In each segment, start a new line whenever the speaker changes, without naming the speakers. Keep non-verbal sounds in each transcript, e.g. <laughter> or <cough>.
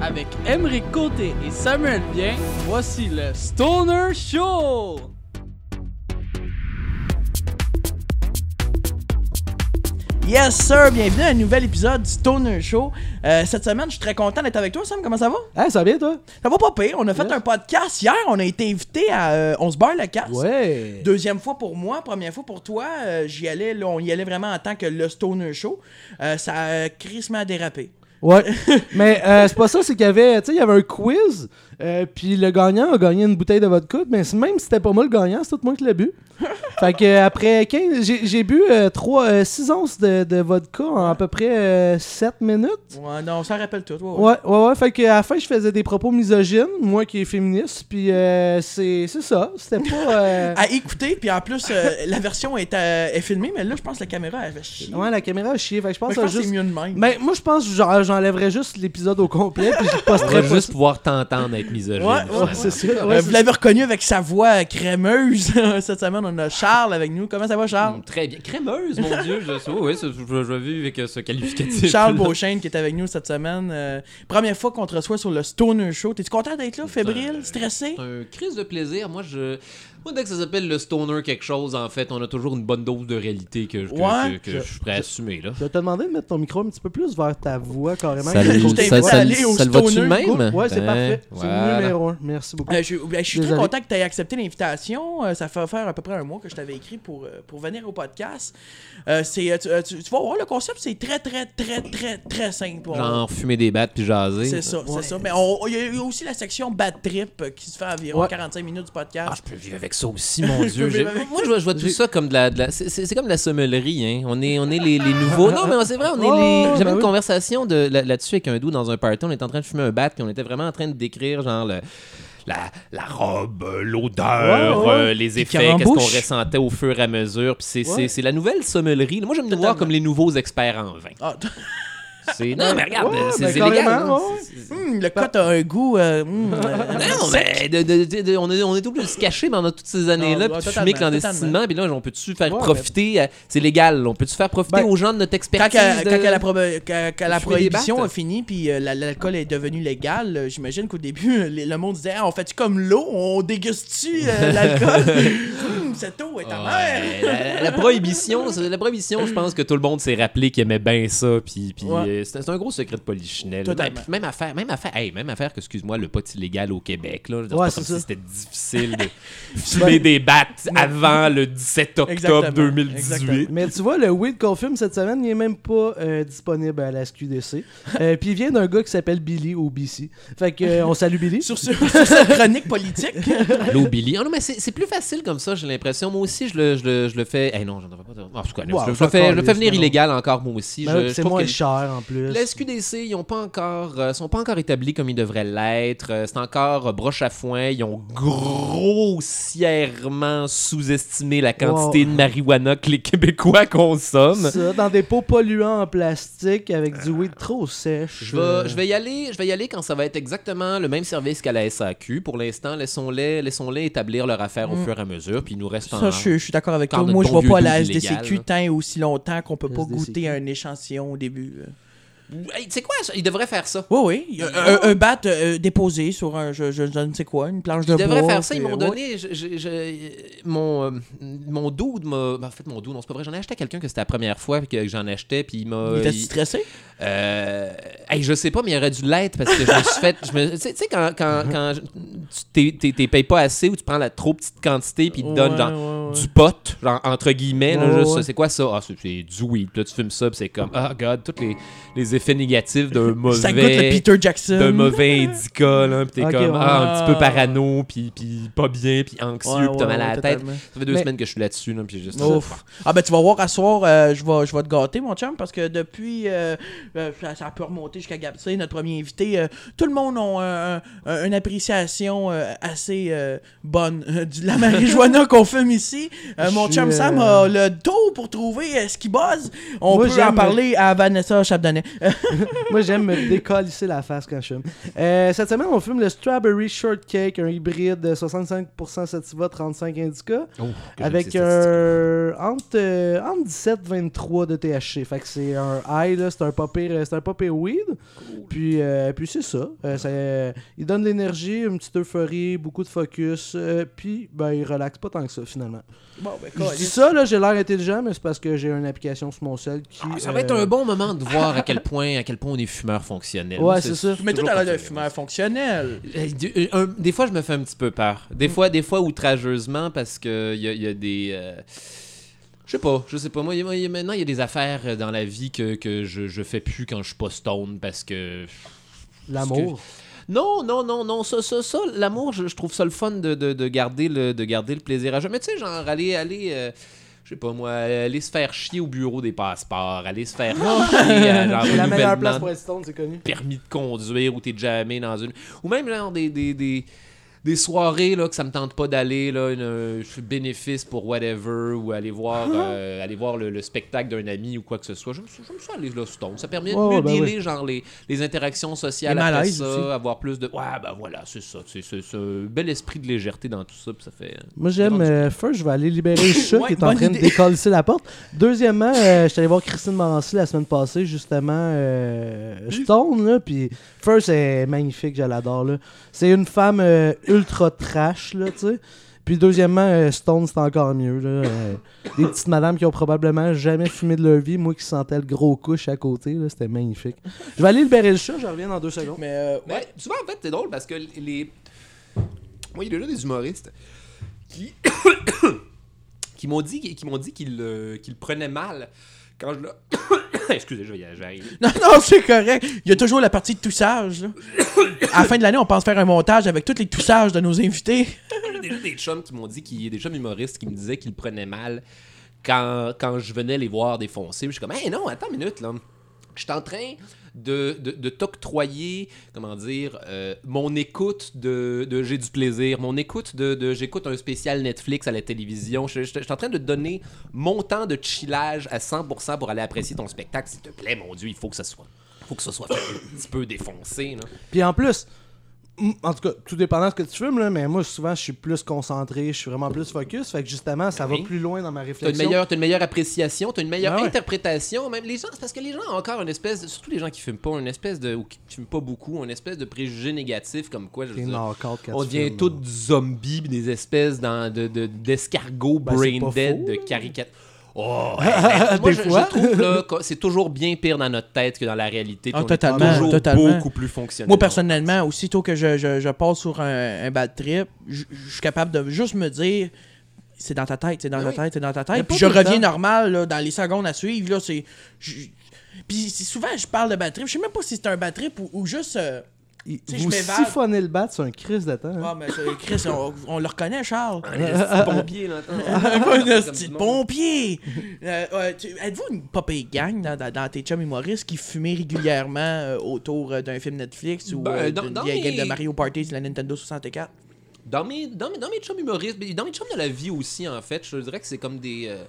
avec Emery Côté et Samuel Bien, voici le Stoner Show!
Yes, sir! Bienvenue à un nouvel épisode du Stoner Show. Euh, cette semaine, je suis très content d'être avec toi, Sam. Comment ça va?
Ah, ça va bien, toi?
Ça va pas pire. On a fait un podcast hier. On a été invité à euh, On se barre le casse.
Ouais.
Deuxième fois pour moi, première fois pour toi. Euh, J'y allais, là, on y allait vraiment en tant que le Stoner Show. Euh, ça a crissement dérapé.
Ouais. mais euh, c'est pas ça, c'est qu'il y avait, tu sais, il y avait un quiz, euh, puis le gagnant a gagné une bouteille de vodka, mais c'est- même si c'était pas moi le gagnant, c'est tout moi qui l'ai
<laughs>
bu. fait que euh, après 15, j'ai j'ai bu euh, 6 onces de, de vodka en à peu près 7 minutes.
Ouais, non, on s'en rappelle tout. ouais, ouais.
Ouais, ouais, ouais. Fait que à la fin, je faisais des propos misogynes, moi qui est féministe, puis euh, c'est c'est ça. C'était pas. euh,
<laughs> À écouter, puis en plus, euh, la version est, euh, est filmée, mais là, je pense que la caméra, elle va chier.
Ouais, la caméra a chié. Fait que je
Moi,
pense,
je pense
à
que c'est
juste.
mieux de même.
Ben, moi, je pense que j'en- j'enlèverais juste l'épisode au complet, puis je
On
posterais
va
pas
juste pouvoir t'entendre être misogyne.
Ouais, ouais,
Ouais, c'est ça.
Euh, vous l'avez reconnu avec sa voix crémeuse. <laughs> Cette semaine, on a Charles avec nous. Comment ça va, Charles?
Mm, Très bien. Crémeuse, mon Dieu. Je, oui, oui, c'est- je, je, je vis avec euh, ce qualificatif. <laughs>
Charles Beauchesne qui est avec nous cette semaine. Euh, première fois qu'on te reçoit sur le Stoner Show. T'es-tu content d'être là, fébrile, stressé?
C'est un crise de plaisir. Moi, je. Moi, dès que ça s'appelle le stoner quelque chose, en fait, on a toujours une bonne dose de réalité que, que-
Ouais.
que- que je suis prêt à assumer, là.
Je vais te demander de mettre ton micro un petit peu plus vers ta voix carrément.
Ça,
Je t'invite
ça,
à
ça,
aller au
ça le va-tu de
stoner
même?
Ouais, c'est
Ben,
parfait. C'est le
voilà.
numéro 1. Merci beaucoup.
Euh, je, ben, je suis très
Désolé.
content que tu aies accepté l'invitation. Euh, ça fait faire à peu près un mois que je t'avais écrit pour, euh, pour venir au podcast. Euh, c'est, euh, tu, euh, tu- tu vas voir, le concept, c'est très, très, très, très, très simple.
Genre fumer des battes puis jaser.
C'est ça,
Ouais.
c'est ça. Mais on- il y a eu aussi la section Bad Trip euh, qui se fait à environ
Ouais.
45 minutes du
Ah,
podcast.
je peux vivre avec ça
<laughs>
aussi, mon Dieu. J'ai-
vivre avec
Moi, je vois, je vois tout ça comme de la. de la- c'est- C'est c'est comme de la sommellerie, hein. On est, on est les, les nouveaux. Non, mais on- c'est vrai, on est
<laughs>
les.
Oh,
J'avais
ben
une
oui.
conversation de- là- là-dessus avec un doux dans un party. On était en train de fumer un bat, puis on était vraiment en train de décrire, genre, le- La, la robe, euh, l'odeur,
Ouais, ouais.
euh, les effets,
qu'en
qu'est-ce qu'on
bouche.
ressentait au fur et à mesure. Puis c'est- c'est
Ouais.
c'est la nouvelle sommellerie. Moi, j'aime nous voir
Totalement.
comme les nouveaux experts en vin.
Ah,
C'est- Non, mais regarde,
Ouais,
c'est
ben,
c'est légal.
carrément,
hein.
ouais.
C'est- c'est-
Hum, le code a un goût. euh, <laughs> hum, euh,
non, mais de- de- de- de- on, est, on est obligé de se cacher pendant toutes ces
Non,
années-là, puis de
Ah, totalement,
fumer clandestinement, puis là, on peut-tu faire
Ouais,
profiter, à- c'est légal, on peut-tu faire profiter
Ben,
aux gens de notre
quand,
expertise?
qu'à-
de-
quand qu'à la, probe- qu'à- qu'à la
fumer des
prohibition
battes.
a fini, puis euh, la- l'alcool est devenu légal, euh, j'imagine qu'au début, euh, les- le monde disait Ah, On fait-tu comme l'eau On déguste-tu <laughs> euh, l'alcool Hum, Cette eau est
Ouais,
amère
la, la prohibition, c'est- la prohibition, je pense que tout le monde s'est rappelé qu'il aimait bien ça, puis, puis,
Ouais.
euh, c'est c'est un gros secret de polichinelle.
Totalement.
Même, puis même affaire, même affaire, hey, même affaire que, excuse-moi, le pot illégal au Québec, là, Je veux dire,
Ouais,
c'est pas
c'est
comme
ça.
si c'était difficile
<laughs>
de fumer des battes avant le 17 octobre
Ben, Exactement,
2018.
exactement.
Mais tu vois, le Weed Confirm cette semaine, il est même pas euh, disponible à la SQDC. Euh, Puis il vient d'un gars qui s'appelle Billy au BC. Fait que euh, on salue
<laughs>
Billy.
sur, ce- sur cette chronique politique.
L'eau Billy. Ah non, mais c'est c'est plus facile comme ça, j'ai l'impression. Moi aussi, je le, je le, je le fais. Eh non, j'en devrais pas. dire. Ah, en tout cas,
Wow,
je, je
fuck
le fais, je
all,
le fais
yes,
venir
mais non.
illégal encore, moi aussi.
Ben
Je-
oui,
je
c'est
trouve
moins
que
cher en plus.
La SQDC, ils ont pas encore, euh, sont pas encore établis comme ils devraient l'être. Euh, c'est encore euh, broche à foin. Ils ont grossièrement sous-estimé la quantité
Wow.
de marijuana que les Québécois consomment.
Ça, dans des pots polluants en plastique avec du weed trop sèche.
Je vais, je vais y aller, je vais y aller quand ça va être exactement le même service qu'à la SAQ. Pour l'instant, laissons-les, laissons-les établir leur affaire au fur et à mesure, puis il nous reste
<laughs> Ça,
en-
je, suis- je suis d'accord avec toi.
Encore notre
Moi, je
bon
vois pas
vieux
la
doute illégal,
SDCQ
là.
tant et aussi longtemps qu'on peut pas
SDCQ.
goûter à un échantillon au début.
Hey, tu sais quoi, ça- il devrait faire ça.
Oui, oui. Il y a Un, un bat euh, déposé sur un, je, je- je ne sais quoi, une planche de
Il
bois.
devrait faire ça, ils
puis,
m'ont
euh, ouais.
donné. je- je- je- mon, euh, mon dude m'a. ben, en fait, mon dude, non, c'est pas vrai. J'en ai acheté à quelqu'un que c'était la première fois que j'en achetais, puis il m'a.
Il était
il-
stressé?
Euh, hey, je sais pas, mais il aurait dû l'être parce que je me suis fait. je me- Tu sais, tu sais, quand,
<laughs>
quand, quand je- tu t'es- t'es- t'es payes pas assez ou tu prends la trop petite quantité, puis il te donne
Ouais,
genre.
ouais, ouais.
du pot, genre entre guillemets, là,
Ouais,
juste,
ouais.
c'est quoi ça? Ah, c'est c'est du weed. Puis Là, tu fumes ça, puis c'est comme, ah, God, tous les, les effets négatifs d'un mauvais.
Ça goûte le Peter Jackson.
d'un mauvais indica, là, pis t'es
Ok,
comme,
ouais.
ah, un petit peu parano, pis, pis pas bien, pis anxieux,
Ouais,
pis t'as
ouais,
mal à
ouais,
la tête.
totalement.
Ça fait deux
Mais-
semaines que je suis là-dessus, là, pis juste...
Ouf. Ah ben tu vas voir à soir, euh, je vais je vais te gâter mon chum parce que depuis euh, euh, ça, ça peut remonter jusqu'à Gabsé, notre premier invité, euh, tout le monde a un-
<laughs>
un- une appréciation euh, assez euh, bonne euh, de la marijuana qu'on fume ici. ici. Euh, mon
Je
chum
suis,
Sam
euh,
a le dos pour trouver euh, ce qui buzz. On
Moi,
peut en
j'aime-
parler à Vanessa Chapdonnet. Euh,
Moi, j'aime me décalisser la face quand je fume. Euh, cette semaine, on fume le Strawberry Shortcake, un hybride de 65% sativa, 35 indica,
Oh, que
avec
j'aime ces statistiques.
un entre, euh, entre 17 23 de THC. Fait que c'est un high, là, c'est un pas pire, c'est un pas pire weed. Puis, euh, puis c'est ça. Euh, ça, euh, il donne de l'énergie, une petite euphorie, beaucoup de focus. euh, puis, ben, il relaxe pas tant que ça, finalement.
Bon, ben,
Je dis
câlisse.
ça, là, j'ai l'air intelligent, mais c'est parce que j'ai une application sur mon sel qui.
Ah, ça va être
euh,
un bon moment de voir à quel point, à quel point on est fumeur fonctionnel.
Ouais, c'est ça.
Tu mets tout à l'air de fumeur fonctionnel.
Euh, du- euh, un- des fois, je me fais un petit peu peur. Des fois, des fois outrageusement, parce que il y, a- il y a des. euh, je sais pas, je sais pas. Moi, il y a- il y a- maintenant, il y a des affaires euh, dans la vie que, que je, je fais plus quand je suis pas stone parce que.
L'amour.
Non, non, non, non, ça, ça, ça, l'amour, je, je trouve ça le fun de, de- de garder, le, de garder le plaisir à jeu. Mais tu sais, genre, aller, aller, euh, je sais pas moi, aller se faire chier au bureau des passeports, aller se faire chier à genre,
<laughs> C'est la meilleure place
renouvellement
pour être stone, c'est connu.
permis de conduire ou t'es jamais dans une. Ou même genre des, des, des, des soirées là, que ça me tente pas d'aller, là, une, euh, bénéfice pour whatever, ou aller voir,
Ah.
euh, aller voir le, le spectacle d'un ami ou quoi que ce soit. Je me suis, je me suis allé là, stone. Ça permet de
Ouais,
mieux
ouais, ben
dealer, genre les, les interactions sociales
Les
après
malaises
ça,
aussi.
avoir plus de. Ouais, ben voilà, c'est ça. C'est c'est- c'est un bel esprit de légèreté dans tout ça, puis ça fait.
Moi, j'aime. euh, first, je vais aller libérer le chat
Ouais,
qui est en
bonne
train de
idée.
décalisser la porte. Deuxièmement, euh, je suis allé voir Christine Morancy la semaine passée, justement, euh, Stone, là. Puis, First, elle est magnifique, je l'adore, là. C'est une femme euh, ultra trash, là, tu sais. Puis, deuxièmement, euh, Stone, c'est encore mieux, là. Euh, des petites madames qui ont probablement jamais fumé de leur vie. Moi qui sentais le gros couche à côté, là. C'était magnifique. Je vais aller libérer le chat, je reviens dans deux secondes.
Mais euh,
Mais Ben, souvent, en fait, c'est drôle parce que les. Moi, il y a déjà des humoristes qui. <coughs> qui m'ont dit, qui m'ont dit qu'ils le, qu'ils le prenaient mal quand je le. <coughs> Excusez, je vais, y- je vais arriver.
<laughs> Non, non, c'est correct. Il y a toujours la partie de toussage. là. à la fin de l'année, on pense faire un montage avec tous les toussages de nos invités.
J'ai déjà <laughs> des chums qui m'ont dit, qui, des chums humoristes qui me disaient qu'ils le prenaient mal quand, quand je venais les voir défoncer. Puis Je suis comme, hey non, attends une minute là. Je suis en train de, de, de t'octroyer, comment dire, euh, mon écoute de, de J'ai du plaisir, mon écoute de, de J'écoute un spécial Netflix à la télévision. Je, je- je suis en train de te donner mon temps de chillage à 100% pour aller apprécier ton spectacle. S'il te plaît, mon Dieu, il faut que ça soit. Faut que ça soit fait un petit peu défoncé. là.
Puis en plus, m- en tout cas, tout dépendant de ce que tu fumes, là, mais moi, souvent, je suis plus concentré, je suis vraiment plus focus. Fait que justement, ça
Ah Oui.
va plus loin dans ma
T'as une
réflexion.
meilleure, t'as une meilleure appréciation, t'as une meilleure
Ah ouais.
interprétation. Même les gens, c'est parce que les gens ont encore une espèce, de- surtout les gens qui fument pas, une espèce de, ou qui fument pas beaucoup, une espèce de préjugé négatif comme quoi. Je veux
T'es
dire,
knock-out quand
on
tu
devient
fumes,
tous
là.
zombies, pis des espèces dans- de- de- d'escargots
Ben, c'est
brain
pas
dead,
faux.
de caricatures. Oh,
<laughs>
hey, ben, moi,
Des
je, je
fois. <laughs>
trouve là, que c'est toujours bien pire dans notre tête que dans la réalité.
Ah,
puis on est
totalement,
toujours
totalement.
beaucoup plus fonctionnel.
Moi, personnellement, aussitôt que je, je, je passe sur un, un bad trip, je je suis capable de juste me dire c'est dans ta tête, c'est dans
Ah
ta
oui.
tête, c'est dans ta
Mais
tête.
pas
Puis je
tout le
reviens
temps.
normal là, dans les secondes à suivre. Là, c'est, je- puis c'est- souvent, je parle de bad trip. Je sais même pas si c'est un bad trip ou, ou juste. euh,
Il-
Tu sais, je
Vous
m'évade.
siphonnez le bat, c'est un crise de temps. hein.
Ah, mais c'est- Chris, on, on le reconnaît, Charles.
Un esti de pompier, là.
Pas une
Ah. Comme
hostie
du
de
monde. <laughs>
pompier! Euh, euh, tu- Êtes-vous une popée gang dans, dans- dans tes chums humoristes qui fumaient régulièrement euh, autour euh, d'un film Netflix ou
Ben,
euh,
dans-
d'une
dans
vieille
mes-
game de Mario Party sur la Nintendo 64?
Ben, Dans mes, dans, mes, dans mes chums humoristes, mais dans mes chums de la vie aussi, en fait, je dirais que c'est comme des. euh,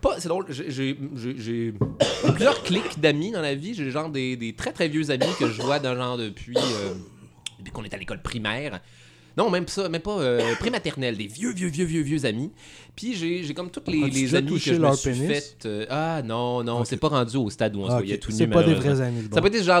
pas, c'est drôle, j'ai- j'ai j'ai- j'ai <coughs> plusieurs clics d'amis dans la vie. J'ai genre des, des très très vieux amis que je vois dans genre depuis, euh, depuis qu'on est à l'école primaire. Non, même ça, même pas euh, prématernelle, des vieux, vieux, vieux, vieux, vieux amis. Puis j'ai j'ai comme toutes les,
As-tu
les
déjà
amis que
touché
je me
leur
suis
pénis?
fait. euh, ah non, non, c'est pas rendu au stade où on
Ah,
se
ok.
voyait tout nu.
C'est pas des
malheureusement.
vrais amis. le bon.
Ça peut être ce genre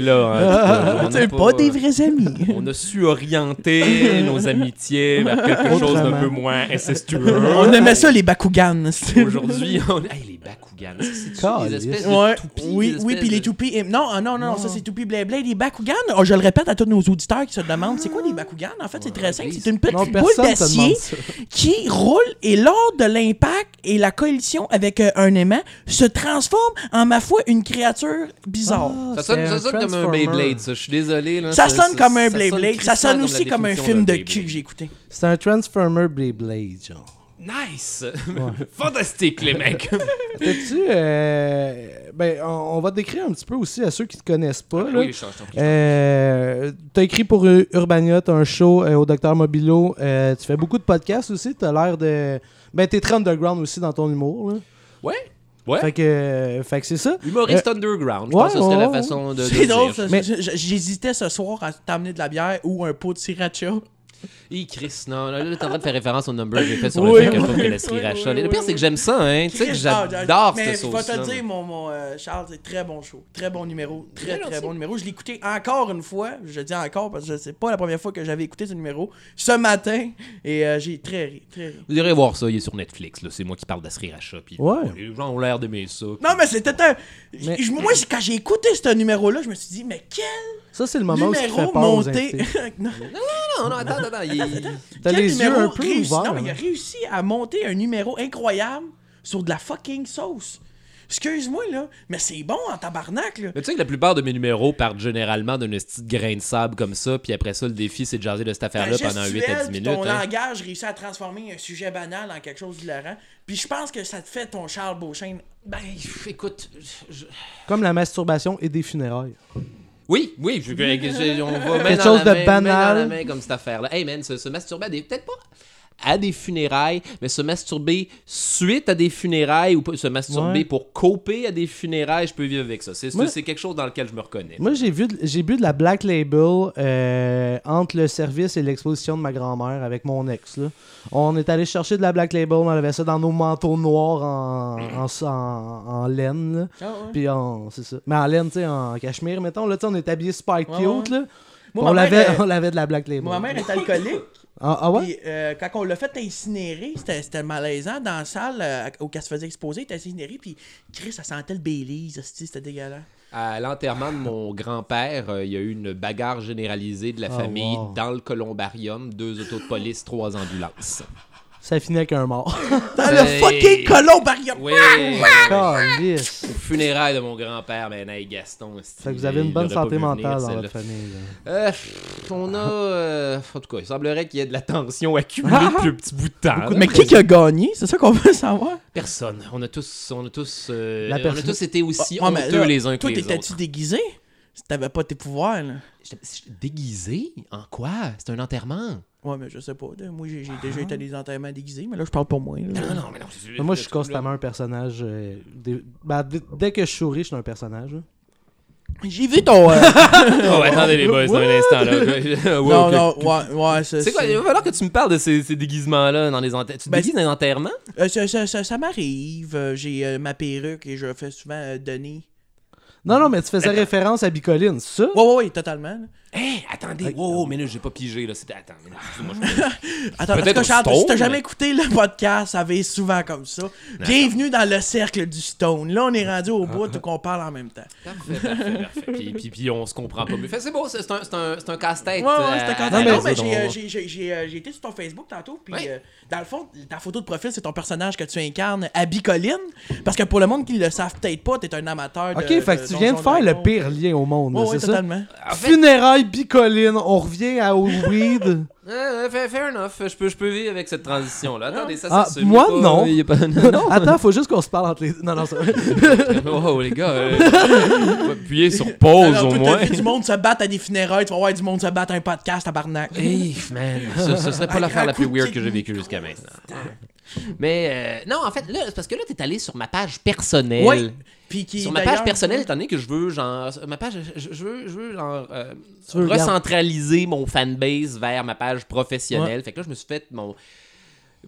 <laughs>
là. hein. On n'a
C'est Ah, pas des vrais amis!
<laughs> on a
<laughs>
su orienter nos amitiés vers quelque chose d'un
Autrement.
peu moins incestueux.
<laughs> On aimait ça, les Bakugan. <laughs> c'était-
Aujourd'hui, on Hey, les Bakugan. C'est
Caliste.
des espèces
Ouais,
de toupies.
oui,
des
oui,
espèces
puis les
de-
toupies. et- Non, ah, non, non, ça c'est toupie blé-blé. Les Bakugan, oh, je le répète à tous nos auditeurs qui se demandent c'est
Ah.
quoi les Bakugan En fait, c'est très
ben,
simple. C'est une petite
Non,
boule
personne te demande
d'acier
ça.
qui roule et lors de l'impact et la collision avec euh, un aimant se transforme en ma foi une créature bizarre.
Ça sonne, ça
C'est
sonne comme un
Transformer.
Beyblade, Ah. ça. Je suis désolé. Là,
Ça sonne comme un
sonne
blé-blé, ça
crissement
sonne
la
aussi comme un
définition
film
d'un
de
Beyblade.
cul que j'ai écouté.
C'est un Transformer Beyblade,
<laughs>
genre.
Nice! <laughs> Fantastique,
<laughs>
les mecs!
T'as-tu. euh, Ben, on, on va te décrire un petit peu aussi à ceux qui te connaissent pas. là.
Ah, oui, je t'en prie.
Euh, t'as écrit pour Ur- Urbania, t'as un show euh, au Docteur Mobilo, euh, tu fais beaucoup de podcasts aussi, t'as l'air de... Ben, t'es très underground aussi dans ton humour, là.
Ouais. Ouais.
Fait que, euh, fait que c'est ça.
Humoriste
euh,
underground. Je
ouais,
pense que c'était
ouais,
la
ouais.
façon de. de
C'est drôle,
dire.
ça.
Mais-
Je- je- J'hésitais ce soir à t'amener de la bière ou un pot de sriracha.
Hi, Chris, non, là, là, t'es en train de faire référence au number que j'ai fait sur
Oui,
le fait que
oui,
faut que la
oui,
sriracha.
oui,
le pire,
oui.
c'est que j'aime ça, hein. Tu sais que
Chris,
j'adore
<laughs> ah, Mais
cette
je vais
sauce.
te le dire, mon, mon, euh, Charles, c'est très bon show. Très bon numéro. Très,
Bien
très
gentil.
bon numéro. Je l'ai écouté encore une fois. Je dis encore parce que c'est pas la première fois que j'avais écouté ce numéro. Ce matin. Et euh, j'ai très ri. Très ri.
Vous irez voir ça, il est sur Netflix, là. C'est moi qui parle de la sriracha. Puis
Ouais.
les gens ont l'air d'aimer ça.
Non, mais c'était un. j-
Mais-
j- Moi, j- quand j'ai écouté ce numéro-là, je me suis dit, mais quel
Euh, Ça, c'est le moment où ce qui fait
numéro
peur aux
monté.
invités.
<laughs> Non,
Non, non, attends, attends. il-
T'as
quel
les yeux
numéro
un peu
réussi-
ouverts.
Non, mais il a
hein.
réussi à monter un numéro incroyable sur de la fucking sauce. Excuse-moi, là, mais c'est bon en tabarnak, là.
<laughs> Mais tu sais que la plupart de mes numéros partent généralement d'un petit grain de sable comme ça, puis après ça, le défi, c'est de jaser de cette
Ta
affaire-là pendant 8 à 10
gestuelle, puis
minutes.
Ton
hein.
langage réussit à transformer un sujet banal en quelque chose d'hilarant. Puis je pense que ça te fait ton Charles Beauchesne.
Ben, pff, écoute, je-
Comme la masturbation et des funérailles.
Oui, oui, je- je- je- on va main
Quelque
dans
chose
la
de
main, main dans
banal.
la main comme cette affaire-là. Hey man, se, se masturber à des. Peut-être pas à des funérailles, mais se masturber suite à des funérailles ou pas- se masturber
Ouais.
pour coper à des funérailles, je peux vivre avec ça. C'est c'est-
Moi-
c'est quelque chose dans lequel je me reconnais.
Moi, j'ai vu, de- j'ai bu de la Black Label euh, entre le service et l'exposition de ma grand-mère avec mon ex. là. On est allé chercher de la Black Label, on avait ça dans nos manteaux noirs en, en, en- en laine. là.
Ah,
Puis on, c'est ça. Mais en laine, tu sais, en cachemire, mettons. Là, tu sais, on est habillé super cute,
Ouais, ouais.
là.
Moi,
on,
ma mère,
l'avait,
euh,
<laughs> on l'avait de la Black Label.
Moi, ma mère est alcoolique.
Ah, ah ouais?
Puis euh, quand on l'a fait incinérer, c'était c'était malaisant. Dans la salle euh, où elle se faisait exposer, elle était incinérée. Puis Chris, ça sentait le Baileys. hostie, C'était dégueulasse.
À l'enterrement de mon grand-père, euh, il y a eu une bagarre généralisée de la
Oh,
famille
wow.
dans le columbarium, deux autos de police, trois ambulances.
Ça finit avec un mort. <laughs>
Dans le
Hey.
fucking colombarium.
Oui,
Calisse.
funérailles de mon grand-père, ben hey, Gaston.
Fait que vous avez une bonne santé mentale dans
la
votre famille. là.
Euh, pff, on a. euh, en tout cas, il semblerait qu'il y ait de la tension accumulée
Ah,
depuis un petit bout de temps. là.
a gagné C'est ça qu'on veut savoir.
Personne. On a tous, on a tous, euh,
La
on a
personne- Ah,
tous été aussi
Ouais, mais
honteux
là,
les uns que
Toi,
les
t'étais-tu
autres.
déguisé T'avais pas tes pouvoirs, là.
J'étais- j'étais Déguisé En quoi C'est un enterrement.
Ouais, mais je sais pas. là. Moi, j'ai j'ai déjà été à des enterrements déguisés, mais là, je parle pour moi. là.
Non, non, mais non. c'est-
Mais moi, je suis
le- le- <laughs>
constamment un personnage. euh, des- ben, d- dès que je souris, je suis un personnage. là.
J'ai vu ton. euh,
<laughs> Oh, attendez les boys, dans un instant <laughs> là. Wow,
non,
ok.
non, ouais, ouais, c'est.
C'est quoi Il va falloir que tu me parles de ces, ces déguisements-là dans les enterrements. Tu te
Ben,
déguises dans les enterrements
Euh, ça, ça, ça, ça m'arrive. euh, J'ai euh, ma perruque et je fais souvent euh, donner.
Non, non, mais tu faisais référence à Bicoline, c'est ça?
Ouais, ouais, ouais, totalement. là.
Hé, attendez. Wow, wow, mais là, j'ai pas pigé là. C'était attends. Mais là, excuse-moi, je-
Attends, parce
Peut-être
que
au
Charles, si
Stone,
t'as jamais
mais-
écouté le podcast, ça va être souvent comme ça. Bienvenue dans le cercle du Stone. Là, on est rendu au
Ah.
bout où qu'on parle en même temps.
Parfait, parfait, parfait. Puis, puis, puis on se comprend pas mieux. Fait, c'est beau, c'est c'est un, c'est un, c'est un casse-tête.
Ouais, ouais,
euh,
c'était
à
quand
la
même.
mais
Non,
maison.
mais j'ai, euh, j'ai, j'ai, j'ai, euh, j'ai été sur ton Facebook tantôt, puis
Ouais.
euh, dans le fond, ta photo de profil, c'est ton personnage que tu incarnes, Abby Colline. Parce que pour le monde qui le savent peut-être pas, t'es un amateur de.
Ok, fait que tu viens de
Donjons
faire le
Dragons.
pire lien au monde, là,
Ouais, ouais,
c'est ça?
totalement.
En fait-
Funérailles, Bicoline, on revient à au weed.
Ouais, ouais, fair- fair enough. Je peux, je peux vivre avec cette transition-là. Attendez, ça,
Ah,
ça se-
moi,
il y a pas-
non.
il y a pas- <laughs> non.
Non, Attends, faut juste qu'on se parle entre les. Non, non, ça.
Wow, les gars. <laughs> euh, faut appuyer sur pause
Alors,
au
toute
moins.
ta vie, du monde se battre à des funérailles, tu vas voir du monde se battre à un podcast, tabarnak.
Hey,
<laughs>
man. Ce, ce
Un
serait pas l'affaire la
grand
plus
coup de
weird
pied
que j'ai
de
vécue jusqu'à maintenant. Mais euh, non, en fait, là, c'est parce que là, t'es allé sur ma page personnelle.
Ouais. Puis qui,
Sur ma
d'ailleurs,
page personnelle, étant donné que je veux genre ma page je, je veux je veux genre euh,
Tu veux,
recentraliser mon fanbase vers ma page professionnelle. Fait que là je me suis fait mon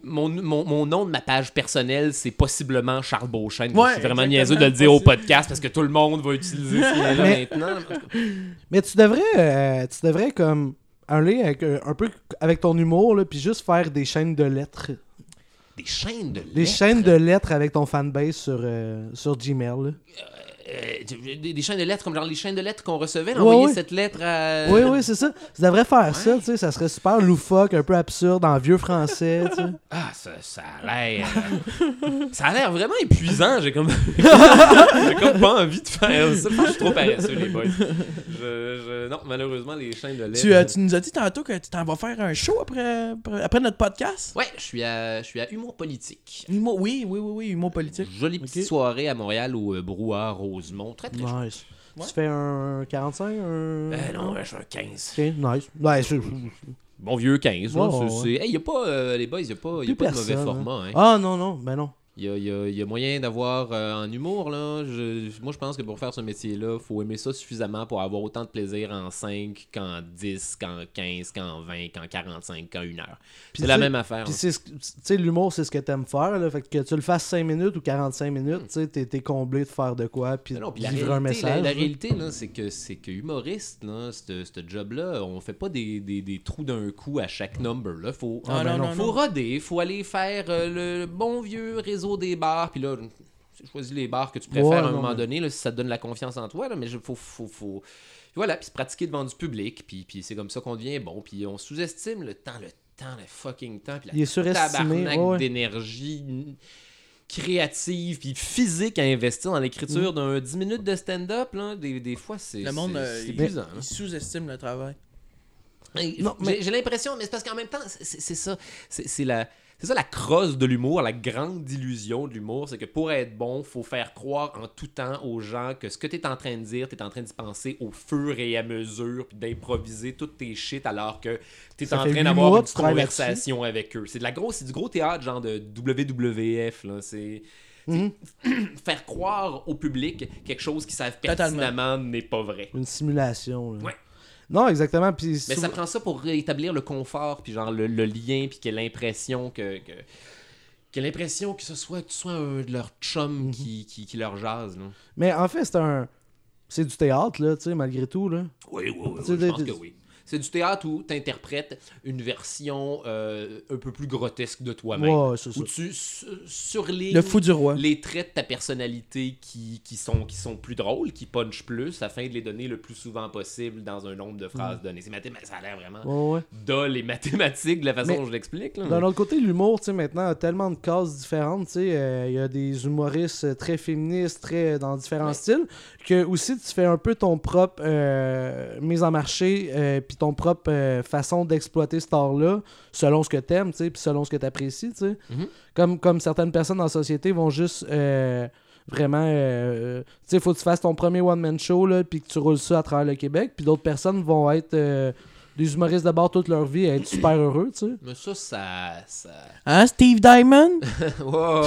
mon, mon, mon nom de ma page personnelle, c'est possiblement Charles Beauchesne.
Ouais,
je suis vraiment
exactement,
niaiseux de le dire au
possible.
podcast parce que tout le monde va utiliser ce lien-là
Mais-
maintenant. En tout cas,
<laughs> Mais tu devrais, euh, tu devrais comme un lien avec, euh, un peu avec ton humour, là, puis juste faire des chaînes de lettres.
Des chaînes de
Des
lettres.
chaînes de lettres avec ton fanbase sur, euh, sur Gmail. là.
Euh, des, des chaînes de lettres, comme genre les chaînes de lettres qu'on recevait,
Ouais,
d'envoyer
ouais.
cette lettre à.
Oui, oui, c'est ça. Tu devrais faire ça, tu sais. Ça serait super loufoque, un peu absurde, en vieux français, tu
<laughs>
sais.
Ah, ça, ça a l'air. <laughs> euh, ça a l'air vraiment épuisant.
<laughs>
J'ai comme. J'ai comme pas envie de faire ça. Je suis trop paresseux, les boys. Je, je- Non, malheureusement, les chaînes de lait.
Tu, euh, tu nous as dit tantôt que tu t'en vas faire un show après, après notre podcast.
Ouais, je suis à, je suis à Humour Politique.
Humour- oui, oui, oui, oui, humour politique.
Jolie petite
Ok.
soirée à Montréal au euh, Brouhaha Rosemont. Très, très chouette.
Nice.
Ouais.
Tu fais un 45, un...
Ben Euh, non, je suis un 15.
Ok, nice. Ouais, je-
Bon vieux 15.
Ouais,
là,
ouais,
c'est-
ouais.
c'est- Hey, y a pas, euh, les boys, il n'y a pas, y a
Plus
pas de mauvais
personne,
format. hein.
Ah non, non, ben non.
Il y a, il y a- il y a moyen d'avoir euh, en humour, là. Je- je- moi, je pense que pour faire ce métier-là, faut aimer ça suffisamment pour avoir autant de plaisir en 5 qu'en 10, qu'en 15, qu'en 20, qu'en 45, qu'en 1 heure.
Puis
C'est la
tu-
même affaire.
Puis,
hein.
c'est ce que- tu sais, l'humour, c'est ce que t'aimes faire. Là, fait que tu le fasses 5 minutes ou 45 minutes, tu sais, t'es, t'es comblé de faire de quoi, puis
Hmm. Ben Non, non, puis la
livrer
réalité,
un message.
la- la
là.
réalité, là, c'est que c'est que humoriste, là, ce ce job-là, on fait pas des, des- des trous d'un coup à chaque number. Là. Faut,
Ah, non, non,
ben faut
non.
roder, faut aller faire euh, le bon vieux réseau des bars. Puis là, choisis les bars que tu préfères
Ouais,
à un
non,
moment
mais-
donné, là, si ça te donne la confiance en toi. Là, mais il faut, faut, faut- Puis Voilà, puis se pratiquer devant du public. Puis, puis c'est comme ça qu'on devient bon. Puis on sous-estime le temps, le temps, le fucking temps. Puis la
Il est surestimé.
tabarnak
ouais, ouais.
d'énergie créative puis physique à investir dans l'écriture d'un 10 minutes de stand-up là des, des fois c'est
Le monde,
c'est-
euh,
c'est
il-
épuisant
Ils sous-estiment le travail.
là. Et
Non,
j'ai-
mais-
j'ai l'impression mais c'est parce qu'en même temps c'est- c'est c'est ça c'est c'est la c'est ça la crosse de l'humour, la grande illusion de l'humour, c'est que pour être bon, faut faire croire en tout temps aux gens que ce que tu es en train de dire, tu es en train d'y penser au fur et à mesure, puis d'improviser toutes tes shit alors que tu es
Ça
en
fait
train
huit
d'avoir
mois
une
que tu travailles là-dessus.
conversation avec eux. C'est de la grosse, c'est du gros théâtre genre de WWF là, c'est
Mhm.
<clears throat> faire croire au public quelque chose qu'ils savent
Totalement.
pertinemment n'est pas vrai.
Une simulation. là.
Ouais.
Non, exactement. Puis,
Mais
sou-
ça prend ça pour rétablir le confort, puis genre le, le lien, puis qu'il y ait l'impression que, que, qu'il y ait l'impression que ce soit, que tu sois un de leurs chums qui, qui, qui leur jase. là.
mais en fait, c'est un. C'est du théâtre, là, tu sais, malgré tout, là.
Oui, oui, oui,
Tu
oui,
sais,
je pense
t'es-
que oui. C'est du théâtre où tu interprètes une version euh, un peu plus grotesque de toi-même.
Ouais, c'est ça.
Où Ah ben. tu su- surlignes
Le fou du roi.
les traits de ta personnalité qui, qui, sont, qui sont plus drôles, qui punchent plus, afin de les donner le plus souvent possible dans un nombre de phrases données. C'est mathéma- ça a l'air vraiment
Mhm. Ouais, ouais.
dol et mathématique de la façon
Mais-
dont je l'explique. là.
D'un autre côté, l'humour, tu sais, maintenant, a tellement de cases différentes, tu sais. euh, Il y a des humoristes euh, très féministes, très dans différents
Ouais.
styles, que aussi tu fais un peu ton propre euh, mise en marché, euh, puis ton propre euh, façon d'exploiter cet art-là, selon ce que t'aimes, tu sais, puis selon ce que t'apprécies, tu sais.
Mhm.
comme, comme certaines personnes dans la société vont juste... euh, Vraiment, euh, tu sais, faut que tu fasses ton premier one-man show, là, puis que tu roules ça à travers le Québec. Puis d'autres personnes vont être euh, des humoristes d'abord toute leur vie, à être super heureux, tu sais.
Mais ça, ça. ça...
Hein, Steve
<laughs>
Diamond?
Wow.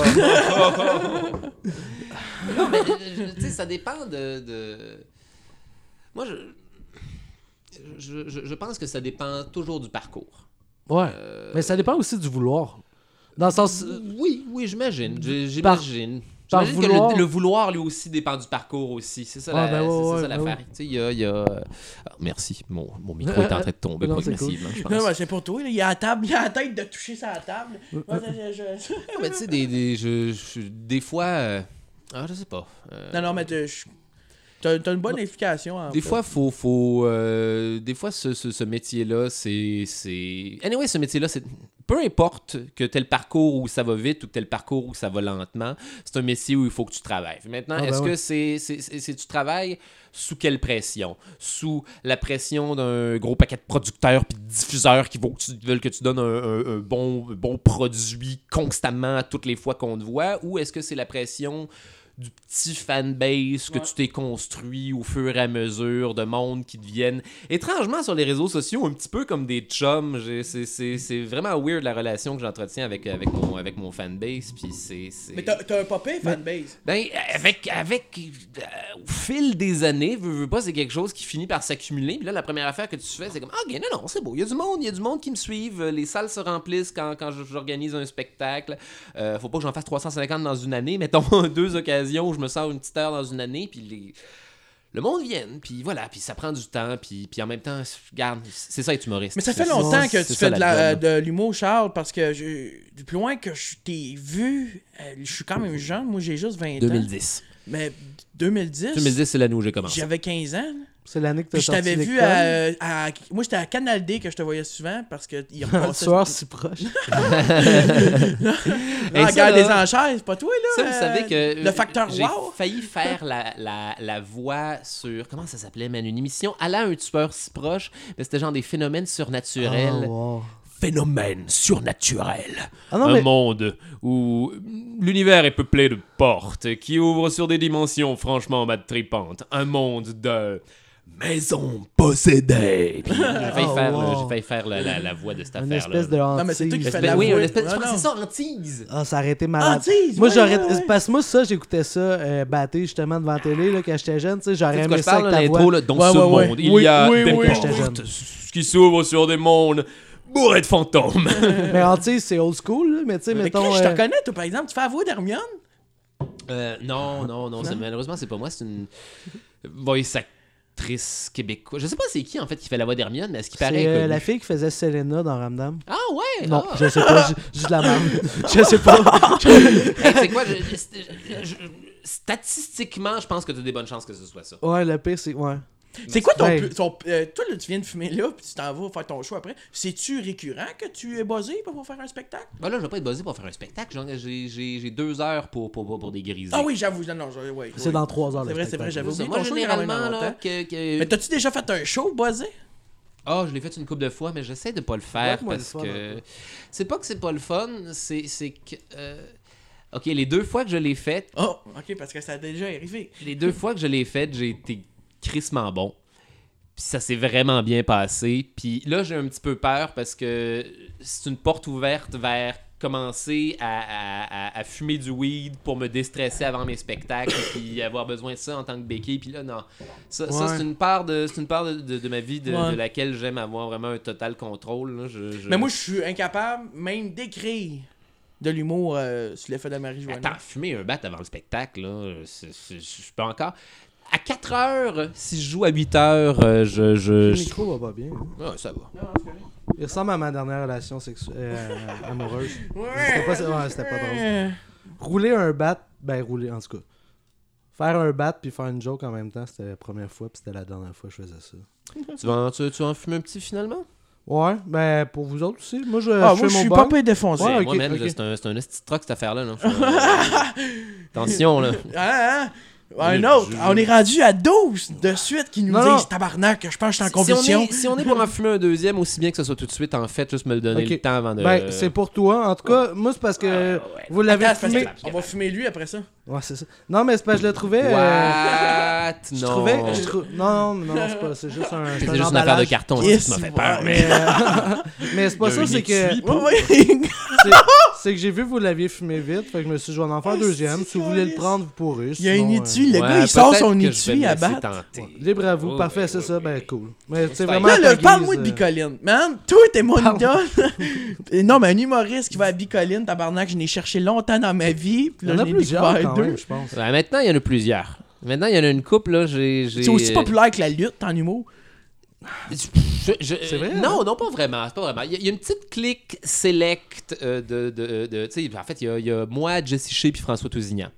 non, mais euh, je- tu sais, ça dépend de. de- Moi, je... Je, je- je pense que ça dépend toujours du parcours.
Ouais.
Euh,
Mais ça dépend aussi du vouloir. Dans le sens. euh,
Oui, oui, j'imagine. J'ai-
Par-
J'imagine.
par
J'imagine que le-
vouloir-
le, vouloir, lui aussi, dépend du parcours aussi. C'est ça
Ah,
la-
ben ouais,
c'est- c'est
ouais,
ça
ouais,
l'affaire.
ouais. Euh,
Tu sais, il y a... il y a- Ah, merci. Mon, mon micro est en train de tomber
Non, c'est cool.
progressivement, hein,
<laughs>
je pense.
Non, mais Ah, c'est pour toi, là. il est à la table, il a la tête de toucher sa table. Moi, je- je- je-
Ouais, mais tu sais, des, des, je- je- des fois... euh, Ah, je sais pas. euh,
Non, non, mais t'as je- t'as- t'as une bonne explication. en
Des
fait.
fois, faut, faut, euh, des fois, ce, ce- ce métier-là, c'est, c'est. Anyway, ce métier-là, c'est. Peu importe que tel parcours où ça va vite ou que tel parcours où ça va lentement, c'est un métier où il faut que tu travailles. Maintenant,
Ah, ben
est-ce
ouais.
que c'est, c'est, c'est- c'est- tu travailles sous quelle pression Sous la pression d'un gros paquet de producteurs puis de diffuseurs qui vont- qui veulent que tu donnes un, un- un bon, un bon produit constamment à toutes les fois qu'on te voit Ou est-ce que c'est la pression du petit fanbase que
Ouais.
tu t'es construit au fur et à mesure de monde qui deviennent étrangement sur les réseaux sociaux un petit peu comme des chums J'ai- c'est- c'est c'est vraiment weird la relation que j'entretiens avec avec mon avec mon fanbase puis c'est c'est-
Mais t'as t'as un popé fanbase.
ben, avec, avec euh, au fil des années, veux, veux pas, c'est quelque chose qui finit par s'accumuler. Puis là, la première affaire que tu fais, c'est comme Ah, ok, non, non, c'est beau. Il y a du monde, il y a du monde qui me suivent. Les salles se remplissent quand, quand je- j'organise un spectacle. Euh, faut pas que j'en fasse 350 dans une année. <laughs> Mettons deux occasions où je me sors une petite heure dans une année. Puis les- le monde vient. Puis voilà, puis ça prend du temps. Puis, puis en même temps, regarde, c'est ça être humoriste.
Mais ça
C'est-
fait longtemps
c'est-
que
c'est
tu
ça,
fais de la- euh,
job.
de l'humour, Charles, parce que je- du plus loin que je t'ai vu, euh, je suis quand même jeune. Moi, j'ai juste 20 ans.
2010.
Mais 2010,
2010, c'est l'année où j'ai commencé.
j'avais 15 ans. là.
C'est l'année que t'as
Puis je
sorti
t'avais vu
l'école.
à, euh, à- Moi, j'étais à Canal D que je te voyais souvent parce qu'il
<laughs> Un
repassait.
tueur si proche.
Ah,
Et ça,
regarde
là-
les enchères, c'est pas toi, là.
Ça, vous
euh,
savez que.
Le facteur
J'ai
wow.
failli faire la, la, la voix sur. Comment ça s'appelait, man Une émission allant à un tueur si proche, mais c'était genre des phénomènes surnaturels.
Ah,
Oh.
wow.
Phénomènes surnaturels.
Ah non,
un
mais.
monde où l'univers est peuplé de portes qui ouvrent sur des dimensions franchement matripantes. Un monde de Maison possédée. Puis euh, J'ai failli
Oh,
faire, le-
wow.
j'ai failli faire la, la- la voix de cette
Une
affaire-là.
espèce de
là.
mais c'est toi qui
hantise.
fais
Espèce-
la
oui,
voix.
une espèce- je
Ouais,
crois que c'est
non.
ça, hantise.
Ah, ça aurait été malade.
Hantise,
moi,
ouais,
j'aurais.
ouais, ouais.
Parce que moi, ça, j'écoutais ça euh, batté justement devant la télé là, quand j'étais jeune. Tu sais,
Tu sais
j'aurais
de quoi
aimé
je
ça
parle,
avec
là,
ta
l'intro,
voix.
là, dans
Ouais,
ce
ouais, ouais.
monde,
Oui,
il y a
oui,
des
oui.
J'étais jeune.
portes s- qui s'ouvrent sur des mondes bourrés de fantômes.
Mais hantise, c'est old school, là, mais tu sais,
Mais
mettons.
Chris, je
euh,
te connais, toi, par exemple. Tu fais la voix d'Hermione?
<laughs> Euh, non, non, non, c'est- malheureusement, c'est pas moi, c'est une voice actrice québécoise. Je sais pas c'est qui, en fait, qui fait la voix d'Hermione, mais à ce qui paraît...
C'est euh,
connue.
la fille qui faisait Selena dans Ramdam.
Ah ouais!
Non,
ah.
je sais pas, ju- juste de
<laughs>
la merde. je sais pas.
Hey, c'est quoi? je- je- je- je- statistiquement, je pense que tu as des bonnes chances que ce soit ça.
Ouais, le pire, c'est. Ouais.
C'est quoi ton.
Ben, Ouais.
pu- ton euh, toi, là, tu viens de fumer là, puis tu t'en vas faire ton show après. C'est-tu récurrent que tu es buzzé pour faire un spectacle?
Ben là, je vais pas être buzzé pour faire un spectacle. genre, J'ai, j'ai- j'ai deux heures pour, pour, pour, pour dégriser.
Ah oui, j'avoue. Non, non, je- ouais,
Ben, C'est
ouais.
dans trois heures,
C'est
le
vrai, c'est
spectacle.
vrai, j'avais
C'est ça.
oublié.
Moi,
ton show, il est vraiment
généralement, là,
longtemps.
que... que-
Mais t'as-tu déjà fait un show buzzé?
Ah, je l'ai fait une couple de fois, mais j'essaie de pas le
Ouais,
faire
moi,
parce
le fun,
que.
hein.
C'est pas que c'est pas le fun, c'est c'est que. euh, Ok, les deux fois que je l'ai faite,
Oh, ok, parce que ça a déjà arrivé.
<laughs> les deux fois que je l'ai faite, j'ai été crissement bon. Puis ça s'est vraiment bien passé. Puis là, j'ai un petit peu peur parce que c'est une porte ouverte vers commencer à, à- à- à fumer du weed pour me déstresser avant mes spectacles puis avoir besoin de ça en tant que béquille. Puis là, non. Ça, ça,
Ouais.
c'est une part de, c'est une part de, de- de ma vie de,
Ouais.
de laquelle j'aime avoir vraiment un total contrôle. là. Je- je-
Mais moi, je suis incapable même d'écrire de l'humour euh, sur l'effet de Marie-Joanne.
Attends, fumer un bat avant le spectacle, là, c'est- c'est- je peux encore. À 4 heures, si je joue à 8 heures, euh, je. je,
Le
je-
micro va pas bien. hein.
Ah, ça va.
Il ressemble à ma dernière relation sexuelle amoureuse. C'était pas, ouais, c'était pas
Ah,
drôle. Euh, Rouler un bat, ben rouler, en tout cas. Faire un bat puis faire une joke en même temps, c'était la première fois puis c'était la dernière fois que je faisais ça.
Tu vas, en, tu, tu vas en fumer un petit finalement
Ouais, ben pour vous autres aussi. Moi, je,
Ah,
je
moi,
fais
je
mon
suis
bong.
pas peu défoncé.
Ouais,
C'est-
ok,
Moi, man,
ok.
là, c'est un, c'est un esti de truc cette affaire-là. <laughs> là. Faut- euh, Attention, là.
Ah, ah,
Oui,
un autre.
je-
On est rendu à 12 de suite qui nous
Non,
disent
non.
tabarnak, je pense que je suis en
Si on,
conviction.
est, si on est pour en fumer un deuxième, aussi bien que ce soit tout de suite, en fait, juste me le donner
Ok.
le temps avant de.
Euh.
Ben, c'est pour toi. En tout cas, moi, c'est parce que
Ah,
vous l'avez
Attends, parce
fumé.
que on va fumer lui après ça.
Ouais, c'est ça. Non, mais c'est parce que je le trouvais. euh,
What
je
Non.
trouvais. je trou- Non, non, non, c'est pas. C'est juste un.
C'est
un
juste une affaire de
emballage.
carton,
Yes,
ça m'a fait
ouais.
peur, mais.
Mais, euh, <laughs> mais c'est pas
Il y a
ça,
un
c'est que.
étui.
Ouais, ouais. <laughs>
C'est- C'est que j'ai vu que vous l'aviez fumé vite, fait que je me suis dit, je vais en faire un
Ah,
deuxième.
c'est
Si vous voulez le
calice.
prendre, vous pourrez.
Il y a
sinon,
une
euh,
étui. Le
Ouais,
gars, il sort
peut-être
son
que je vais
étui
me
à
laisser
battre.
tenter.
Libre à vous,
Oh,
parfait,
ouais,
c'est
ouais,
ça,
ouais.
ben cool. Mais c'est
Là,
vraiment.
Là,
à
là,
ta
parle-moi de
guise, euh,
Bicoline. Man, toi, t'es mon idole. <laughs> Et non, mais un humoriste qui va à Bicoline, tabarnak, je n'ai cherché longtemps dans ma vie. Puis
Il y
là,
en
je
a
n'ai
plusieurs
découvert
quand
deux.
même, je pense.
Ouais, Ben, maintenant, il y en a plusieurs. Maintenant, il y en a une couple, là. j'ai- j'ai- euh,
C'est aussi populaire que la lutte en humour.
Je- je-
C'est vrai,
hein?
Non, non, pas vraiment. c'est pas vraiment. Il y, a- il y a une petite clique select euh, de. de, de- tu sais, en fait, il y a, il y a moi, Jesse Shea puis François Tousignan.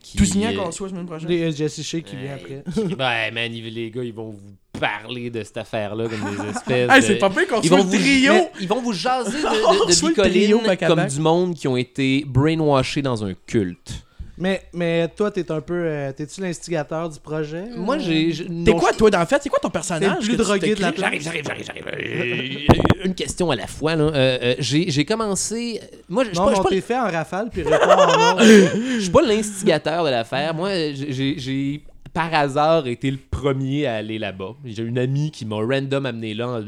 Qui,
Tousignan qu'on
euh,
soit la semaine prochaine.
Les euh, Jesse Shea qui vient
Ouais,
après.
qui- ouais, man, ils- les gars, ils vont vous parler de cette affaire-là comme
<laughs>
des espèces.
Hey,
de-
c'est pas pire qu'on
ils
soit
vont,
le
vous,
trio.
mais ils vont vous jaser de, de, de
<laughs> On soit le
bicoline
trio back à
comme
back.
du monde qui ont été brainwashés dans un culte.
Mais, mais toi, t'es un peu. euh, T'es-tu l'instigateur du projet
Moi, j'ai. je-
T'es
non,
quoi, toi, dans le fait? C'est quoi ton personnage?
T'es le
que
plus
tu
drogué de la
t'écris?
planète.
J'arrive, j'arrive, j'arrive, j'arrive. Euh, Une question à la fois. là. Euh, euh, j'ai j'ai commencé. euh, Moi, je je suis
Non,
pas- je
mais
suis
on
pas,
t'est fait en rafale, puis réponds
<laughs>
en ordre.
je suis pas l'instigateur de l'affaire. Moi, j'ai- j'ai j'ai par hasard été le premier à aller là-bas. J'ai une amie qui m'a random amené là en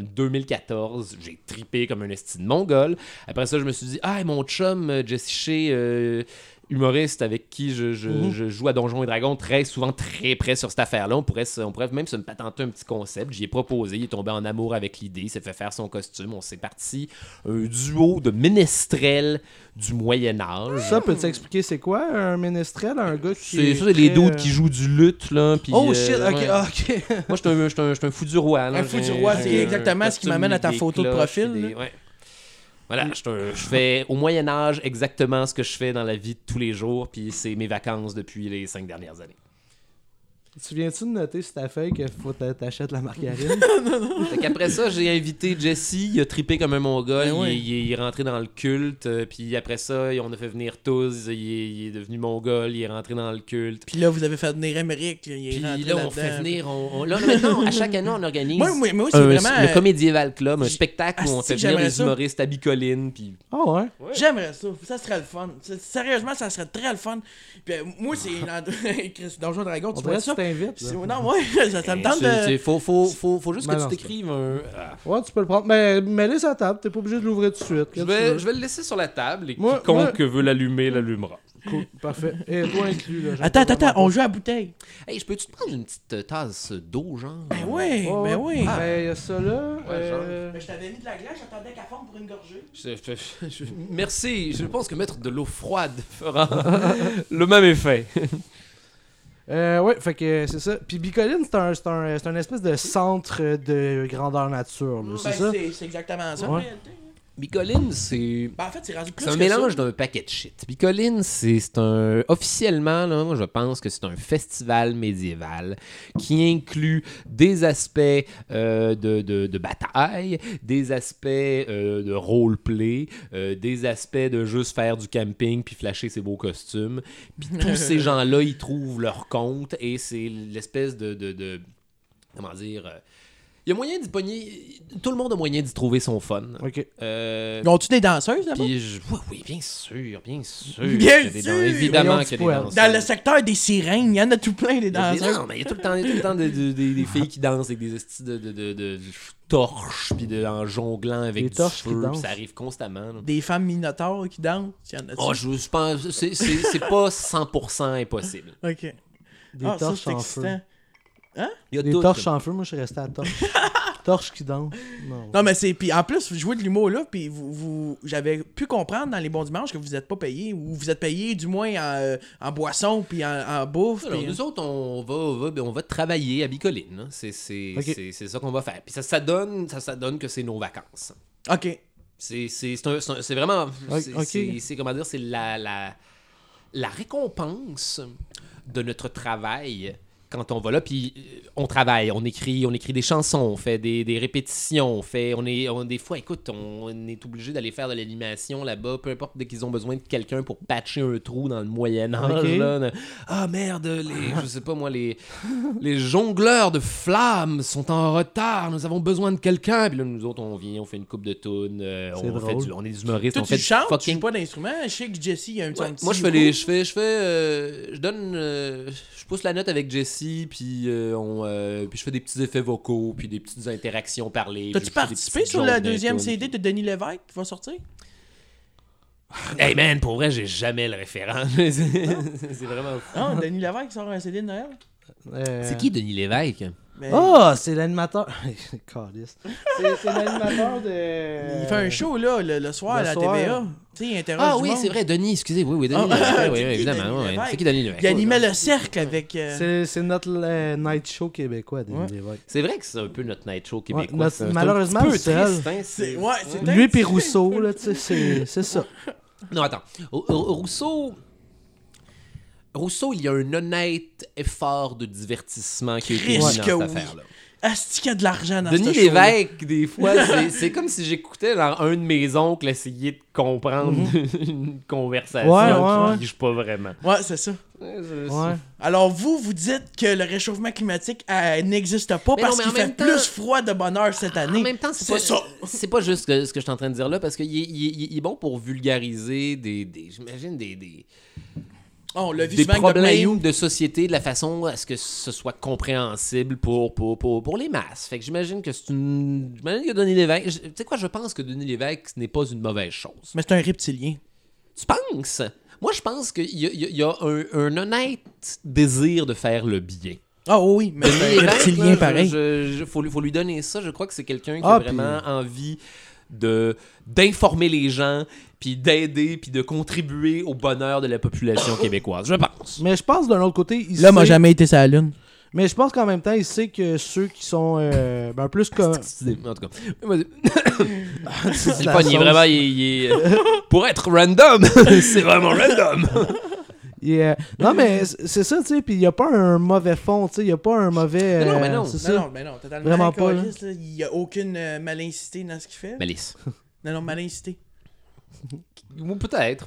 2014. J'ai tripé comme un esti de mongol. Après ça, je me suis dit, ah, mon chum, euh, Jesse Shea, euh, humoriste avec qui je, je- je joue à Donjons et Dragons, très souvent très près sur cette affaire-là. On pourrait, se- on pourrait même se me patenter un petit concept. J'y ai proposé, il est tombé en amour avec l'idée, il s'est fait faire son costume. On s'est parti un duo de ménestrels du Moyen-Âge.
Ça, peux-tu expliquer c'est quoi un ménestrel, un gars qui.
C'est
est
ça, c'est les
très,
doutes
euh,
qui jouent du lutte, là. puis,
Oh
euh,
shit, ok,
ouais.
ah, ok.
Moi, je suis un, j'suis un- j'suis un fou du roi. là.
Un fou du
J'ai-
roi,
j'ai
c'est
un
exactement ce qui
costume,
m'amène à ta
des
photo de
cloches,
profil,
des-
là.
ouais. Voilà, j'suis un- je fais au Moyen-Âge exactement ce que je fais dans la vie de tous les jours, puis c'est mes vacances depuis les cinq dernières années.
Tu viens-tu de noter sur ta feuille que faut t'a- t'achètes la
<laughs>
margarine?
Fait qu'après ça, j'ai invité Jesse, il a trippé comme un mongol,
Ben
il,
ouais.
est- il est- il est rentré dans le culte, euh, puis après ça, on a fait venir tous, il est, il est devenu mongol, il est rentré dans le culte.
Puis là, vous avez fait venir Émeric. Il est
Puis
rentré
là, on
là-dedans.
fait venir, on, on- là, là, maintenant, à chaque année, on organise...
Moi, moi, moi, c'est
un-
vraiment.
Euh,
euh,
le Comédieval Club, un
j-
spectacle où on
Asti,
fait venir
j'aimerais
les
ça.
humoristes à bicoline. Puis...
Ah ouais?
euh, J'aimerais ça. Ça serait <laughs> le fun. Ça- Sérieusement, ça serait très le fun. Puis euh, moi, c'est. dans- Chris, Donjon Dragon,
On
tu
dirait
vois
que
ça.
tu t'invite. là.
C'est- Non, moi, <laughs> ça, ça me tente
C'est-
de.
c'est- faut, faut, faut, faut juste
Ben
que
non,
tu t'écrives un. Ah.
Ouais, tu peux le prendre. Mais mets-le sur la table, t'es pas obligé de l'ouvrir tout de suite.
Je
Quand tu veux.
vais, je vais le laisser sur la table et
Moi-
quiconque veut l'allumer l'allumera.
Cool, parfait. Et toi inclus, là. j'aime
Attends, attends,
pas
attends,
vraiment
on joue à la bouteille.
Hey, je peux-tu te prendre une petite euh, tasse d'eau, genre
Ben oui,
pas.
ben
Ouais,
oui. Ben,
Ben, il y a ça là.
genre.
euh,
je t'avais mis de la glace, j'attendais qu'elle forme pour une gorgée.
Je- je- je- Merci, je pense que mettre de l'eau froide fera <laughs> le même effet.
euh, ouais, fait que euh, c'est ça. Puis Bicoline, c'est un, c'est un, c'est un espèce de centre de grandeur nature, là, Ben, c'est ça?
Ben, c'est exactement ça. en
Ouais.
réalité.
Bicoline, c'est.
Ben, en fait, c'est rendu plus
C'est un
que
mélange
ça.
d'un paquet de shit. Bicoline, c'est c'est un. Officiellement, là, moi, je pense que c'est un festival médiéval qui inclut des aspects euh, de, de- de bataille, des aspects euh, de roleplay, euh, des aspects de juste faire du camping puis flasher ses beaux costumes.
<laughs>
Puis tous ces gens-là, ils trouvent leur compte et c'est l'espèce de- de- de comment dire. euh, Il y a moyen d'y pogner. Tout le monde a moyen d'y trouver son fun.
Ok.
Euh,
Ils ont-tu des danseuses là-bas?
puis je- oui, oui, bien sûr, Ah bien sûr.
Bien
qu'il y a des
sûr!
dents- évidemment
Voyons,
qu'il y a des
tu
danseuses.
Dans le secteur des sirènes, il y en a tout plein des
Il y a des-
danseuses.
Non, mais il y a tout le temps, il y a tout le temps de- de- de- des filles qui dansent avec des estis de, de, de- de- de torches, puis de, en jonglant avec
Des
du
torches qui
feu, puis
dansent.
ça arrive constamment. là.
Des femmes minotaures qui dansent, il y en a
Oh, je, je pense, c'est- c'est c'est pas 100% impossible.
Ok.
Des
ah, ça,
torches
c'est
en feu.
excitant.
Il y a
Des
tout.
torches en feu, moi je suis resté à <laughs> torche. torche qui danse. Non.
Non, mais c'est. Puis en plus, vous jouez de l'humour là, puis vous, vous- j'avais pu comprendre dans les bons dimanches que vous n'êtes pas payé, ou vous êtes payé du moins en, euh, en boisson, puis en, en bouffe.
Alors,
puis-
nous autres, on va, on va, on va travailler à Bicoline. hein. C'est c'est-
Ok.
c'est- c'est ça qu'on va faire. Puis ça, ça, donne, ça, ça donne que c'est nos vacances.
Ok.
C'est c'est- c'est un- c'est un- c'est vraiment.
Ok.
c'est- C'est c'est, comment dire, c'est la, la, la récompense de notre travail quand on va là. Puis euh, on travaille, on écrit, on écrit des chansons, on fait des, des répétitions, on fait. On est, on, des fois, écoute, on est obligé d'aller faire de l'animation là-bas, peu importe dès qu'ils ont besoin de quelqu'un pour patcher un trou dans le Moyen-Âge.
Ok.
là, de- Ah merde, les. Je sais pas moi, les. Les jongleurs de flammes sont en retard. Nous avons besoin de quelqu'un. Puis là, nous autres, on vient, on fait une coupe de tunes. euh,
C'est
on,
drôle.
fait du- on est des humoristes.
Toi,
on
tu
fait du
chantes, tu
fucking.
joues pas d'instrument. Je sais que Jesse, il y a un petit.
Ouais,
un petit
moi, je fais
micro.
les. Je fais. Je fais. euh, je donne. euh, je pousse la note avec Jessie. Puis, euh, on, euh, puis je fais des petits effets vocaux. Puis des petites interactions parlées. puis
T'as-tu
je fais des
participé
petites
sur
jokes
le
dans les
deuxième
tunes.
CD de Denis Lévesque qui va sortir?
Hey man, pour vrai, j'ai jamais le référent. <laughs> C'est c'est vraiment fou.
Non, Ah, Denis Lévesque sort un CD de Noël.
Euh,
C'est qui Denis Lévesque
Ben,
Ah, c'est l'animateur. <laughs> Caliste. c'est c'est l'animateur de.
euh, Il fait un show là, le, le soir
Le
à la
soir.
TVA. Tu sais, il interroge
Ah
du
oui,
monde.
c'est vrai, Denis, excusez. Oui, oui, Denis.
Ah,
Lévesque, oui, oui,
c'est qui Denis
évidemment. ouais.
Lévesque?
C'est qui Denis Lévesque
Il animait le cercle avec. euh,
C'est c'est notre euh, night show québécois, Denis
Ouais.
Lévesque.
C'est vrai que c'est un peu notre night show québécois.
Ouais, notre-
C'est un- c'est
malheureusement,
un
le
petit peu
seul.
triste, hein,
c'est-
c'est-
Ouais, c'est
Lui et Rousseau, là, tu sais, c'est- c'est ça.
Non, attends. Rou- Rou- Rousseau. Rousseau, il y a un honnête effort de divertissement qui est été mis dans
Christ
cette
que oui.
affaire-là.
Asti qu'il y a de l'argent dans
Denis
ce show-là.
Lévesque, des fois, c'est- c'est comme si j'écoutais genre un de mes oncles essayer de comprendre <laughs> une conversation
Ouais, ouais,
qui ne pas vraiment.
Ouais, c'est ça.
Ouais.
Alors vous, vous dites que le réchauffement climatique euh, n'existe pas
Mais non,
parce
mais
qu'il
en
fait
même temps- Ah,
plus froid de bonheur cette année.
En même temps, c'est
C'est
pas
ça.
C'est pas juste que- ce que je suis en train de dire là, parce qu'il est, il est- il est bon pour vulgariser des, des- j'imagine des- des,
Oh, on l'a vu
des
souvent avec Doc Mayou.
problèmes de société de la façon à ce que ce soit compréhensible pour, pour, pour, pour les masses. Fait que j'imagine que c'est une. J'imagine que Denis Lévesque. je- Tu sais quoi, je pense que Denis Lévesque ce n'est pas une mauvaise chose.
Mais c'est un reptilien.
Tu penses Moi, je pense qu'il y a, il y a- il y a un, un honnête désir de faire le bien.
Ah oui, mais
Denis
c'est un
Lévesque, là,
reptilien
je-
pareil.
je- je- faut, lui- faut lui donner ça. Je crois que c'est quelqu'un qui
Ah,
a vraiment envie de d'informer les gens, puis d'aider, puis de contribuer au bonheur de la population québécoise. Je pense.
Mais je pense d'un autre côté, il
L'homme a
sait-
jamais été sur la lune.
Mais je pense qu'en même temps, il sait que ceux qui sont euh, ben plus comme.
En tout cas, Vas-y. <laughs> c'est
la
le fun, il est
sauce.
vraiment. il est- il est- Pour être random, <laughs> c'est vraiment random.
Et, euh, non, mais c- c'est ça, tu sais. Puis il n'y a pas un mauvais fond, tu sais. Il n'y a pas un mauvais.
Non, non, mais
euh,
non.
C'est
Non,
ça.
non, mais non, totalement.
Vraiment pas,
alcooliste, là. Il n'y a aucune euh, malincité dans ce qu'il fait.
Malice.
Non, non, malincité.
Ou Peut-être, peut-être.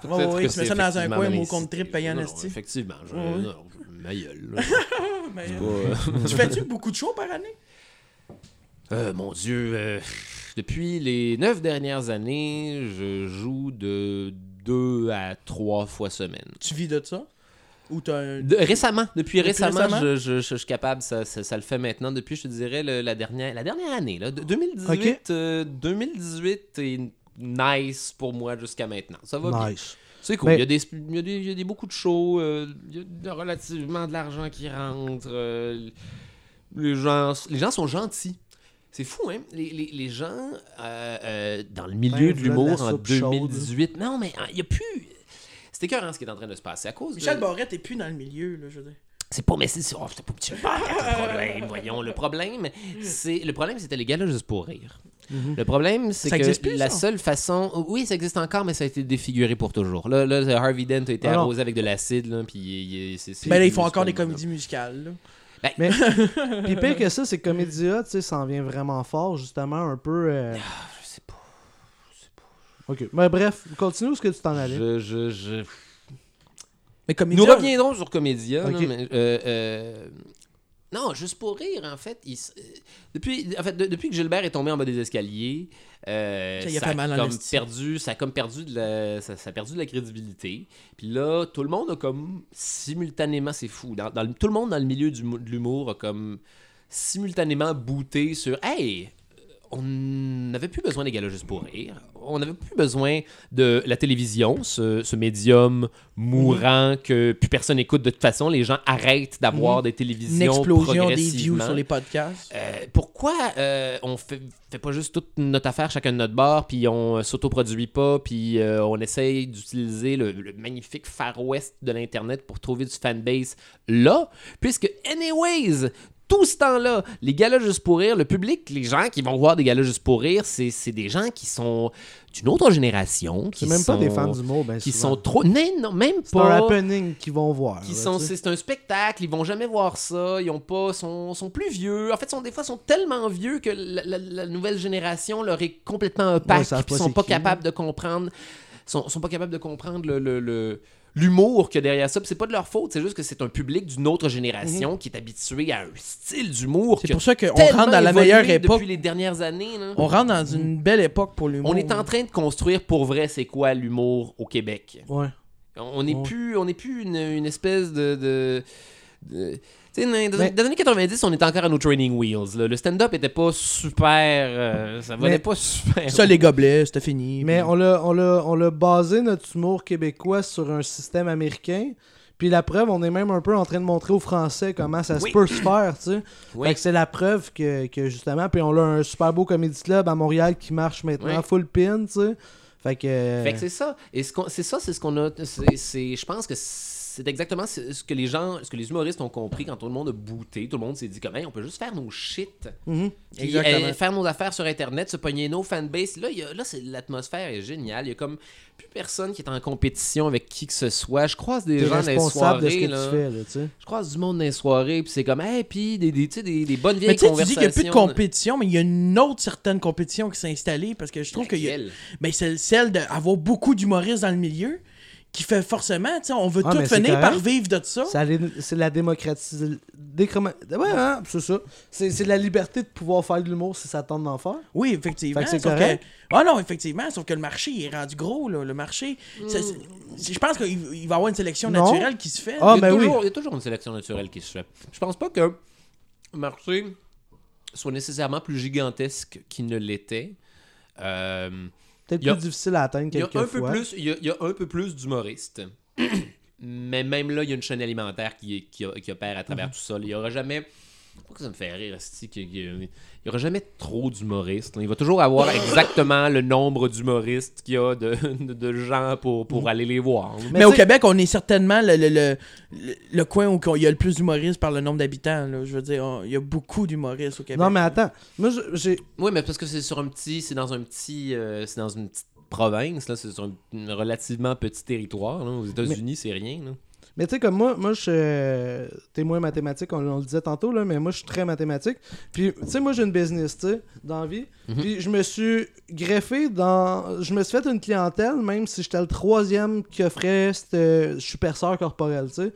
peut-être
Ouais, ouais,
que
tu
c'est
mets ça dans un
effectivement
coin, mon
malice.
compte trip payant
Non, non,
esti.
Effectivement, je,
Ouais, ouais.
non, je- ma gueule, là.
Mais,
C'est
euh,
pas, euh,
tu fais-tu beaucoup de shows par année?
euh, mon Dieu, euh, depuis les neuf dernières années, je joue de deux à trois fois semaine.
Tu vis de ça? Ou t'as un.
De- récemment, depuis,
Depuis
récemment,
récemment?
Je, je- je- je suis capable, ça, ça- ça le fait maintenant. Depuis, je te dirais, le- la, dernière, la dernière année, là, de- 2018, euh, 2018 est nice pour moi jusqu'à maintenant. Ça va bien.
Nice.
C'est cool.
Mais-
Il, y a des, il, y a des, il y a des- beaucoup de shows. euh, il y a de- relativement de l'argent qui rentre. euh, les, gens, les gens sont gentils. C'est fou, hein? Les, les- les gens euh, euh, dans le milieu
Ouais, voilà
de
de Ben, la
l'humour en
soupe chaude.
2018. Non, mais hein, il n'y a plus. C'est écœurant ce qui est en train de se passer. À cause de-
Michel Barrette est plus dans le milieu, là, je veux dire.
c'est pas, mais c'est oh, c'est pas petit. Le
Ah!
problème, voyons, le problème, c'est le problème, c'était les gars-là juste pour rire. Le problème, c'est
Mm-hmm. Ça existe
que
plus,
la
ça?
seule façon, oui, ça existe encore, mais ça a été défiguré pour toujours. Là, là Harvey Dent a été
Ah non.
arrosé avec de l'acide, là, puis il- il- c'est- c'est-
Ben là, ils
c'est
font encore des
juste pas-
comédies musicales, là.
Puis pire que ça, c'est que Comédia, tu sais, s'en vient vraiment fort, justement, un peu. euh,
Ah, Je sais pas.
Ok. Mais bref, continue où est-ce que tu t'en allais.
Je, je, je-
Mais comme
Nous reviendrons sur Comédia. là,
Ok.
mais, euh, euh, Non, juste pour rire, en fait. il s- euh, depuis, en fait de- depuis que Gilbert est tombé en bas des escaliers, euh,
Ça y a
ça,
fait
a
mal en
comme
esti.
perdu, ça a comme perdu de la, ça, ça a perdu de la crédibilité. Puis là, tout le monde a comme simultanément, c'est fou. Dans, dans le- tout le monde dans le milieu du, mou- de l'humour a comme simultanément booté sur Hey, on n'avait plus besoin des galas juste pour rire. On n'avait plus besoin de la télévision, ce, ce médium
Mhm.
mourant que plus personne écoute. De toute façon, les gens arrêtent d'avoir des télévisions.
Une explosion des
progressivement.
views sur les podcasts.
Euh, pourquoi euh, on fait, fait pas juste toute notre affaire chacun de notre bord, puis on euh, s'autoproduit pas, puis euh, on essaye d'utiliser le, le magnifique Far West de l'Internet pour trouver du fanbase là, puisque, anyways, tout ce temps-là, les galas juste pour rire, le public, les gens qui vont voir des galas juste pour rire, c'est c'est des gens qui sont d'une autre génération. qui
C'est même pas des
sont-
fans d'humour, ben
Qui
souvent.
sont trop. Non, non, même
C'est un
pas
happening qu'ils vont voir.
qui
là,
sont
Ah tu sais.
c'est un spectacle ils vont jamais voir ça ils ont pas sont, sont plus vieux en fait sont des fois sont tellement vieux que la, la- la nouvelle génération leur est complètement
Ouais, ils
opaque
savent
puis
pas
sont
c'est
pas
qui,
capables de comprendre sont, sont pas capables de comprendre le- le- le- l'humour qu'il y a derrière ça Puis c'est pas de leur faute c'est juste que c'est un public d'une autre
Mhm.
génération qui est habitué à un style d'humour
C'est
qui a
pour ça qu'on
tellement
rentre dans la
évolué
meilleure époque.
depuis les dernières années là.
Oh,
On rentre dans une belle époque pour l'humour.
on est en train de construire pour vrai c'est quoi l'humour au Québec
Ouais.
on n'est
Ouais.
plus, on n'est plus une, une espèce de. de, de- tu sais, dans, dans
Mais-
les années 90, on était encore à nos training wheels. là. Le stand-up était pas super. euh, ça valait
Mais-
pas super.
Ça, les gobelets, c'était fini.
Mais
Mhm.
Puis-
on l'a, on, l'a, on l'a basé, notre humour québécois, sur un système américain. Puis la preuve, on est même un peu en train de montrer aux Français comment ça
Oui.
se peut se faire, tu sais.
<clears throat> Oui.
Fait que c'est la preuve que, que justement. Puis on a un super beau comédie club à Montréal qui marche maintenant
Oui.
full pin, tu sais. Fait
Euh.
que.
Fait que c'est ça. Et ce qu'on- c'est ça, c'est ce qu'on a. c'est- c'est- Je pense que c'est exactement ce ce que les gens, ce que les humoristes ont compris quand tout le monde a booté. Tout le monde s'est dit comme, Hey, on peut juste faire nos shit.
Mhm.
Mm-hmm.
Puis,
Exactement.
euh, faire nos affaires sur Internet, se pogner nos fanbase. Là, il y a- là c'est- l'atmosphère est géniale. Il y a comme plus personne qui est en compétition avec qui que ce soit. Je croise des
T'es
gens dans les
responsable de ce
soirées.
que
là.
tu fais, là, tu sais.
Je croise du monde dans les soirées, puis c'est comme, hey, puis des, des, tu sais, des, des bonnes
Mais
vieilles
tu sais, tu dis qu'il
conversations.
n'y a plus de compétition, mais il y a une autre certaine compétition qui s'est installée parce que je trouve que y a-
Laquelle?
ben, c'est celle d'avoir beaucoup d'humoristes dans le milieu qui fait forcément, tu sais, on veut
Ah,
tout
mais c'est
finir par
correct.
vivre de ça.
Ça allait- C'est la démocratie. décroma- Ouais, hein, c'est ça. C'est c'est la liberté de pouvoir faire de l'humour si ça tente d'en faire.
Oui, effectivement.
Fait que c'est
sauf que...
correct.
Ah non, effectivement, sauf que le marché il est rendu gros, là. Le marché. c'est- c'est- Je pense qu'il il va y avoir une sélection
Non.
naturelle qui se fait.
Ah,
il, y a
ben oui.
toujours, il y a toujours une sélection naturelle qui se fait. Je pense pas que le marché soit nécessairement plus gigantesque qu'il ne l'était. Euh,
Peut-être
Il y a-
plus difficile à atteindre
il y a un
quelquefois.
peu plus, il y a, il y a un peu plus d'humoristes. <clears throat> Mais même là, il y a une chaîne alimentaire qui, est- qui, qui opère à
Mhm.
travers tout ça. Il y aura jamais. Pourquoi ça me fait rire, esti, qu'il y a- Il y aura jamais trop d'humoristes. là. Il va toujours avoir
<laughs>
exactement le nombre d'humoristes qu'il y a de, de- de gens pour,
Mm.
pour aller les voir.
Mais,
Mais
au
tu sais-
Québec, on est certainement le, le, le, le- le coin où il y a le plus d'humoristes par le nombre d'habitants. là. Je veux dire, on- il y a beaucoup d'humoristes au Québec.
Non, mais attends. Moi, je- j'ai.
Oui, mais parce que c'est sur un petit. C'est dans un petit. euh, c'est dans une petite province, là. C'est sur un, un relativement petit territoire. là. Aux États-Unis, c'est rien. là.
Mais tu sais, comme moi, moi, je suis euh, témoin mathématique, on, on le disait tantôt, là, mais moi, je suis très mathématique. Puis, tu sais, moi, j'ai une business, tu sais, dans la vie. Puis, je me suis greffé dans. Je me suis fait une clientèle, même si j'étais le troisième qui offrait cette euh, superseur corporelle, tu sais.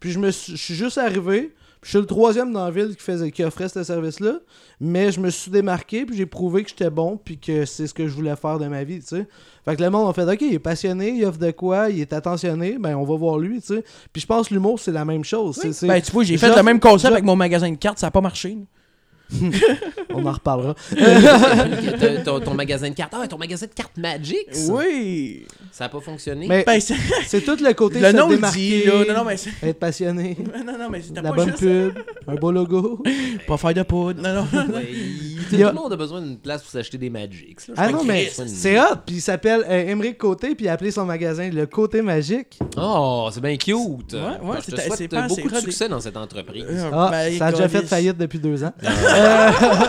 Puis, je me suis- je suis juste arrivé. Puis je suis le troisième dans la ville qui, faisait, qui offrait ce service-là. Mais je me suis démarqué, puis j'ai prouvé que j'étais bon, puis que c'est ce que je voulais faire de ma vie, tu sais. Fait que le monde a fait, OK, il est passionné, il offre de quoi, il est attentionné, ben on va voir lui, tu sais. Puis je pense que l'humour, c'est la même chose. c'est- c'est-
Ben, tu vois, j'ai fait
J'offre-
le même concept
j'offre-
avec mon magasin de cartes, ça n'a pas marché.
On
<laughs>
en reparlera.
Euh,
T'as- ton, ton magasin de cartes. Ah, ton magasin de cartes Magic. ça.
Oui.
Ça n'a pas fonctionné.
Mais
Ben,
<laughs>
c'est-
c'est tout le côté
le
se
nom le
démarquer,
dit, là. Non, non, mais c'est- <laughs>
être passionné,
non, non, mais c'était
la
pas
bonne
juste.
pub, un beau logo.
Pas faire de poudre. Non, non. <laughs>
Ouais, il-
Il y a-
Tout le monde a besoin d'une place pour s'acheter des Magics. là. Je
Ah
pense
non,
que
mais
c'est une-
c'est hot. Puis il s'appelle euh, Émeric Côté, puis il a appelé son magasin Le Côté Magique.
Oh, c'est bien cute.
Ouais, ouais,
je te
c'est- c'est
souhaite
pas- c'est
beaucoup de
rodé.
succès dans cette entreprise.
Euh,
Ah,
ben,
ça a déjà
Carlis. <laughs>
fait faillite depuis deux ans.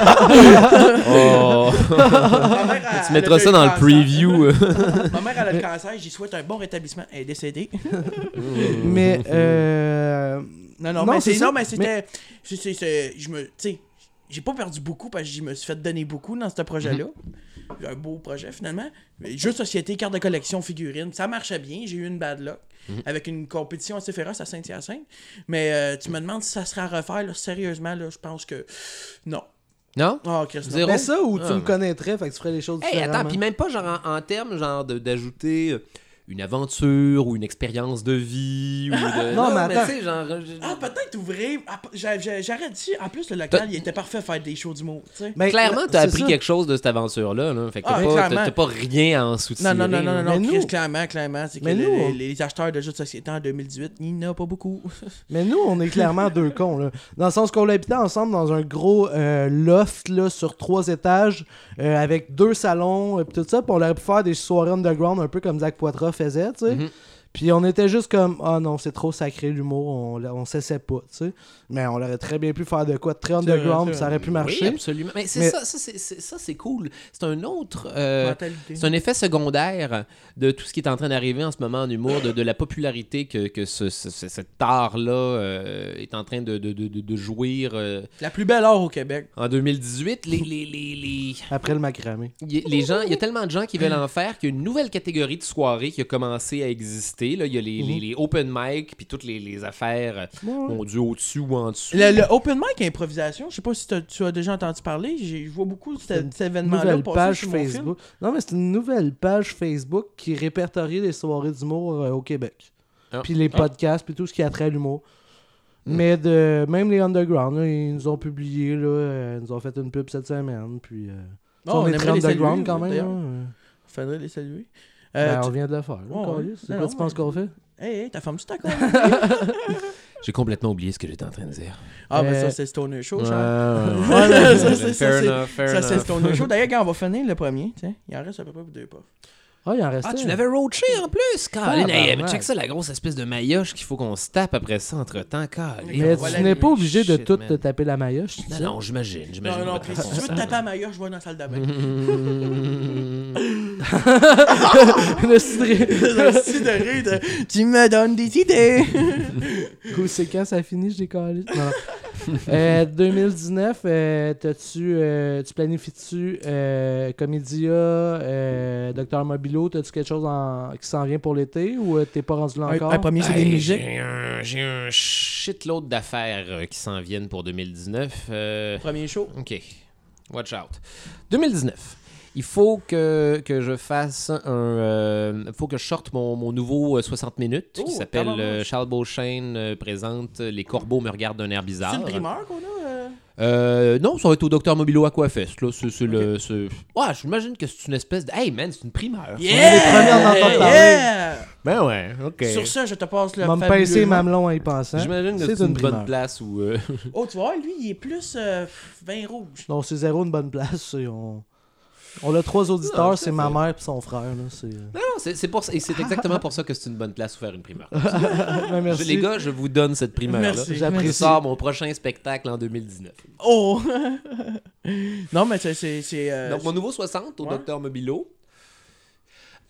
Oh, <laughs>
Ma mère, elle- elle
tu
a <laughs>
mettras
déjà
ça
eu
dans le
cancer.
preview. <laughs>
Ma mère, elle a le cancer, j'y souhaite un bon rétablissement. Elle est décédée.
mais euh,
Non, non,
Non,
mais
c'est
c'est
ça.
non, mais c'était. c'est- c'est- c'est- Je me. Tu sais, j'ai pas perdu beaucoup parce que je me suis fait donner beaucoup dans ce projet-là. Un beau projet finalement. Mais Jeux de société, carte de collection, figurines. Ça marchait bien. J'ai eu une bad luck avec une compétition assez féroce à Saint-Hyacinthe. Mais euh, tu me demandes si ça sera à refaire. là, sérieusement, là, je pense que. Non.
non?
Oh, Chris, non.
Zéro.
mais ça où tu
Ah.
me connaîtrais, fait que tu ferais les choses
Hey, attends,
différemment.
puis même pas genre en, en termes genre de- d'ajouter euh, une aventure ou une expérience de vie ou de...
<laughs> Non, mais attends. Ben,
tu sais, genre... euh, je-
Ah, peut-être ouvrir. ah, j'a- j'a- J'arrête ici. En plus, le local, il était parfait à faire des shows d'humour. tu sais.
Mais
Clairement, t'as
c'est
appris
ça.
quelque chose de cette aventure-là. Là. Fait que
Ah,
t'as pas-
clairement.
t'as- t'as pas rien à en soutien.
Non, non, non, non, non,
Mais
non, Chris,
nous-
clairement, clairement, c'est que
Mais
le-
nous,
le-
on-
les, acheteurs de jeux de société en 2018, il n'y en a pas beaucoup.
Mais nous, on est clairement deux cons. Là. Dans le sens qu'on habitait ensemble dans un gros euh, loft là, sur trois étages euh, avec deux salons et tout ça. Puis on aurait pu faire des soirées underground un peu comme Zach Poitras faisait. tu sais.
Mhm.
Puis on était juste comme Ah non, c'est trop sacré l'humour, on, on cessait pas. tu sais. Mais on aurait très bien pu faire de quoi de très underground,
vrai,
ça aurait pu
Oui,
marcher.
absolument. Mais c'est
Mais-
ça, ça, c'est- c'est- ça, c'est cool. C'est un autre... euh,
Mentalité.
C'est un effet secondaire de tout ce qui est en train d'arriver en ce moment en humour, de, de la popularité que, que ce, ce- ce- cet art-là euh, est en train de, de, de- de- de jouir. euh.
La plus belle heure au Québec.
En 2018, les, les, les, les,
Après le macramé.
y- les gens, il y a tellement de gens qui veulent en faire qu'il y a une nouvelle catégorie de soirée qui a commencé à exister. là. Il y a les, les- les open mic, puis toutes les, les affaires, euh,
Ouais.
mon Dieu, au-dessus ou en dessous.
Le, le open mic à improvisation, je sais pas si t'as- tu as déjà entendu parler, j'ai- je vois beaucoup de cet, cet événement-là
Nouvelle
passer
page
sur mon fil.
Facebook. Non, mais c'est une nouvelle page Facebook qui répertorie les soirées d'humour euh, au Québec.
Ah. Hmm.
Puis les podcasts, puis tout ce qui a trait à l'humour. Mais de même les underground, là, ils nous ont publié, là, euh, ils nous ont fait une pub cette semaine. Puis, euh,
Oh,
on, est
aimerait
très
les saluer,
underground quand même.
d'ailleurs.
là, euh.
Faudrait les saluer.
Ben,
Euh,
On vient de le faire. là,
Ouais,
câlisse.
ouais.
C'est
Non,
quoi
non,
tu penses
mais-
qu'on fait
tu- Hey, hey, ta femme, c'est ta
<laughs>
con.
J'ai complètement oublié ce que j'étais en train de <laughs> dire.
Ah, ben
Euh,
ça, c'est Stoner Show,
Ouais,
Charles.
ouais, ouais.
<laughs> Voilà, ça, c'est-
Fair
ça, c'est-
enough, fair
Ça, c'est
enough.
Stoner Show. D'ailleurs, gars, on va finir le premier. Tiens, il en reste à peu près pour deux pas.
Ah, il en reste
Ah, tu l'avais roaché en plus, Colin.
Tabarnak.
Hey, mais check ça, la grosse espèce de maillotche qu'il faut qu'on se tape après ça entre temps, Colin.
Mais
Mais
voilà,
tu n'es pas
mais
obligé de
shit,
tout
man.
te taper la maillotche. tu
Non,
sais.
non, j'imagine.
Non,
j'imagine Bah,
non,
votre
Chris, si tu veux te
responsable.
taper à Maya, je vois dans la salle de bain.
<laughs>
<laughs>
Le stri-
Merci de rire. de- Tu me donnes des idées.
Coup, c'est quand ça finit, je décolle. Non, non. Euh, 2019, euh, t'as-tu, euh, tu planifies-tu euh, Comédia, euh, Docteur Mobilo, t'as-tu quelque chose en- qui s'en vient pour l'été ou euh, t'es pas rendu là encore?
premier,
Hey, J'ai un, j'ai un shitload d'affaires euh, qui s'en viennent pour 2019. Euh,
Premier show.
OK. Watch out. 2019. Il faut que, que je fasse un. euh, faut que je sorte mon, mon nouveau euh, 60 minutes
Oh,
qui s'appelle
tabarnak.
euh, Charles Beauchesne euh, présente Les corbeaux me regardent d'un air bizarre.
C'est une primeur qu'on a. euh?
Euh, non, ça va être au Docteur Mobilo Aquafest. Là. C'est, c'est le, c'est- Ouais, j'imagine que c'est une espèce de. Hey man, c'est une primeur. ça.
les premiers à en entendre parler.
Yeah!
Ben ouais, ok.
Sur ça, je te passe le.
Va me
fabuleux
pincer
nom.
mamelon en y pensant.
J'imagine que c'est, une, bonne
primeur.
place où. euh, <laughs>
Oh, tu vois, lui, il est plus euh, vin rouge.
Non, c'est zéro une bonne place. c'est- On... on a trois auditeurs,
Non,
c'est
Ah, c'est
ma
ça.
mère et son frère. là, c'est-
<laughs> Non, non, c'est, c'est pour ça- et c'est exactement pour ça que c'est une bonne place où faire une primeur.
<laughs> Ben,
Je-
merci.
les gars, je vous donne cette primeur-là.
Merci.
Je
J'apprécie.
sors mon prochain spectacle en 2019.
Oh! <laughs> non, mais c'est. c'est, c'est, euh,
Donc, mon nouveau 60 au
Ouais.
Docteur Mobilo.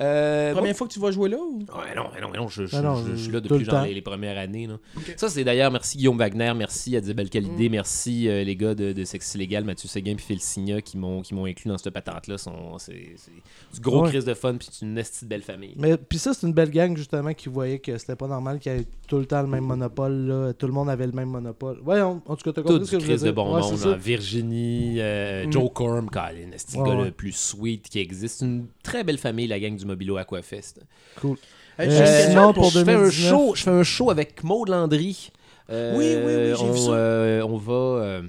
Euh,
Première fois que tu vas jouer là ou
Ouais, non, non, non, je, je-
Ben non,
je- je suis là
tout le
depuis genre
temps.
les, les premières années. là. Ça, c'est d'ailleurs, merci Guillaume Wagner, merci Adibel
Mm.
Calidé, merci euh, les gars de, de Sexe Illégal, Mathieu Séguin puis Phil Signa qui m'ont qui m'ont inclus dans cette patente-là. sont- C'est c'est du gros
Ouais.
crise de fun puis c'est une estie de belle famille.
Mais puis ça, c'est une belle gang justement qui voyait que c'était pas normal qu'il y ait tout le temps le même monopole. Là. Tout le monde avait le même monopole. Ouais, on- en tout cas, t'as
Tout
compris
du
ce que je voulais
crise de
dire.
bon
Ouais,
monde, hein.
c'est
genre
ça.
Virginie, euh,
Mm.
Joe Corm, Colin, c'est le
Ouais,
gars
ouais.
le plus sweet qui existe. Une très belle famille, la gang du Mobilo Aquafest.
Cool.
Euh,
Euh,
j'ai une question
sinon, pour
je fais un
2019.
show, je fais un show avec Maud Landry. Euh,
Oui, oui, oui, j'ai
on,
vu ça.
euh, on va. euh,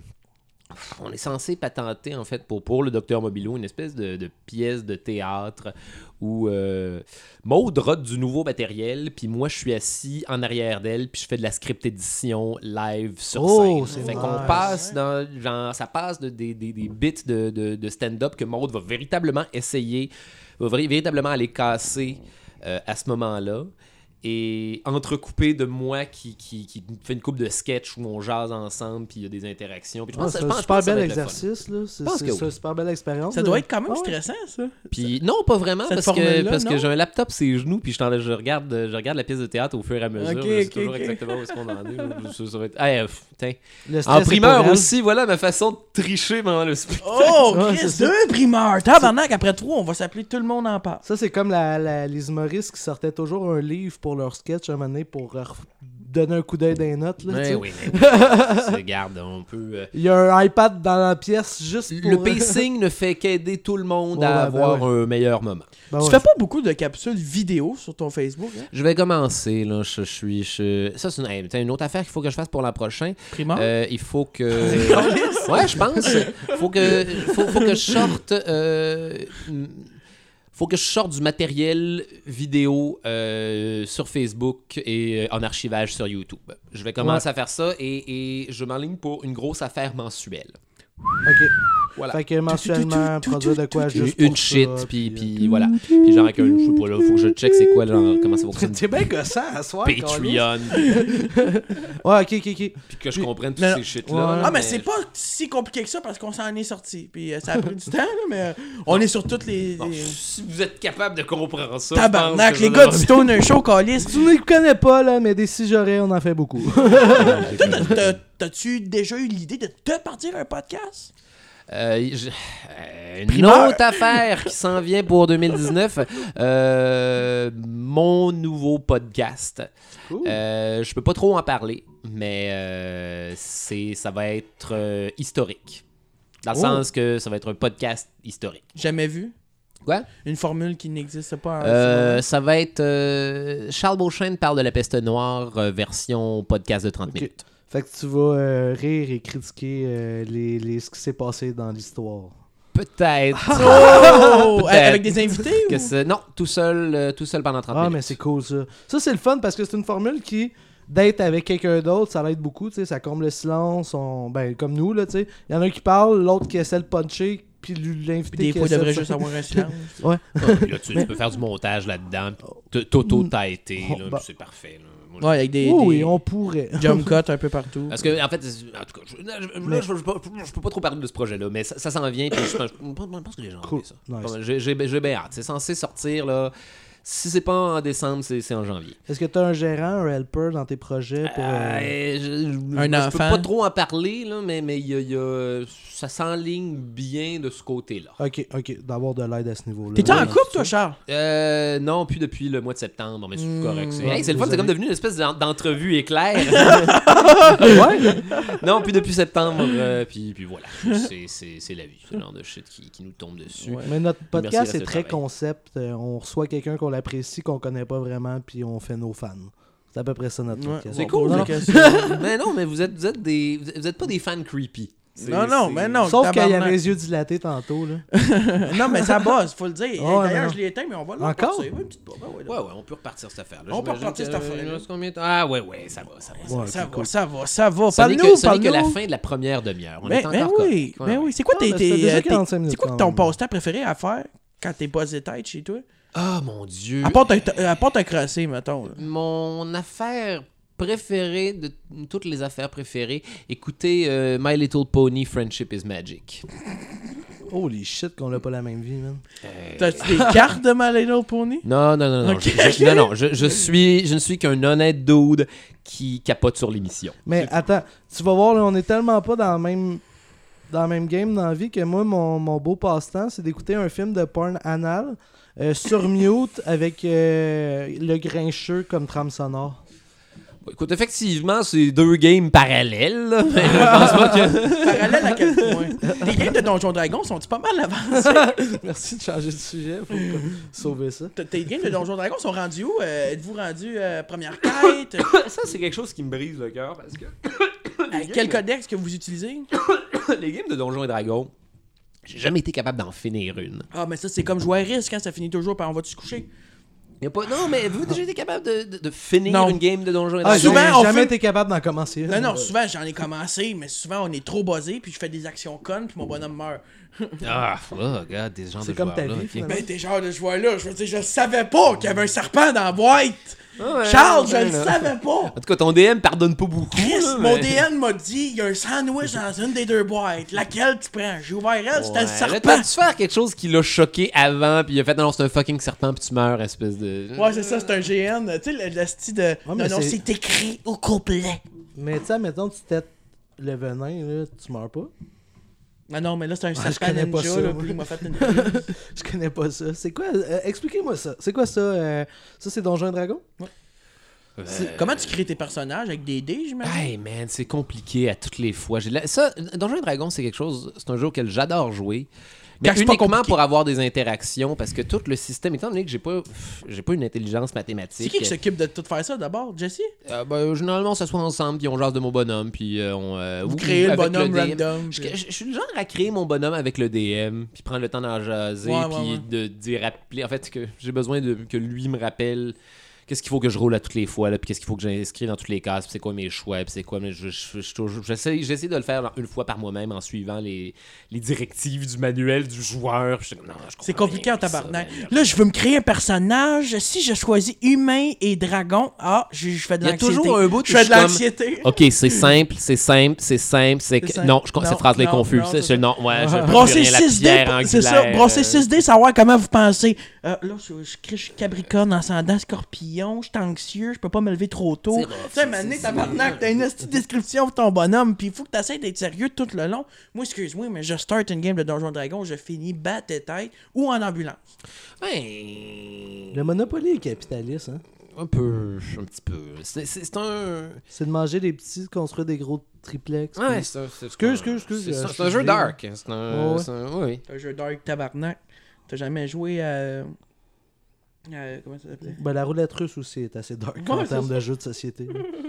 on est censé patenter, en fait, pour, pour le Docteur Mobilo, une espèce de, de pièce de théâtre où euh, Maud rote du nouveau matériel, puis moi, je suis assis en arrière d'elle, puis je fais de la script édition live sur
Oh,
scène.
c'est
Fait
nice.
qu'on passe dans. Genre, ça passe de, des, des, des bits de, de- de stand-up que Maud va véritablement essayer, va vra- véritablement aller casser euh, à ce moment-là. Et entrecoupé de moi qui, qui, qui fait une coupe de sketch où on jase ensemble, puis il y a des interactions. Puis je
Ah,
pense,
c'est
je
un
pense- je
super
pense que ça
bel
va être le fun.
exercice. là. C'est
pense
c'est-
que
c'est une super belle expérience.
Ça
là.
doit être quand même
Ah ouais.
stressant,
<laughs>
ça.
Puis non, pas vraiment
Cette
parce que
formule-là,
parce que
non?
j'ai un laptop c'est genoux puis je, t'en- je regarde euh, je regarde la pièce de théâtre au fur et à mesure,
Ok,
je sais
ok,
toujours
ok.
exactement où est-ce qu'on en est. là. Ça, ça va être- Ah, euh, pff, putain.
Le stress
En
est
primeur
pour elle.
aussi, voilà ma façon de tricher pendant le spectacle.
Oh,
Ouais,
Chris,
c'est ça.
deux primeurs. Tabarnak, après trois, on va s'appeler Tout le monde en parle.
Ça, c'est comme la, la- les humoristes qui sortaient toujours un livre pour leur sketch à un moment donné pour euh, donner un coup d'œil dans les notes. Là, tu
Mais
sais.
Ben oui, mais
<laughs>
oui. Ça, regarde, on peut euh,
Il y a un iPad dans la pièce juste pour. euh,
Le pacing ne fait qu'aider tout le monde
Ouais,
à
ouais, ben
avoir un meilleur moment.
<laughs> Ben
Tu
ouais.
fais pas beaucoup de capsules vidéo sur ton Facebook, hein?
Je vais commencer là, je, je suis je- ça c'est une, hey, putain, une autre affaire qu'il faut que je fasse pour l'an prochain.
Ah.
Primeur?
Euh, il faut que.
<laughs>
ouais, je pense. Faut que, faut, faut que je sorte. euh, mm, faut que je sorte du matériel vidéo euh, sur Facebook et euh, en archivage sur YouTube. Je vais commencer à faire ça et, et je m'enligne pour une grosse affaire mensuelle.
Ok.
Voilà.
Fait que mensuellement,
tout, tout,
produire de quoi
Une,
juste. pour
une
ça,
shit, puis,
euh,
puis voilà. Puis genre, avec un, je sais pas, là, faut que je check c'est quoi, genre, comment ça
<laughs>
fonctionne.
T'es bien gossant euh, à soir. Carlis.
Patreon,
Ouais, ok, ok, ok.
puis que je comprenne tous
Non,
ces shit-là.
ouais.
là,
Ah, mais c'est pas si compliqué que ça parce qu'on s'en est sorti. Puis euh, ça a pris du temps, là, mais euh, on est sur toutes les.
Bon,
les-
si vous êtes capable de comprendre ça. je pense
Tabarnak,
que
les
vous
gars
avez-
du Stoner Show,
<laughs>
Calis.
Tu ne le connais pas, là, mais des si j'aurais, on en
<laughs>
fait beaucoup.
T'as- T'as-tu déjà eu l'idée de te partir un podcast?
Euh, je- euh, une
Primeur.
autre affaire qui s'en vient pour 2019, euh, mon nouveau podcast.
Cool.
Euh, je peux pas trop en parler, mais euh, c'est ça va être euh, historique. Dans le
Oh.
sens que ça va être un podcast historique.
Jamais vu.
Quoi?
Une formule qui n'existe pas. en ce
Euh,
moment.
ça va être euh, Charles Beauchesne parle de la peste noire euh, version podcast de 30
Ok.
minutes.
Fait que tu vas euh, rire et critiquer euh, les, les, ce qui s'est passé dans l'histoire. <laughs>
Peut-être
Oh!
peut-être.
Avec des invités?
<laughs> que
ou-
c'est- non, tout seul euh, tout seul pendant 30
Ah,
minutes. <laughs>
mais c'est cool ça. Ça, c'est le fun parce que c'est une formule qui, d'être avec quelqu'un d'autre, ça l'aide beaucoup. tu sais, Ça comble le silence. On... Ben, comme nous, là, tu sais. Il y en a un qui parle, l'autre qui essaie de puncher, puis lui- l'invité
Puis des
qui
fois, il
essaie de-
devrait juste avoir un silence.
Ah, puis là, tu, tu peux faire du montage là-dedans, puis t- t'auto-taiter,
Oh,
là,
bah.
puis c'est parfait. là. Moi, je-
Ouais, avec des,
Oui, oui,
des
on pourrait.
jump cuts un peu partout.
Parce que, en fait, c'est- en tout cas, je, là, je- là, je- je- je- je peux pas trop parler de ce projet-là, mais ça, ça s'en vient, puis je, pense- je pense que les gens ont
Cool.
aimé ça.
Nice.
J'ai- J'ai j'ai bien hâte. C'est censé sortir, là. Si c'est pas en décembre, c'est c'est en janvier.
Est-ce que t'as un gérant, un helper dans tes projets pour. euh,
Euh, je, je-
Un
je peux
enfant.
pas trop en parler, là, mais, mais il y a- il y a- ça s'enligne bien de ce côté-là.
Ok, ok, d'avoir de l'aide à ce niveau-là.
T'étais en
Ouais.
couple, toi, Charles?
Euh, non, plus depuis le mois de septembre, mais c'est correct.
Hmm.
C'est
ouais,
hey, c'est le fun, c'est
désolé.
comme devenu une espèce d'en- d'entrevue éclair.
<laughs>
<laughs>
Ouais,
non, puis depuis septembre, euh, puis, puis voilà, c'est- c'est c'est la vie, ce genre de shit qui, qui nous tombe dessus.
mais notre podcast
Merci,
est très
restez pareil.
concept. Euh, on reçoit quelqu'un qu'on l'apprécie, qu'on connaît pas vraiment, puis on fait nos fans. C'est à peu près ça notre
Ouais,
podcast.
C'est
on
cool,
pose
non?
la question.
<laughs> mais non, mais vous êtes, vous êtes des, vous êtes- vous êtes pas des fans creepy. C'est-
Non, non,
c'est-
mais non.
Sauf qu'il y
tabarnak.
avait les yeux dilatés tantôt. Là.
Non, mais ça bosse, faut le dire.
Oh, ouais, mais
D'ailleurs,
non.
je l'ai éteint, mais on va le
Encore?
repartir. Oui, une petite bombe, ouais, là.
Ouais, ouais, on peut repartir cette affaire-là.
On peut
J'imagine
repartir
que-
cette affaire-là.
il reste combien de temps? Ah, ouais, ouais, ça va, ça va. Ça va.
Ouais,
Ça
c'est cool.
va, ça va, ça va.
Ce n'est que,
Parle-nous,
ce n'est que la
parle-nous.
fin de la première demi-heure. On
Mais,
est
mais
encore
oui,
correct. Ouais,
mais
ouais.
oui. C'est quoi,
Ah,
tes-
mais c'était
tes-
déjà
euh, tes-
45 minutes
c'est quoi
quand
ton
même.
passe-temps préféré à faire quand t'es pas têtes chez toi?
Euh,
Ah, mon Dieu.
À part te- à part te crasser, mettons. là.
Mon affaire préférée de toutes les affaires préférées, écoutez euh, My Little Pony Friendship is Magic.
<laughs> Holy shit, qu'on a pas la même vie, man. Euh.
T'as-tu des cartes de My Little Pony?
Non, non, non, non.
Ok.
Je, je- non, non, je, je suis, je ne suis qu'un honnête dude qui capote sur l'émission.
Mais attends, tu vas voir, là, on est tellement pas dans la même, dans la même game dans la vie que moi, mon, mon beau passe-temps, c'est d'écouter un film de porn anal euh, sur mute avec euh, le grincheux comme trame sonore.
Bon, écoute, effectivement, c'est deux games parallèles. là, mais je pense pas que.
Parallèle à quel <laughs> point? Les games de Donjon Dragon sont-ils pas mal avancés?
<laughs> Merci de changer de sujet, faut comme sauver ça.
T'as- Tes games de Donjon Dragon sont rendus où? Euh, Êtes-vous rendus euh, première
<coughs>
quête?
<laughs> Ça, c'est quelque chose qui me brise le cœur parce que. <laughs>
Euh, quel codex que vous utilisez?
les games de Donjons et Dragons, j'ai jamais été capable d'en finir une.
Ah, mais ça, c'est comme jouer à risque, hein, ça finit toujours par on va-tu se coucher?
Y a pas... Non, mais avez-vous déjà été capable de, de- de finir
Non.
une game de Donjons et
Ah,
Dragons?
j'ai
souvent, on
jamais
fait-
été capable d'en commencer une.
Non, non, souvent j'en ai commencé, mais souvent on est trop buzzé, puis je fais des actions connes, puis mon bonhomme meurt.
Ah, oh, God, des gens
C'est
de
comme ta
joueurs-là,
vie,
ok.
finalement.
Ben, t'es genre de joueur-là, je veux dire, je savais pas qu'il y avait un serpent dans la boîte!
ouais,
Charles,
<laughs> ouais,
je le
là.
savais pas!
En tout cas, ton DM pardonne pas beaucoup.
Chris,
là,
mon
mais-
DN m'a dit, il y a un sandwich dans une des deux boîtes. Laquelle tu prends? J'ai ouvert elle, c'était
Ouais,
le
là,
serpent.
t'as dû faire quelque chose qui l'a choqué avant, puis il a fait non, non, c'est un fucking serpent, puis tu meurs, espèce de.
Ouais, c'est ça, c'est un GN. Tu sais, le, le style de.
Ouais, mais
non, non,
c'est-
c'est écrit au complet.
Mais tu sais, mettons, tu têtes le venin, là, tu meurs pas.
Ah Non, non, mais là, c'est
Ah,
un serpent
connais pas
ninja,
ça,
là,
moi.
puis il m'a fait une.
<laughs>
Je connais pas ça. C'est quoi euh, Expliquez-moi ça. C'est quoi ça euh, Ça, c'est Donjon et Dragon
C'est- Comment tu crées tes personnages avec des dés, j'imagine?
Hey man, c'est compliqué à toutes les fois. J'ai de la- Ça, Donjons et Dragons, c'est quelque chose, c'est un jeu auquel j'adore jouer. Mais
Quand c'est pas
uniquement
compliqué.
pour avoir des interactions, parce que tout le système, étant donné que j'ai pas, pff, j'ai pas une intelligence mathématique.
C'est qui qui s'occupe de tout faire ça d'abord? Jesse?
Euh, ben, généralement, on s'assoit ensemble, puis on jase de mon bonhomme, puis euh, on. euh,
Vous
oui,
créez le
avec
bonhomme
DM.
random.
Je,
puis-
je- je suis le genre à créer mon bonhomme avec le DM, puis prendre le temps d'en jaser,
Ouais, ouais,
puis
ouais.
de d'y rappeler. En fait, que j'ai besoin de, que lui me rappelle qu'est-ce qu'il faut que je roule à toutes les fois, là, puis qu'est-ce qu'il faut que j'inscris dans toutes les cases, puis c'est quoi mes choix, puis c'est quoi. Mais je, je- je- je- j'essaie, j'essaie de le faire dans- une fois par moi-même en suivant les, les directives du manuel du joueur. puis je suis comme, non, je comprends
C'est compliqué
rien
en
avec ça,
tabarnak.
man.
Là, je veux me créer un personnage. Si je choisis humain et dragon, ah, je, je fais de
Il y a
l'anxiété.
toujours un bout
Je fais
où
de
je suis
l'anxiété.
Ok, c'est simple, c'est simple, c'est simple, c'est
C'est
que...
simple.
Non, je... con-
Non,
cette phrase-là est
non,
confuse.
non,
C'est-
c'est Ah,
c'est- Non, ouais, je...
Brosser
je- la
6D,
pierre
pour- c'est ça.
angulaire,
Brosser
euh,
6D, savoir comment vous pensez. Euh, là, je, je, crie, je suis capricorne, ascendant, scorpion, je suis anxieux, je peux pas me lever trop tôt. Tu
C'est rough,
sais,
ça,
mané,
c'est-
tabarnak, t'as une petite description pour ton bonhomme, puis il faut que t'essayes d'être sérieux tout le long. Moi, excuse-moi, mais je start une game de Donjon Dragon, je finis bat et tête ou en ambulance.
Ben,
Le Monopoly est capitaliste, hein
Un peu, un petit peu. C'est c'est- c'est un.
C'est de manger des petits, de construire des gros triplex.
Ouais,
puis-
c'est un. c'est-
Excuse, excuse, excuse,
c'est-
euh,
C'est
je
un
suis
jeu
gêné.
dark. hein, C'est un.
Ouais, ouais.
c'est un- oui,
<laughs>
oui.
C'est un jeu dark tabarnak. T'as jamais joué à. à- comment ça s'appelait
Ben, la roulette russe aussi est assez dark
Ouais,
en
c'est
termes de jeu de société.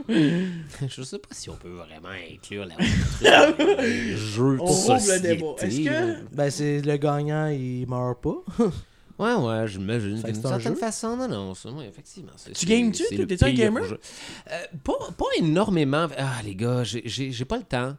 Je sais pas si on peut vraiment inclure <laughs> la. le jeu de
On rouvre le
société,
débat. Est-ce que.
là.
ben, c'est le gagnant, il meurt pas.
Ouais, ouais, j'imagine.
Fait que
D'une
c'est un
certaine
jeu.
façon, non, non, ça, oui, effectivement. c'est-
Tu
c'est-
games-tu,
c'est
toi?
le
T'es-tu un
pire
gamer?
jeu. Euh, pas, pas énormément. Ah, les gars, j'ai- j'ai j'ai pas le temps.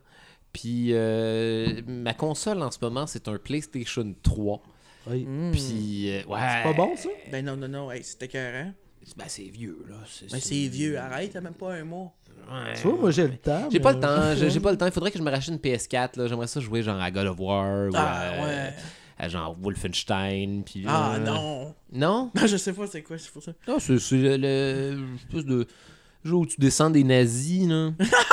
Puis, euh, ma console en ce moment, c'est un PlayStation 3.
Oui.
Puis, euh, ouais.
Hmm. C'est pas bon, ça
Ben non, non, non, hey, c'était carré.
Ben, c'est vieux, là.
Ben c'est vieux, arrête, t'as même pas un mot.
Ouais.
Tu vois, moi, j'ai le temps.
J'ai
mais-
pas
<laughs>
le temps, j'ai j'ai <laughs> pas le temps. Il faudrait que je me rachète une PS4. là. J'aimerais ça jouer genre à God of War ou
Ah,
à,
ouais.
à genre Wolfenstein. Puis,
Ah
euh,
non.
Non?
Non, je sais pas c'est quoi, c'est pour ça.
Non, Ah, c'est c'est le, le espèce de jeu où tu descends des nazis, là.
<laughs>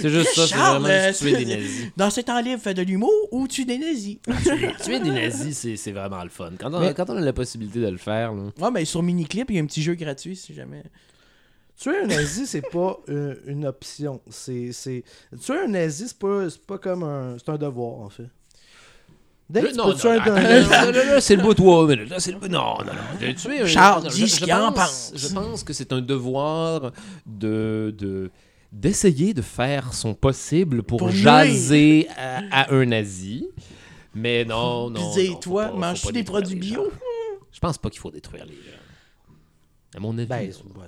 c'est juste ça, c'est
Charles,
vraiment
euh,
juste tuer des nazis.
Dans cet temps libre, fais de l'humour ou tu des nazis.
tuer, tuer des nazis, c'est- c'est vraiment le fun. Quand on,
Mais-
quand on a la possibilité de le faire, là.
ouais, mais sur Miniclip, il y a un petit jeu gratuit si jamais.
Tuer un nazi, c'est pas euh, une option. C'est, c'est... Tuer un nazi, c'est pas, c'est pas comme un. C'est un devoir, en fait. Dès que
Je-
tu
Euh, non,
peux
non,
tuer un
attends,
nazi-
là, là, là, là, c'est le beau toi, mais là, là, c'est le beau- Non, non, non. de tuer un-
Charles,
non,
dis ce qu'il en pense.
Je pense que c'est un devoir de. de- d'essayer de faire son possible pour,
Pour nuire.
jaser à, à un nazi. Mais non,
Puis
non. non, faut pas-
dis-toi,
faut
manges-tu
pas
des
détruire
produits
les gens.
bio
Je pense pas qu'il faut détruire les gens. À mon avis.
<laughs> Ben,
là.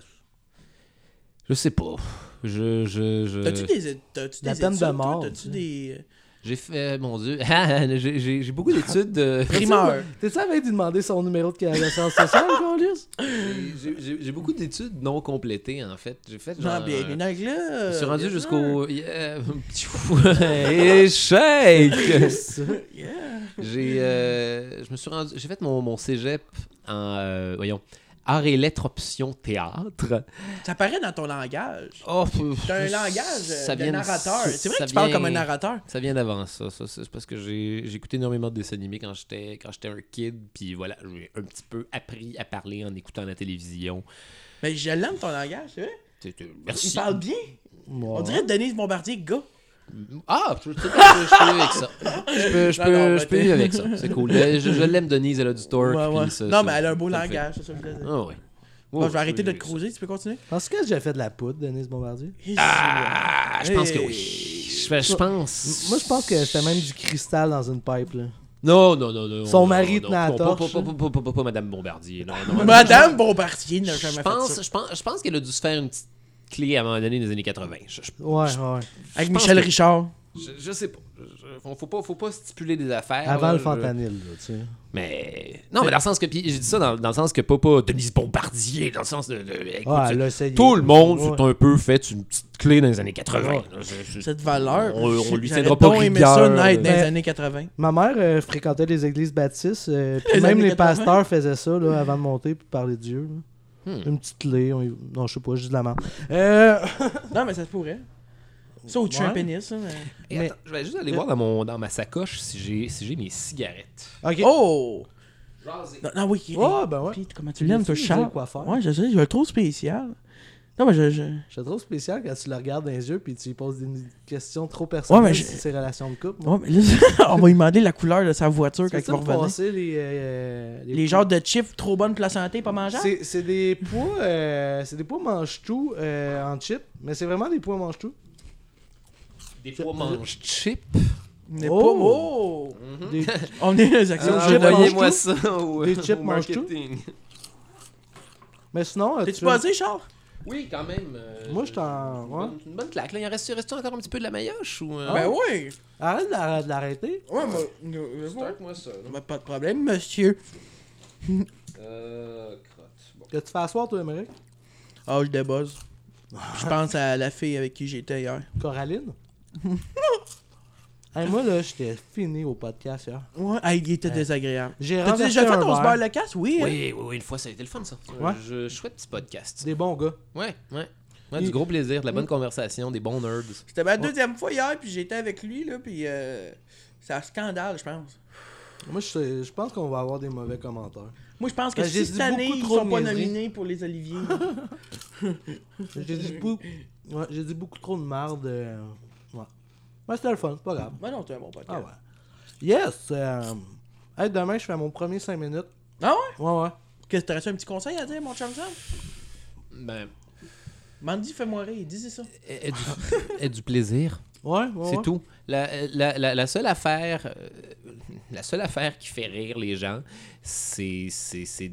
je sais pas. Je, je, je...
T'as-tu des, t'as-tu des
La peine de
études, toi?
mort, tu
T'as-tu
sais.
des euh,
J'ai fait, mon Dieu, <laughs> j'ai j'ai- j'ai beaucoup
<laughs>
d'études. de-
primeurs
T'es-tu avec de lui demander son numéro de séance
<laughs>
sociale, Carlis
J'ai- j'ai- J'ai j'ai beaucoup d'études non complétées, en fait. J'ai fait genre... euh,
Non, bien, les nègres là. euh,
je suis rendu
yes, <laughs>
jusqu'au... Yeah, petit- Ouais, Échec!
ça?
sir. Yeah.
J'ai, euh, je me suis rendu- j'ai fait mon, mon cégep en, euh, voyons, art et lettres option théâtre.
Ça paraît dans ton langage.
Oh,
T'as un langage euh, de narrateur. C'est vrai que tu parles comme un narrateur.
Ça vient d'avant, ça. ça c'est parce que j'ai j'ai écouté énormément de dessins animés quand j'étais quand j'étais un kid. Puis voilà, j'ai un petit peu appris à parler en écoutant la télévision.
Mais je l'aime ton langage, c'est vrai.
C'est- euh,
Il
Merci.
parle bien. On dirait Denise Bombardier, gars.
Ah, je, je- je- je- je peux avec ça. Je peux, je
Non,
peux-
non, mais
je peux
t'es-
vivre avec ça. C'est cool. Je, je l'aime, Denise, elle a du torque.
Ouais,
puis
ouais.
ça-
non,
ça-
mais elle a un beau
ça me fait-
langage, c'est ça que je voulais dire.
Ah ouais.
Bon,
Ouais,
je vais arrêter
peux
de te
vivre avec
creuser, tu peux continuer?
Parce que j'ai fait de la poudre, Denise Bombardier.
ça. Ah, je pense que oui. Je, je pense.
Moi, je pense que c'était même du cristal dans une pipe, là.
Non, non, non, non.
Son
non,
mari
non,
tenait la
non, pas-
torche, hein.
pas-
là.
pas- pas- pas- pas- pas Madame Bombardier. Non,
<laughs>
non, non.
Madame Bombardier n'a
Je
jamais
pense,
fait ça.
je pense, je pense qu'elle a dû se faire une petite clé à un moment donné des années 80. Je, je-
Ouais, ouais.
Avec
je pense
Michel
que-
Richard.
je- je sais pas. Je- je- faut pas. Faut pas stipuler des affaires.
Avant
là,
le
je-
fentanyl, là, tu sais.
Mais non, mais dans le sens que puis j'ai dit ça dans, dans le sens que pas pas Denise Bombardier, dans le sens de, de- écoute,
Ah,
c'est-
elle a essayé.
tout le monde
Ouais.
s'est un peu fait une petite clé dans les années 80.
Ouais.
là. C'est- c'est-
Cette valeur.
On- on lui
J'aurais
tiendra pas
donc aimé ça
rigueur,
naître dans les
mais-
années 80.
Ma mère euh, fréquentait les églises
<laughs>
baptistes, euh, puis
Les
même
années
les
80.
pasteurs faisaient ça là, avant de monter pour parler de Dieu. là.
Hmm.
Une petite clé, on y- non, je sais pas, juste de la merde. Euh,
Non, mais ça se pourrait. Ça, ou tu tues
Ouais.
un pénis. là, mais-
Et
Mais-
attends, je vais juste aller voir dans, mon, dans ma sacoche si j'ai si j'ai mes cigarettes.
ok.
Oh! Non, non, oui.
Ouais, ben ouais.
Puis, comment tu
Il
l'aimes,
dit,
toi,
il
Charles?
dit quoi faire.
Ouais, je sais, je le trouve spécial. Non, mais je... je...
Je trouve spécial quand tu le regardes dans les yeux puis tu lui poses des questions trop personnelles
Ouais, mais je-
sur ses relations de couple.
Ouais, mais là, <laughs> on va lui demander la couleur de sa voiture quand
C'est
il
ça
va
de
revenir.
passer les, euh,
Les genres de chips trop bonnes pour la santé, pas mangeables?
C'est c'est des pois, euh, c'est des pois mange-tout euh, en chip, mais c'est vraiment des pois mange-tout.
Des fois, mange chip.
Mais
Oh!
pas- oh!
Des-
On est les actions
Mhm. Ah,
du jeu de
voyez-moi
mange-tout.
ça au,
Des chips mangent tout? Mais sinon, euh,
T'es-tu
veux-
basé, Charles?
Oui, quand même. euh,
Moi, je t'en-
Une
ouais.
bonne- Une bonne claque. Là, il en reste- il reste-tu encore un petit peu de la maillotche ou.
Ah.
euh,
Ben oui!
arrête de la- de l'arrêter.
Ouais, mais...
Start-moi ça. là.
ben, Pas de problème, monsieur.
Euh, crotte. Bon.
Que tu fais asseoir toi, Émeric.
Ah, je débuzz. Je pense à la fille avec qui j'étais hier.
Coraline? Hey, moi, là, j'étais fini au podcast hier.
Ouais, ah, il était désagréable.
J'ai
T'as
renversé
déjà fait
un
ton se
verre.
beurre le casse? Oui. hein?
Oui, oui, oui, une fois, ça a été le fun, ça.
Ouais.
Je, chouette petit podcast.
Des bons gars.
Ouais, ouais. Mm. Ouais, du gros plaisir, de la bonne conversation, des bons nerds.
C'était ma deuxième fois hier, puis j'étais avec lui, là, puis euh, c'est un scandale, je pense.
Moi, je, sais- je pense qu'on va avoir des mauvais commentaires.
Moi, je pense que
Ben, j'ai
si
dit
cette année,
beaucoup
ils
trop
sont pas
niaiseries.
nominés pour les Oliviers. <laughs>
J'ai dit, bou- ouais, j'ai dit beaucoup trop de merde. euh, Ouais. Mais c'était le fun, c'est pas grave.
Moi non, t'es un bon
Ah
podcast.
ouais. Yes! euh, hey, demain, je fais mon premier 5 minutes.
Ah ouais?
Ouais, ouais.
Qu'est-ce que t'aurais-tu un petit conseil à dire, mon chum Sam?
Ben,
Mandy, fais-moi rire, dis ça.
et, et du, et du plaisir.
Ouais, ouais.
C'est
ouais.
tout. La, la- la- la seule affaire, euh, la seule affaire qui fait rire les gens, c'est c'est- c'est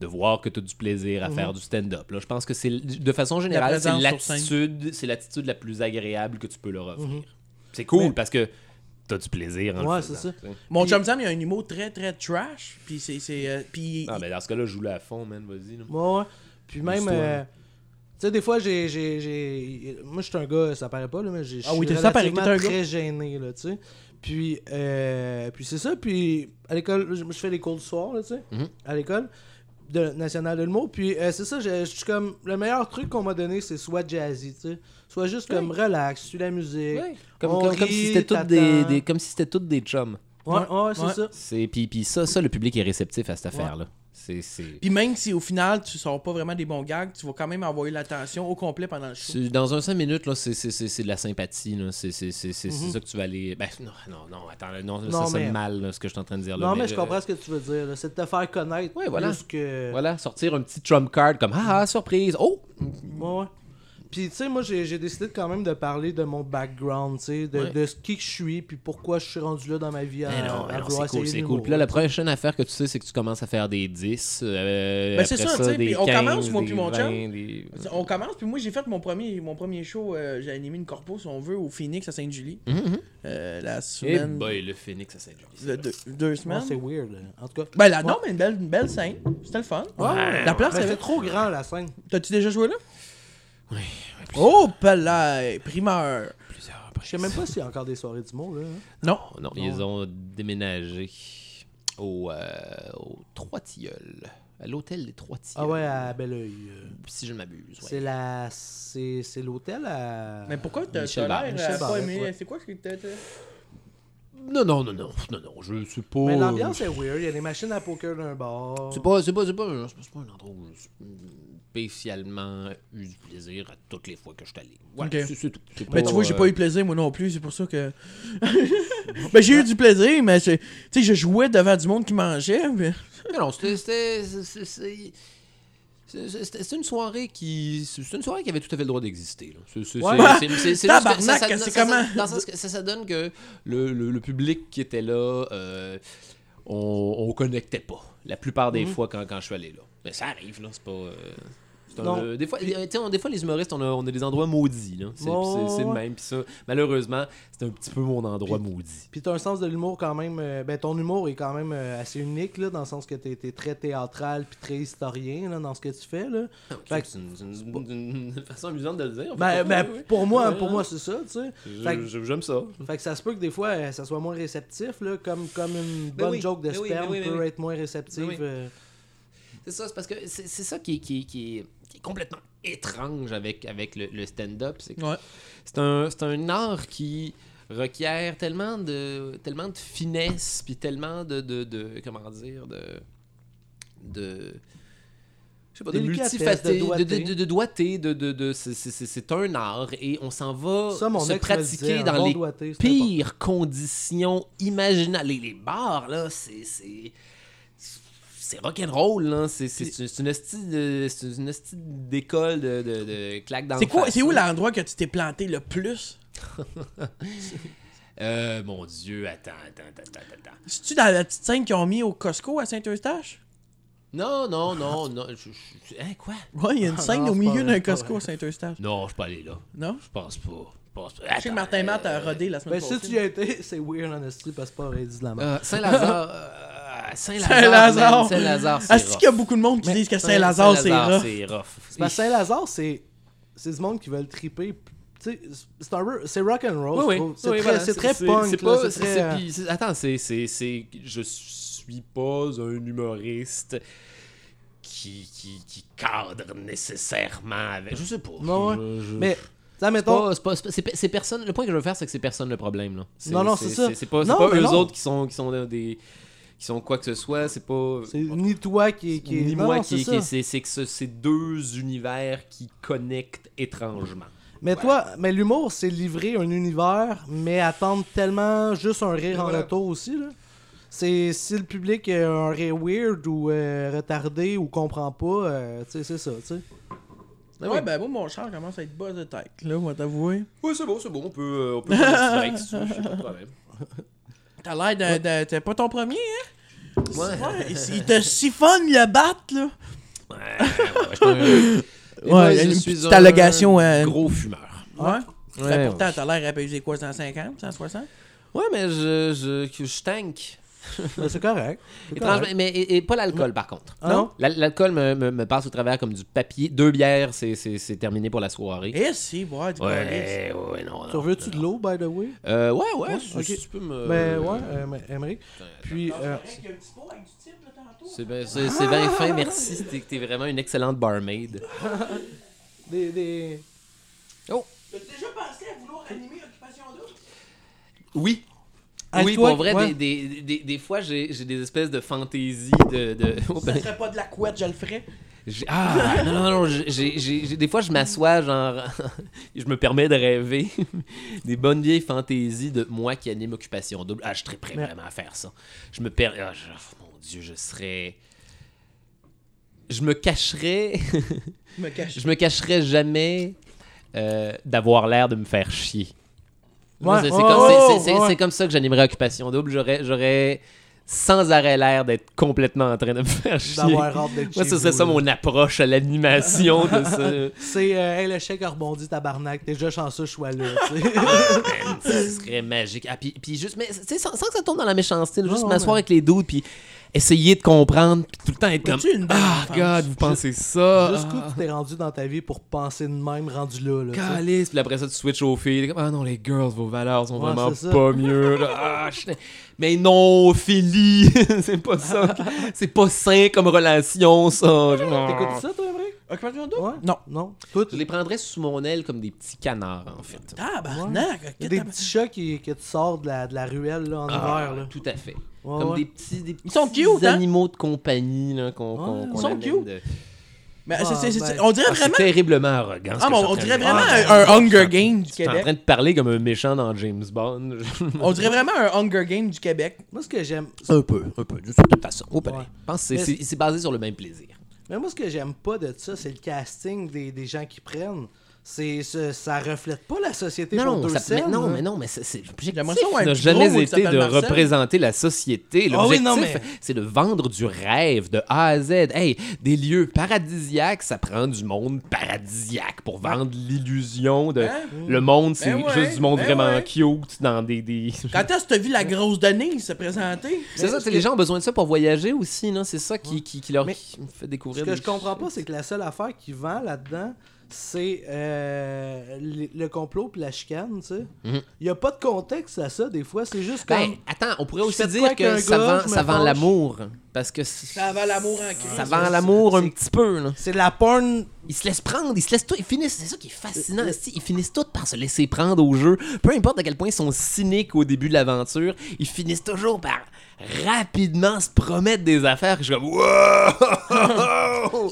de voir que tu as du plaisir à faire du stand-up. là. Je pense que c'est de façon générale, c'est
présence sur scène.
l'attitude, c'est l'attitude la plus agréable que tu peux leur offrir. C'est cool
Mais-
parce que tu as du plaisir. En le
Ouais, c'est
faisant,
ça.
tu sais.
Mon chum Sam, il a un humour très, très trash, puis c'est... c'est, euh, puis
Ah, mais dans ce cas-là, joue-le à fond, man, vas-y. là.
Ouais, ouais. Puis même.
L'histoire.
euh, tu sais, des fois, j'ai- j'ai. j'ai- Moi, je suis un gars, ça paraît pas, là, mais j'ai- je
Ah oui,
suis
t'es- ça paraît que
relativement
t'es un gars.
très gêné, là, tu sais. Puis, euh, puis c'est ça. Puis, à l'école, je je fais les cours du soir, là, tu sais,
Mhm.
à l'école de nationale de l'humour. Puis, euh, c'est ça, je je suis comme. Le meilleur truc qu'on m'a donné, c'est soit jazzy, tu sais. Soit juste comme relax, suis la musique.
Ouais. Comme,
On
comme- comme
rit,
si c'était toutes des,
t'attends.
des- comme si c'était toutes des chums.
Ouais, ouais, c'est
Ouais.
ça.
C'est puis puis ça ça le public est réceptif à cette affaire là. C'est c'est-
Puis même si au final tu sors pas vraiment des bons gags, tu vas quand même envoyer l'attention au complet pendant le show.
C'est- Dans un 5 minutes, là, c'est, c'est, c'est, c'est de la sympathie. Là. C'est, c'est, c'est, c'est,
Mm-hmm.
c'est ça que tu vas aller. Ben, non, non, non, attends, là, non, ça
Non,
sonne
mais-
mal là, ce que je suis en train de dire. Là,
non, mais je
euh,
comprends ce que tu veux dire, là. C'est de te faire connaître.
Ouais, voilà.
Plus que.
Voilà, sortir un petit trump card comme Ah, ah, surprise. Oh
Ouais, ouais. Puis, tu sais, moi, j'ai j'ai décidé quand même de parler de mon background, tu sais, de,
Ouais.
de ce qui que je suis, puis pourquoi je suis rendu là dans ma vie à,
Mais non, mais
à
non,
vouloir
c'est cool,
essayer
c'est
l'humour.
cool. Puis là, la prochaine affaire que tu sais, c'est que tu commences à faire des 10. Euh,
Ben, c'est
après
ça, tu sais,
des
puis on
15,
commence, moi,
des
puis mon chum.
20, des-
On commence, puis moi j'ai fait mon premier, mon premier show, euh, j'ai animé une corpo si on veut au Phoenix à Sainte-Julie.
Mm-hmm.
Mhm.
Euh, la
Eh
semaine.
boy, le phoenix, ça Saint-Julie.
le deux, deux
Ouais,
semaines.
c'est weird, là. en tout cas.
ben là, non, mais une belle, une belle scène. C'était le fun.
Ouais, ouais.
La place
Mais
avait
c'est trop grand, la scène.
T'as-tu déjà joué là? Oh, palais, primeur.
Plusieurs.
Je sais même pas s'il y a encore des soirées d'humour, là.
Non.
Non, ils ont déménagé au, euh, au Trois Tilleuls. À l'hôtel des Trois Tilleuls.
Ah ouais, à Belleuil. euh,
Si je ne m'abuse. ouais.
C'est la... C'est c'est l'hôtel à...
Mais pourquoi t'as
Michel
t'as l'air
Barrette.
Michel
euh, pas
Barrette,
aimé?
ouais.
C'est quoi ce que t'as... t'as-
Non, non, non, non. Non, non, je sais pas.
Mais Ben, l'ambiance est weird. Il y a des machines à poker d'un bord.
C'est pas, c'est pas, c'est pas, un- c'est pas un endroit où j'ai spécialement eu du plaisir à toutes les fois que je suis allé. Voilà,
Ok.
c'est, c'est tout. C'est
Ben,
pas,
tu vois, j'ai
euh,
pas eu plaisir, moi non plus. C'est pour ça que. <laughs> ben, j'ai eu du plaisir, mais c'est- tu sais, je jouais devant du monde qui mangeait. Mais...
Non, non, c'était. c'était- c'est- c'est- c'est- c'est- c'est une soirée qui. C'est une soirée qui avait tout à fait le droit d'exister. là. C'est- c'est-
Ouais.
c'est- c'est- c'est- c'est juste que ça-
Tabarnak,
ça-
c'est
ça-
comment?
Dans le sens que ça, ça donne que le, le- le public qui était là, euh, on, on connectait pas. La plupart
Mhm.
des fois quand, quand je suis allé là. Mais ça arrive, là. C'est pas. euh, c'est un-
Non.
euh, des, fois, euh, tu sais, on- des fois, les humoristes, on a, on a des endroits maudits. là. C'est,
Ouais,
c'est- c'est le
ouais.
même. Puis ça, malheureusement, c'est un petit peu mon endroit maudit.
Puis t'as un sens de l'humour quand même. euh, ben, ton humour est quand même euh, assez unique, là, dans le sens que t'es t'es très théâtral puis très historien, là, dans ce que tu fais, là. Fait que-
c'est une, c'est une- une- une façon amusante de le dire.
Ben, ben, pour moi,
Ouais,
pour
ouais.
moi, c'est ça, tu sais.
Je-
Fait que-
je- J'aime ça.
Fait que ça se peut que des fois, euh, ça soit moins réceptif, là, comme, comme une bonne
oui,
joke de
ben oui,
sperme
ben oui, ben
peut
oui.
être moins réceptive.
Ben oui.
euh.
C'est ça, c'est parce que c'est c'est ça qui, est- qui est- qui est, qui est complètement étrange avec, avec le, le stand-up. C'est que
Ouais.
c'est un, c'est un art qui requiert tellement de, tellement de finesse, puis tellement de, de, de- Comment dire De. de je sais pas, de
Délicatesse,
multifacé-
de doigté.
de- de- de doigté, de- de- de- c'est- c'est c'est- c'est un art et on s'en va
Ça, mon
se
ex me le disait,
pratiquer
un
dans
bon
les
doigté, c'était
pires conditions imaginables. Les, les bars, là, c'est. c'est- C'est rock'n'roll, là. C'est c'est- c'est- c'est une hostie de- c'est une hostie d'école de, de, de claque dans
C'est
le
quoi?
face,
C'est où
là.
l'endroit que tu t'es planté le plus?
Euh, mon Dieu, attends, attends, attends, attends, attends.
C'est-tu dans la petite scène qu'ils ont mis au Costco à Saint-Eustache?
Non, non, non, non. je- je- je- hein, quoi?
Ouais, il y a une
Ah,
scène
non,
au
c'est
milieu
pas vrai,
d'un
c'est pas
Costco
vrai.
à Saint-Eustache.
Non, je suis pas allé là.
Non?
Je pense pas. Je pense pas.
Je sais que Martin Matt a rodé la semaine
Ben, si
passée.
tu y as été, c'est weird, honesty, parce que c'est pas vrai, dis de la merde.
Euh, Saint-Lazare. euh, Saint-Lazare.
Saint-Lazare.
man, Saint-Lazare.
Ah,
c'est
c'est
rough.
qu'il y a beaucoup de monde qui disent que Saint-Lazare, c'est rough.
C'est rough.
C'est parce que Saint-Lazare, c'est c'est du monde qui veut le triper. Tu sais, c'est un peu- c'est rock and roll.
Oui,
je
oui.
trouve. C'est
Oui,
très,
voilà,
c'est très
c'est-
punk.
C'est
là,
pas.
c'est
c'est-
très, euh,
c'est- puis c'est- attends, c'est, c'est, c'est. Je suis pas un humoriste qui, qui, qui cadre nécessairement avec. Je sais pas.
Non, ouais.
je- je-
Mais, ça,
C'est
mettons,
pas- c'est pas- c'est pas- c'est pe- c'est personne. Le point que je veux faire, c'est que c'est personne le problème. Là.
Non, non, c'est ça.
C'est pas, c'est
Non,
pas
mais
eux
non.
autres qui sont, qui sont des. qui sont quoi que ce soit. C'est pas.
c'est ni toi qui, qui
ni
non,
moi
non,
qui.
c'est
qui-
ça.
C'est c'est que ce- c'est deux univers qui connectent étrangement.
Mais toi, mais l'humour, c'est livrer un univers, mais attendre tellement juste un rire en
Voilà.
retour aussi. Là. C'est si le public a un rire weird ou euh, retardé ou comprend pas, euh, tu sais, c'est ça, tu sais.
<laughs> Ah oui.
Ouais, ben moi, mon char commence à être bas de tête, là, moi t'avouer.
Oui, c'est bon, c'est bon. On peut, euh, <laughs> on peut faire un petit break si tu veux, j'ai pas de problème.
T'as l'air d'un- d'un... T'es pas ton premier, hein?
Ouais.
Ouais, il il te siphonne le bat, là.
Ouais, Ben,
<laughs>
ouais,
Ouais, il y a une petite allégation,
hein.
euh,
Gros fumeur.
Ouais.
Ouais,
Ben, pourtant, t'as l'air à peser quoi, 150, 160?
Ouais, mais je, je, que je tank.
Mais c'est correct. c'est
Étrangement,
correct.
mais et, et pas l'alcool, par contre.
Ah non?
L'al- L'alcool me, me, me passe au travers comme du papier. Deux bières, c'est- c'est c'est terminé pour la soirée.
Eh, si, boire du calice.
Ouais, ouais, non.
Tu
non.
veux-tu de l'eau, by the way?
Euh, ouais, ouais,
Ouais,
si,
ok.
si tu peux me.
Ben ouais, euh, mais- Émeric. Puis, euh,
Il y a un petit pot avec du type, là, tantôt.
C'est bien c'est- c'est
Ah!
bien fin, merci. T'es t'es vraiment une excellente barmaid.
des,
<laughs>
des...
Oh!
T'as déjà pensé à vouloir animer Occupation Double?
Oui.
Avec
oui,
toi,
pour vrai,
ouais.
des, des, des, des fois, j'ai j'ai des espèces de fantaisies de. de... <laughs> Oh, ben,
Ça serait pas de la couette, je le ferais.
j'ai- Ah, non, non, non. j'ai- j'ai- j'ai- j'ai- des fois, je m'assois, genre. <laughs> je me permets de rêver. <laughs> des bonnes vieilles fantaisies de moi qui anime Occupation Double. Ah, je serais prêt
Mais-
vraiment à faire ça. Je me perds. ah, je- oh, mon Dieu, je serais. Je me cacherais. <laughs>
Je me cache.
je me cacherais jamais euh, d'avoir l'air de me faire chier. Moi,
Ouais.
c'est c'est
Oh,
comme, c'est- c'est- c'est-
ouais.
c'est comme ça que j'animerais Occupation Double. J'aurais, j'aurais sans arrêt l'air d'être complètement en train de me faire chier.
D'avoir hâte d'être
Moi,
chez
ce serait
vous,
ça
là.
mon approche à l'animation de <laughs> ce.
C'est euh, hey, le chèque a rebondi, tabarnak. T'es déjà chanceux, je sois là. tu
<laughs>
sais.
Man, ce serait magique. Ah, puis, puis juste, mais tu sais, sans, sans que ça tombe dans la méchanceté, là, juste
ouais,
m'asseoir avec les dudes, puis essayer de comprendre, puis tout le temps être comme
As-tu une belle
Ah,
enfance?
God, vous pensez ça.
Jusqu'où
ah,
tu t'es rendu dans ta vie pour penser de même rendu là, là tu sais.
Calice, puis après ça, tu switches aux filles. T'es comme, ah non, les girls, vos valeurs sont
Ouais,
vraiment
c'est ça.
pas mieux. <laughs> là. Ah, je- Mais non, Ophélie, <laughs> c'est pas ça. C'est pas sain comme relation, ça.
T'écoutes ça, toi, vrai?
Occupation double?
Euh, Ouais.
Non.
Non. Toi, tu-
Je les prendrais sous mon aile comme des petits canards, en fait.
Tabarnak! ok,
y a des
tabarnak.
petits chats qui, que tu sors de la, de la ruelle là, en
Ah,
hiver. Là.
Tout à fait.
Ouais,
comme
ouais.
des petits, des petits
sont cute, hein?
animaux de compagnie là, qu'on, qu'on,
Ouais,
qu'on
ils sont
amène
cute.
de-
Mais
Ah,
c'est- c'est- c'est-
ben.
on dirait
Ah, c'est
vraiment.
terriblement arrogant. ce
Ah,
que
mais
je suis
on
en train
dirait
de
vraiment
faire.
un, un Hunger Game du
Je suis en
Québec.
train de parler comme un méchant dans James Bond.
On dirait vraiment un Hunger Game du Québec.
Moi, ce que j'aime.
un peu, un peu, de toute façon.
pareil.
Je pense que c'est,
Mais-
c'est- c'est basé sur le même plaisir.
Mais moi, ce que j'aime pas de ça, c'est le casting des, des gens qui prennent. C'est, ce- ça reflète pas la société
Non,
pour deux
ça- mais
scènes,
non,
là.
mais non, mais c'est, c'est l'objectif
J'aimerais ça avoir un
n'a
petit
jamais
gros qui
été de
s'appelle Marcel.
représenter la société.
Ah oui,
L'objectif,
non,
c'est de vendre du rêve de A à Z. Hey, des lieux paradisiaques, ça prend du monde paradisiaque pour vendre l'illusion de
Hein?
le monde, c'est
Ben ouais,
juste du monde
ben
vraiment
ouais.
cute dans des... des...
Quand est-ce que t'as vu la grosse Denise se présenter?
<laughs> C'est ça, c'est les gens ont besoin de ça pour voyager aussi, non? C'est ça qui, qui, qui leur
Mais-
fait découvrir.
Ce que
des
je comprends pas,
choses.
c'est que la seule affaire qui vend là-dedans, c'est euh, le, le complot puis la chicane, tu sais. Il
Mhm.
y a pas de contexte à ça, des fois. C'est juste comme.
Ben, attends, on pourrait
Je
aussi
fais de quoi
dire
avec
que
un
ça
gars,
vend,
je me
ça vend
fâche.
l'amour. Parce que c-
Ça vend l'amour en crise.
ça vend l'amour un
c'est-
petit peu. Là.
c'est de la porn
Ils se laissent prendre, ils se laissent tout, ils finissent. Euh, C'est ça qui est fascinant. esti, Ils finissent tous par se laisser prendre au jeu. Peu importe à quel point ils sont cyniques au début de l'aventure, ils finissent toujours par rapidement se promettre des affaires. Je suis comme <laughs> wow!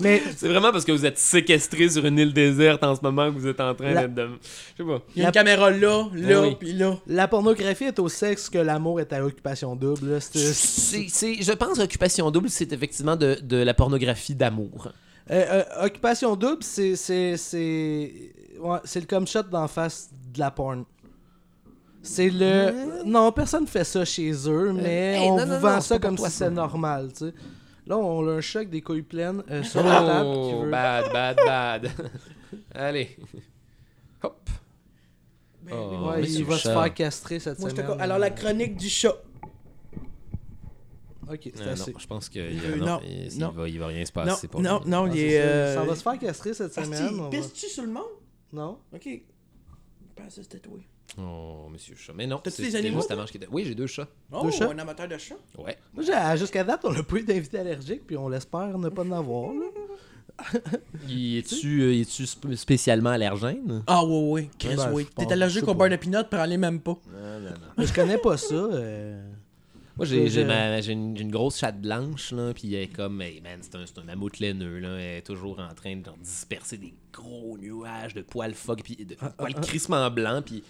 Mais-
c'est vraiment parce que vous êtes séquestrés sur une île déserte en ce moment que vous êtes en train
La-
d'être. de- Je sais pas.
Il y a une caméra là, là,
Oui.
puis là.
La pornographie est au sexe que l'amour est à occupation double. là. C'est-
C'est- c'est- je pense Occupation Double, c'est effectivement de, de la pornographie d'amour.
Euh, euh, occupation double, c'est c'est c'est ouais, c'est le comme shot d'en face de la porn. C'est le non personne fait ça chez eux, mais
Euh, hey,
on
non,
vous
non,
vend
non, c'est
ça
pas
comme
pour
si
toi, ça.
c'était normal, tu sais. Là, on a un choc des couilles pleines euh, sur
Oh,
la table qui veut.
bad, bad, bad.
<laughs>
Allez. Hop. Oh,
Ouais, il
monsieur
va se
Charles.
faire castrer cette
Moi, je te
semaine. euh,
co- Alors, la chronique du chat.
Ok, c'est
Euh,
assez.
non, je pense que
Euh,
euh, non,
non,
il- il,
non.
va, il va rien se
Non,
passer pour
non,
lui.
non,
Ah,
il
c'est
est.
ça,
euh,
Ça va se faire castrer cette
Ah,
Asti,
semaine. on va-
pisses-tu sur le monde?
Non.
Ok. Je pense que c'était toi.
Oh, monsieur chat. Mais non,
T'as-tu
c'est-
des
c'était
animaux,
juste
toi?
avant que j'étais- Oui, j'ai deux chats.
Oh,
chats?
un amateur de chat.
Ouais.
Moi, j'ai- à- jusqu'à date, on n'a pas eu d'invité allergique, puis on l'espère ne pas en avoir.
<laughs>
là.
Y es-tu euh, y es-tu sp- spécialement allergène?
Ah, ouais, ouais, Chris,
Ouais, ben,
oui.
je pense-
T'es allergique
je sais
au beurre de pinot, puis en même pas.
Non, non, non.
Mais je connais pas ça. euh.
Moi, j'ai
Je-
j'ai
je-
ma- j'ai une, j'ai une grosse chatte blanche, là, puis elle est comme, hey, man, c'est un, c'est un mammouth laineux, là, elle est toujours en train de genre, disperser des gros nuages de poils fog, puis de
Ah,
poils crissement blancs, puis...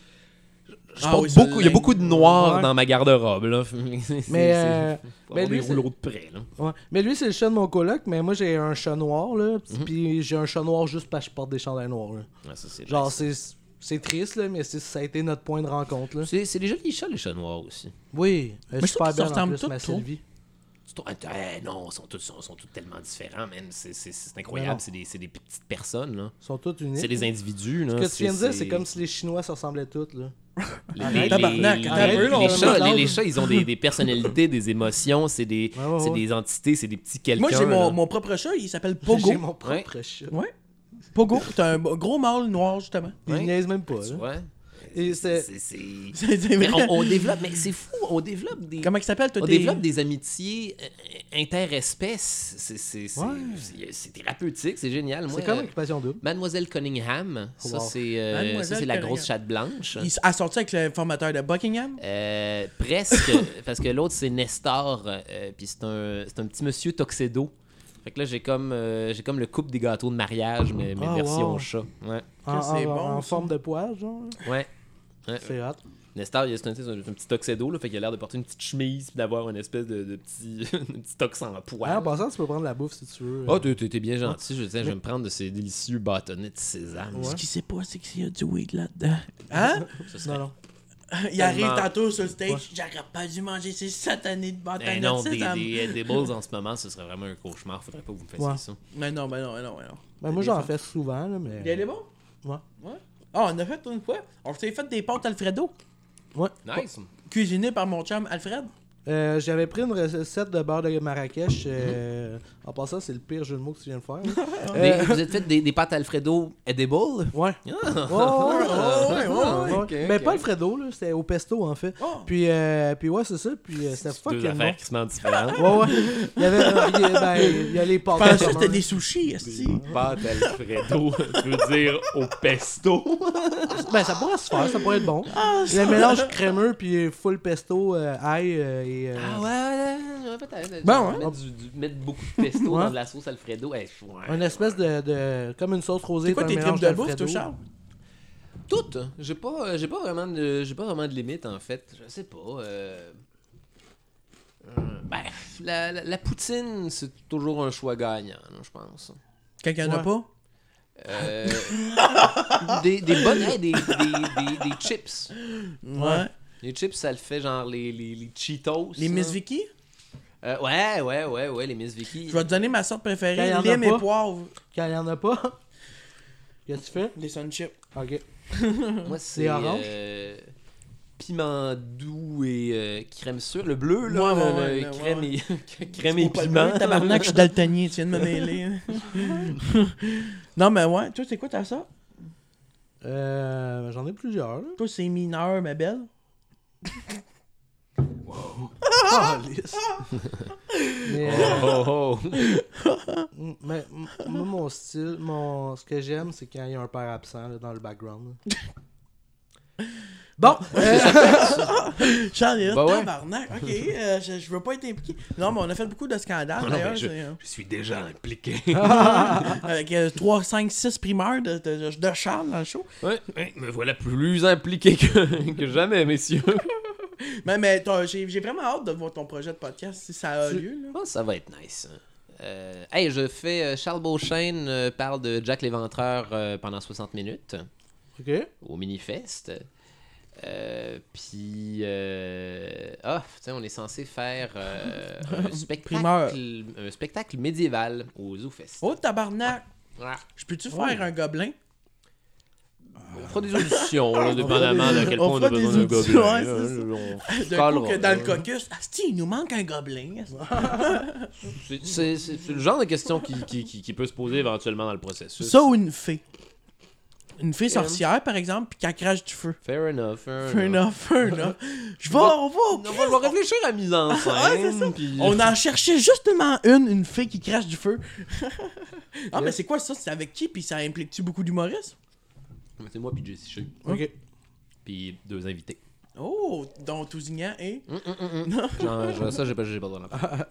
je- je
Ah
porte
oui, ça
beaucoup, il y a
l'aime.
beaucoup de noir
Ouais.
dans ma garde-robe, là. <laughs> C'est-
Mais,
c'est-
euh,
faut
mais
avoir
lui,
des
c'est-
rouleaux de près, là.
Ouais. Mais lui, c'est le chat de mon coloc, mais moi, j'ai un chat noir, là. pis- Puis j'ai un chat noir juste parce que je porte des chandails noirs, là.
Ouais, ça, c'est
Genre,
nice.
c'est, c'est triste, là, mais c'est, ça a été notre point de rencontre, là.
c'est... C'est des jolis chats, les chats noirs, aussi.
Oui,
je
mais
trouve
super
qu'ils se
bien en
ressemblent
plus,
tous,
ma
trop.
Sylvie.
Tu trouves- Eh, non, ils sont tous, sont, sont tous tellement différents, man. C'est- C'est c'est incroyable,
non.
c'est des, c'est des petites personnes, là.
Ils sont tous uniques.
C'est des individus, là.
Ce que tu viens de dire, c'est comme si les Chinois se ressemblaient tous, là.
Les,
Arrête,
les-
tabarnak,
les-
t'as
les-
vu, là,
les
on
chats,
a
les,
l'âge.
les chats, ils ont des, des personnalités, des émotions, c'est des,
Ouais, ouais,
c'est
ouais.
des entités, c'est des petits quelqu'un.
Moi, j'ai mon,
là.
mon propre chat, il s'appelle Pogo.
J'ai mon propre chat.
Ouais. Pogo, c'est un b- gros mâle noir,
<laughs>
justement.
Ils
Ouais.
niaisent même pas,
Tu
là.
vois?
Et
C'est-
c'est-
c'est-
C'est c'est
Mais
vrai.
on, on développe, mais c'est fou, on développe des...
Comment il s'appelle, toi
On
t'es-
développe des amitiés euh, interespèces. C'est- c'est- c'est-
Ouais.
c'est- C'est thérapeutique, c'est génial. Moi,
C'est comme
euh,
occupation double.
Mademoiselle Cunningham, ça
Wow.
c'est euh,
Mademoiselle
ça, c'est la
Cunningham.
grosse chatte blanche.
Il s- a sorti avec le formateur de Buckingham.
Euh,
<laughs>
presque, parce que l'autre c'est Nestor, euh, puis c'est un, c'est un petit monsieur Tuxedo. Fait que là j'ai comme, euh, j'ai comme le couple des gâteaux de mariage, mais, mais
Ah,
version
wow.
chat. Ouais.
En, en-
c'est bon,
en
ça.
forme de poil, genre. là.
Ouais. Ouais.
C'est hot.
Nestor, il- c'est un, c'est un- un petit Tuxedo, là, fait qu'il a l'air de porter une petite chemise, puis d'avoir une espèce de, de petit, <laughs> un petit tox en
Ouais, en
poil.
passant, tu peux prendre la bouffe si tu veux. euh,
Oh, t'es- t'es t'es bien gentil, je, tiens, je vais me prendre de ces délicieux bâtonnets de sésame.
Ouais.
Ce qu'il sait pas, c'est qu'il y a du weed là-dedans.
<laughs>
Hein?
Ça serait-
Non, non.
Il arrive
Tellement.
tantôt sur le stage, j'aurais pas dû manger ces satanés de
Ben
hein.
Eh
bâtonnets
non,
de
des,
sésame.
des, des balls en ce moment, ce serait vraiment un cauchemar. Faudrait pas que vous me fassiez
Ouais.
ça.
Mais non, mais non, mais non, mais non.
Ben, moi,
Des
j'en
fois.
fais souvent, là, mais...
Il est bon?
Ouais.
Ouais. Ah, on a fait une fois. On s'est fait des pâtes Alfredo,
Ouais.
Nice.
<laughs>
cuisinées par mon chum Alfred.
Euh, J'avais pris une recette de beurre de Marrakech. euh, En passant, c'est le pire jeu de mots que tu viens de faire. là.
Des- vous êtes fait des, des pâtes Alfredo edible?
<laughs> Ouais.
Ah.
Ouais, ouais, ouais, ouais, ouais, ouais. Mais pas Alfredo, là, c'était au pesto en fait.
Oh.
Puis, euh, puis ouais, c'est ça. Puis euh, c'était fucking bon.
extrêmement <laughs> différentes.
Ouais, ouais. Il y avait euh, il y a- ben, il y a les pâtes.
Je pensais que
commande.
c'était des sushis, esti.
Pâtes Alfredo, tu veux dire au pesto?
Ben, ça pourrait se faire, Ah, ça pourrait être bon. le mélange crémeux puis full pesto, euh, ail euh, et. euh,
Ah ouais, ouais, Ben, ouais, peut-être.
Bon,
Mettre, du- du- mettre beaucoup de pesto
Ouais.
dans de la sauce Alfredo. Eh, ouais.
Une espèce de, de- comme une sauce rosée.
C'est quoi
un
tes
mélange
tripes de bouffe,
d'Alfredo.
toi, Charles?
Toutes. J'ai pas, euh, j'ai pas vraiment de, j'ai pas vraiment de limite en fait. Je sais pas. euh, euh, ben, la, la- la poutine, c'est toujours un choix gagnant, là, je pense.
Quelqu'un
Ouais.
n'a pas?
Euh, <laughs> des, des bonnes, hey, des, des, des- des chips.
Ouais.
Les chips, ça le fait genre les, les, les Cheetos.
Les
là.
Miss Vicky?
Euh, ouais, ouais, ouais, ouais, les Miss Vicky.
Je vais te donner ma sorte préférée,
Quand il y en a
lime et
pas.
poivre.
Quand il n'y en a pas. Qu'est-ce que tu fais?
Les sun chips.
Ok.
Moi,
Des
c'est
oranges?
euh, piment doux et euh, crème sûre. Le bleu, là,
Ouais, ouais,
le-
ouais,
le
le- ouais,
crème,
ouais.
Et, <laughs> crème et
Faut pas le
piment.
dire, Tabarnak, je suis daltonien, tu viens de me
<laughs>
mêler. non, mais ouais, toi, c'est quoi ta sorte?
Euh, J'en ai plusieurs. là.
Toi, c'est mineur, ma belle.
Ah,
<laughs>
lisse. Mais, euh,
<laughs> Oh, oh, oh.
m- mais, m- moi, mon style, mon, ce que j'aime, c'est quand il y a un père absent là, dans le background. là. Bon,
Charles, il est là,
Bah ouais.
tabarnak. Ok, euh, je, je veux pas être impliqué. Non, mais on a fait beaucoup de scandales,
Non, non,
d'ailleurs.
mais je,
c'est, euh,
je suis déjà impliqué.
Avec euh, 3, 5, 6 primeurs de, de- de Charles dans le show.
Ouais, ouais, me voilà plus impliqué que, <laughs> que
<laughs>
jamais, messieurs.
Mais, mais t'as- j'ai j'ai vraiment hâte de voir ton projet de podcast si ça a lieu. Là.
Je pense que Oh, ça va être nice. hein. Euh, hey, je fais. euh, Charles Beauchesne euh, parle de Jack l'Éventreur euh, pendant 60 minutes
ok.
au Minifest. Euh, Puis. euh, Ah, putain, on est censé faire
<laughs>
euh, un,
Primeur.
spectacle, un spectacle médiéval au ZooFest.
Oh, tabarnak!
Ah,
Je peux-tu faire un gobelin?
on fera des auditions, là, dépendamment de quel
<laughs>
point
On
on, a
fera des
besoin d'un
auditions,
gobelin.
ouais,
là,
c'est ça.
là,
<laughs>
on
De
calera,
coup que dans le
là.
caucus, Asti, il nous manque un gobelin. asti.
C'est- C'est c'est- c'est le genre de question qui, qui, qui, qui peut se poser éventuellement dans le processus.
Ça ou une fée? Une fée sorcière, par exemple, puis qu'elle crache du feu.
Fair enough. Fair,
Fair
enough.
enough, fair enough. <laughs> Je vais, on va au
On va, on va réfléchir à mise en scène.
c'est ça.
puis-
On en cherchait justement une, une fille qui crache du feu. <laughs> ah, mais c'est quoi ça? C'est avec qui? Puis ça implique-tu beaucoup d'humoristes?
C'est moi puis Jesse Shea,
Ok.
puis deux invités.
Oh, dont Tousignan et. mm,
Genre, genre, ça, j'ai pas, j'ai pas le
<laughs>
droit d'en parler.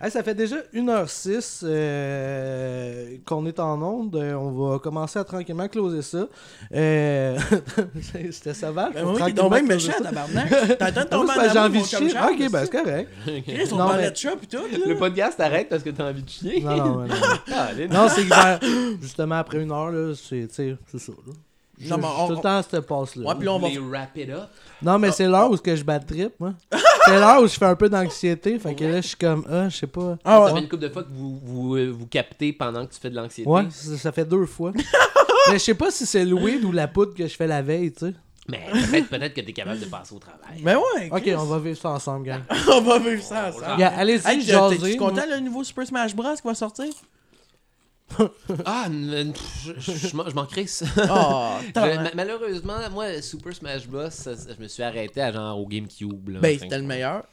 Hey, ça fait déjà 1h06 euh, qu'on est en onde. Euh, On va commencer à tranquillement closer ça. Euh, <laughs> C'était sauvage.
Ben
faut
oui, t'es
tranquillement
donc bien
closer
méchant,
ça. <laughs>
tabarnak. T'attends de
Ah,
tomber en
c'est parce que J'ai
amour,
envie
mon
de
chum
chier.
Charles,
Ok, ben c'est correct.
Chris, on
Non,
parlait
mais-
de chat pis tout,
Le
là.
podcast arrête parce que t'as envie
<laughs>
de chier.
Non, non, ouais, non.
Ah, allez,
Non, c'est que vers- justement après une heure, là, c'est tu sais, c'est ça. Là. Je-
Non, mais
je-
on-
tout le temps, cette passe-là.
Ouais, pis là, on va.
les wrap it up.
Non, mais c'est l'heure où ce que je bats de trip,
<laughs>
moi. c'est l'heure où je fais un peu d'anxiété. Fait que là, je suis comme, ah, je sais pas.
Ah
ça
ouais.
fait une couple de fois que vous, vous, euh, vous captez pendant que tu fais de l'anxiété.
Ouais, ça, ça fait
<laughs>
deux fois. mais je sais pas si c'est le weed ou la poudre que je fais la veille, tu sais.
Mais peut-être peut que t'es capable de passer au travail.
Mais Ben ouais,
Ok,
Chris,
on va vivre ça ensemble, gang.
on va vivre ça ensemble.
Yeah, allez-y,
Ah. Hey, t'es-
jaser.
t'es-tu content, le nouveau Super Smash Bros. qui va
<laughs>
sortir?
Ah, n- pff, je, je, je m'en- je m'en crisse.
Ah,
Oh,
<laughs> Je-
tabarnak.
ma- malheureusement, moi, Super Smash Bros, ça- ça- je me suis arrêté à genre au GameCube. Là,
Ben,
Enfin,
c'était le meilleur.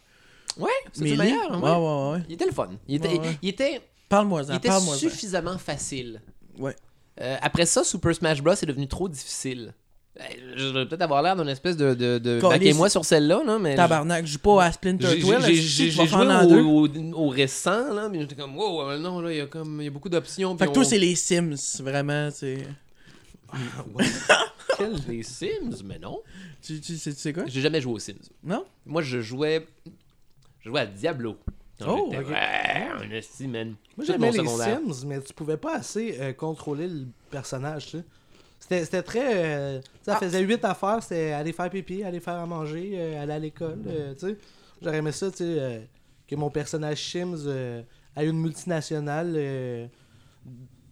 Ouais, c'était
Mais
le meilleur.
Ouais,
ouais.
ouais, ouais.
Il était le fun. Il était,
Ouais, ouais.
il était, il
Parle-moi-en,
était
parle-moi-en.
suffisamment facile.
Ouais.
Euh, après ça, Super Smash Bros est devenu trop difficile. Euh, Je vais peut-être avoir l'air d'une espèce de. de, de
Colisse.
Baquez-moi sur celle-là, là, mais.
Tabarnak, je joue pas à
j'ai-
Splinter
j'ai-
Twin.
J'ai j'ai- j'ai joué
en
au,
deux.
au, au récent, là, mais j'étais comme, wow, euh, non, là, il y a comme, il y a beaucoup d'options.
Fait
puis
que toi,
on-
c'est les Sims, vraiment. c'est-
Quel des Sims, mais non.
Tu, tu, sais, tu sais quoi?
J'ai jamais joué aux Sims.
Non?
Moi, je jouais. Je jouais à Diablo. quand
Oh,
j'étais-
ok.
Ouais, on est si, man.
Moi,
Tout
j'aimais
mon
les
secondaire.
Sims, mais tu pouvais pas assez euh, contrôler le personnage, tu sais. C'était c'était très. euh, tu
Ah.
sais, ça faisait huit affaires, c'était aller faire pipi, aller faire à manger, euh, aller à l'école, euh, tu sais. J'aurais aimé ça, tu sais, euh, que mon personnage Sims euh, ait une multinationale euh,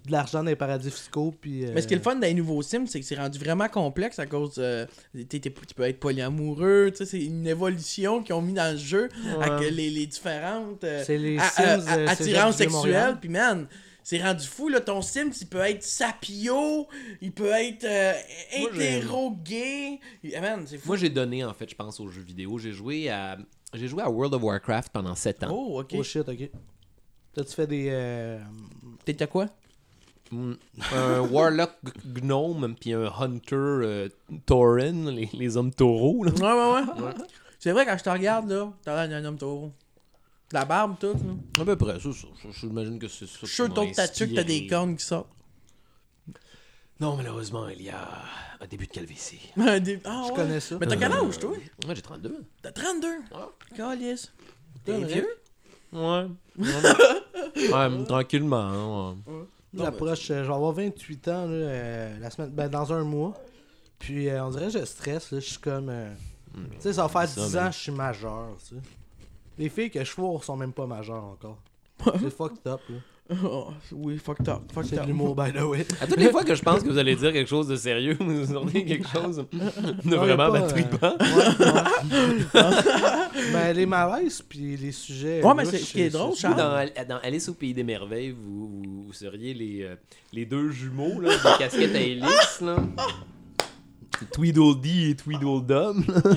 de l'argent dans les paradis fiscaux. Puis, euh,
Mais ce qui est le fun dans les nouveaux Sims, c'est que c'est rendu vraiment complexe à cause. euh, t'es- t'es- tu peux être polyamoureux, tu sais, c'est une évolution qu'ils ont mis dans le jeu avec euh, les, les différentes euh,
C'est les
a-
Sims,
a-
euh,
a-
Cégep
attirances
du Vieux-Montréal.
sexuelles. Puis man, c'est rendu fou, là. Ton Sim, il peut être sapio, il peut être euh,
Moi, j'ai-
hétéro gay. Eh, Man, c'est fou.
Moi, j'ai donné, en fait, je pense, aux jeux vidéo. J'ai joué à, j'ai joué à World of Warcraft pendant 7 ans.
Oh, ok.
Oh shit, ok. T'as-tu fait des. euh,
T'étais quoi
Mm. Un Warlock g- Gnome, puis un Hunter euh, Tauren, les, les hommes taureaux. là.
Ouais, ouais, ouais. C'est vrai, quand je te regarde, là, t'as l'air d'un homme taureau. De La barbe, tout, là.
À peu près, c'est ça. Je- J'imagine que c'est ça.
Je suis sûr,
qui m'a
d'autres tatoues que t'as des
inspiré.
cornes qui sortent.
Non, malheureusement, il y a un début de calvitie. Euh,
Un dé- Ah,
Je
ouais.
connais ça.
Mais t'as quel âge, toi
Moi, j'ai 32.
T'as 32. Calice. T'es
Ouais.
vieux
Ouais. ouais, tranquillement. hein, ouais.
Moi, J'approche, euh, je vais avoir 28 ans là, euh, la semaine, ben, dans un mois. Puis euh, on dirait que je stresse, là, je suis comme. euh,
Hmm.
tu sais, ça va faire
ça,
10
ben.
man.
ans, je suis majeur, tu sais. Les filles que je fourre sont même pas majeures encore. C'est fucked up, là.
Oh, Oui, fucked up. Fucked
C'est de
up.
l'humour, by the way.
À toutes les fois que je pense que vous allez dire quelque chose de sérieux, <laughs> vous sortez quelque chose de
Non, y a
vraiment
pas,
battripant.
euh, ouais, ouais. ben, les malaises, puis les sujets.
Ouais, mais
louches,
c'est- ce qui est drôle,
c'est-
Ou
Charles.
dans, Al- dans Alice au Pays des Merveilles, vous, vous, vous seriez les, euh, les deux jumeaux, là, des casquettes à hélice, là. Tweedledee et Tweedledum. là.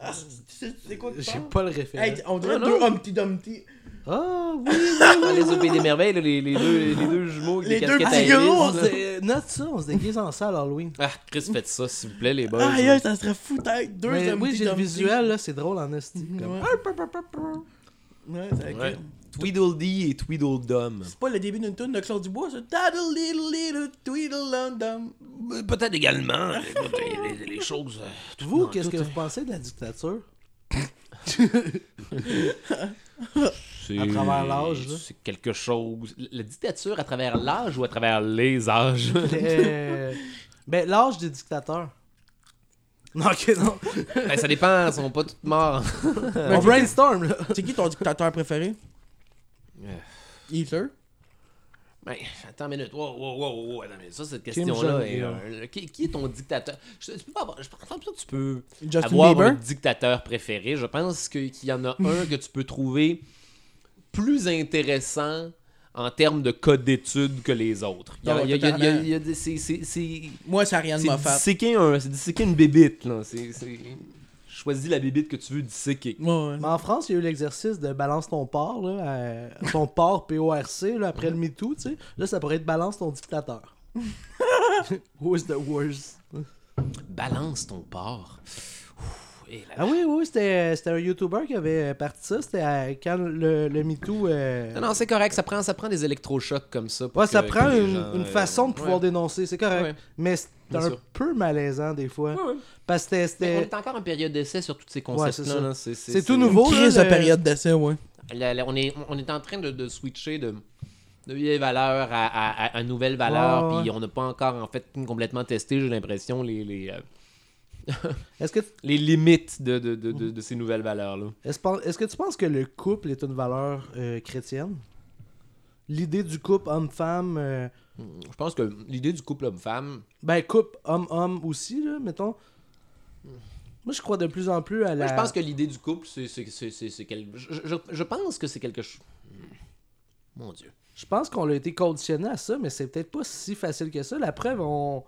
Ah, C'est c'est quoi que tu
J'ai
parles?
pas le référent.
Hey, on dirait
Non,
deux Humpty Dumpty.
Ah, oui, oui,
Dans Alice au Pays des Merveilles, là, les, les deux, les deux jumeaux avec
Les
des
deux
casquettes à
petits
hélice.
gros,
là.
on se- euh, Note ça, on se déguise en salle à Halloween.
Ah, Chris, faites ça, s'il vous plaît, les boys.
Aïe, aïe, ça serait fou, tête. Deux
Mais
Humpty
oui, j'ai le
Dumpty.
visuel, là, c'est drôle en esti. comme-
Ouais, Ouais, c'est
Ouais.
ok.
Tweedledee et Tweedledum.
C'est pas le début d'une tune de Claude Dubois, c'est Daddle Little Little Tweedle Dum.
Euh, Peut-être également. Écoute, les, les- les choses. euh, tout-
Vous,
non,
qu'est-ce
tout,
que
euh,
vous pensez de la dictature
C'est-
À travers l'âge, là.
C'est quelque chose. La dictature à travers l'âge ou à travers les âges
<laughs> Euh, Ben, l'âge des dictateurs. Non, ok, non.
Ben, Ça dépend, ils sont pas tous morts. <laughs>
On brainstorm, là.
C'est qui ton dictateur préféré
Euh.
Hitler.
Ben, attends une minute. Wow, wow, wow, wow, attends une minute. Ça, cette
Kim
question-là. est,
Jong-il.
euh, qui, qui est ton dictateur Je, tu peux pas avoir- je pense pas que tu peux
Justin
avoir un
Bieber.
dictateur préféré. Je pense que- qu'il y en a un que tu peux trouver plus intéressant en termes de code d'études que les autres. Il y a-
Ah ouais,
il y a- il y a- il y a-
totalement.
il y a des- c'est- c'est- c'est-
Moi, c'est Ariane
c'est
Moffat.
disséquer un- c'est disséquer une bébite. là. C'est- c'est- Choisis la bébite que tu veux disséquer.
Ouais, ouais.
Mais en France, il y a eu l'exercice de balance ton porc, là. euh, ton porc, P-O-R-C, là, après le MeToo, tu sais. Là, ça pourrait être balance ton <laughs> dictateur. Who's the worst?
Balance ton porc. Ouh, et la-
Ah oui, oui, c'était c'était un YouTuber qui avait parti ça. C'était euh, quand le, le MeToo. euh,
Non, non, c'est correct. Ça prend, ça prend des électrochocs comme ça. pour
Ouais, ça
que-
prend
que les
une,
gens,
une
euh,
façon de pouvoir
ouais.
dénoncer, c'est correct.
Ouais.
Mais c'est
Bien
un
sûr.
peu malaisant des fois.
Ouais, ouais.
Parce que c'était-
Mais on
c'était.
est encore en période d'essai sur tous ces
Ouais, c'est
concepts-là.
ça.
là. c'est, c'est-
C'est tout
c'est-
nouveau. là,
Crise de
le-
période d'essai, ouais.
La- la- on, est, on est en train de, de switcher de, de vieilles valeurs à, à, à- à nouvelles valeurs.
Ouais, ouais.
Puis on n'a pas encore, en fait, complètement testé, j'ai l'impression, les, les, euh,
Est-ce que,
les limites de, de, de, de- de ces nouvelles valeurs-là.
est-ce pen- est-ce que tu penses que le couple est une valeur euh, chrétienne L'idée du couple homme-femme. euh,
Je pense que l'idée du couple homme-femme,
ben, couple homme-homme aussi, là, mettons. Moi, je crois de plus en plus à la.
Moi, je pense que l'idée du couple, c'est, c'est, c'est, c'est, c'est quel- je, je, je pense que c'est quelque chose. Mon Dieu.
Je pense qu'on a été conditionné à ça, mais c'est peut-être pas si facile que ça. La preuve, on.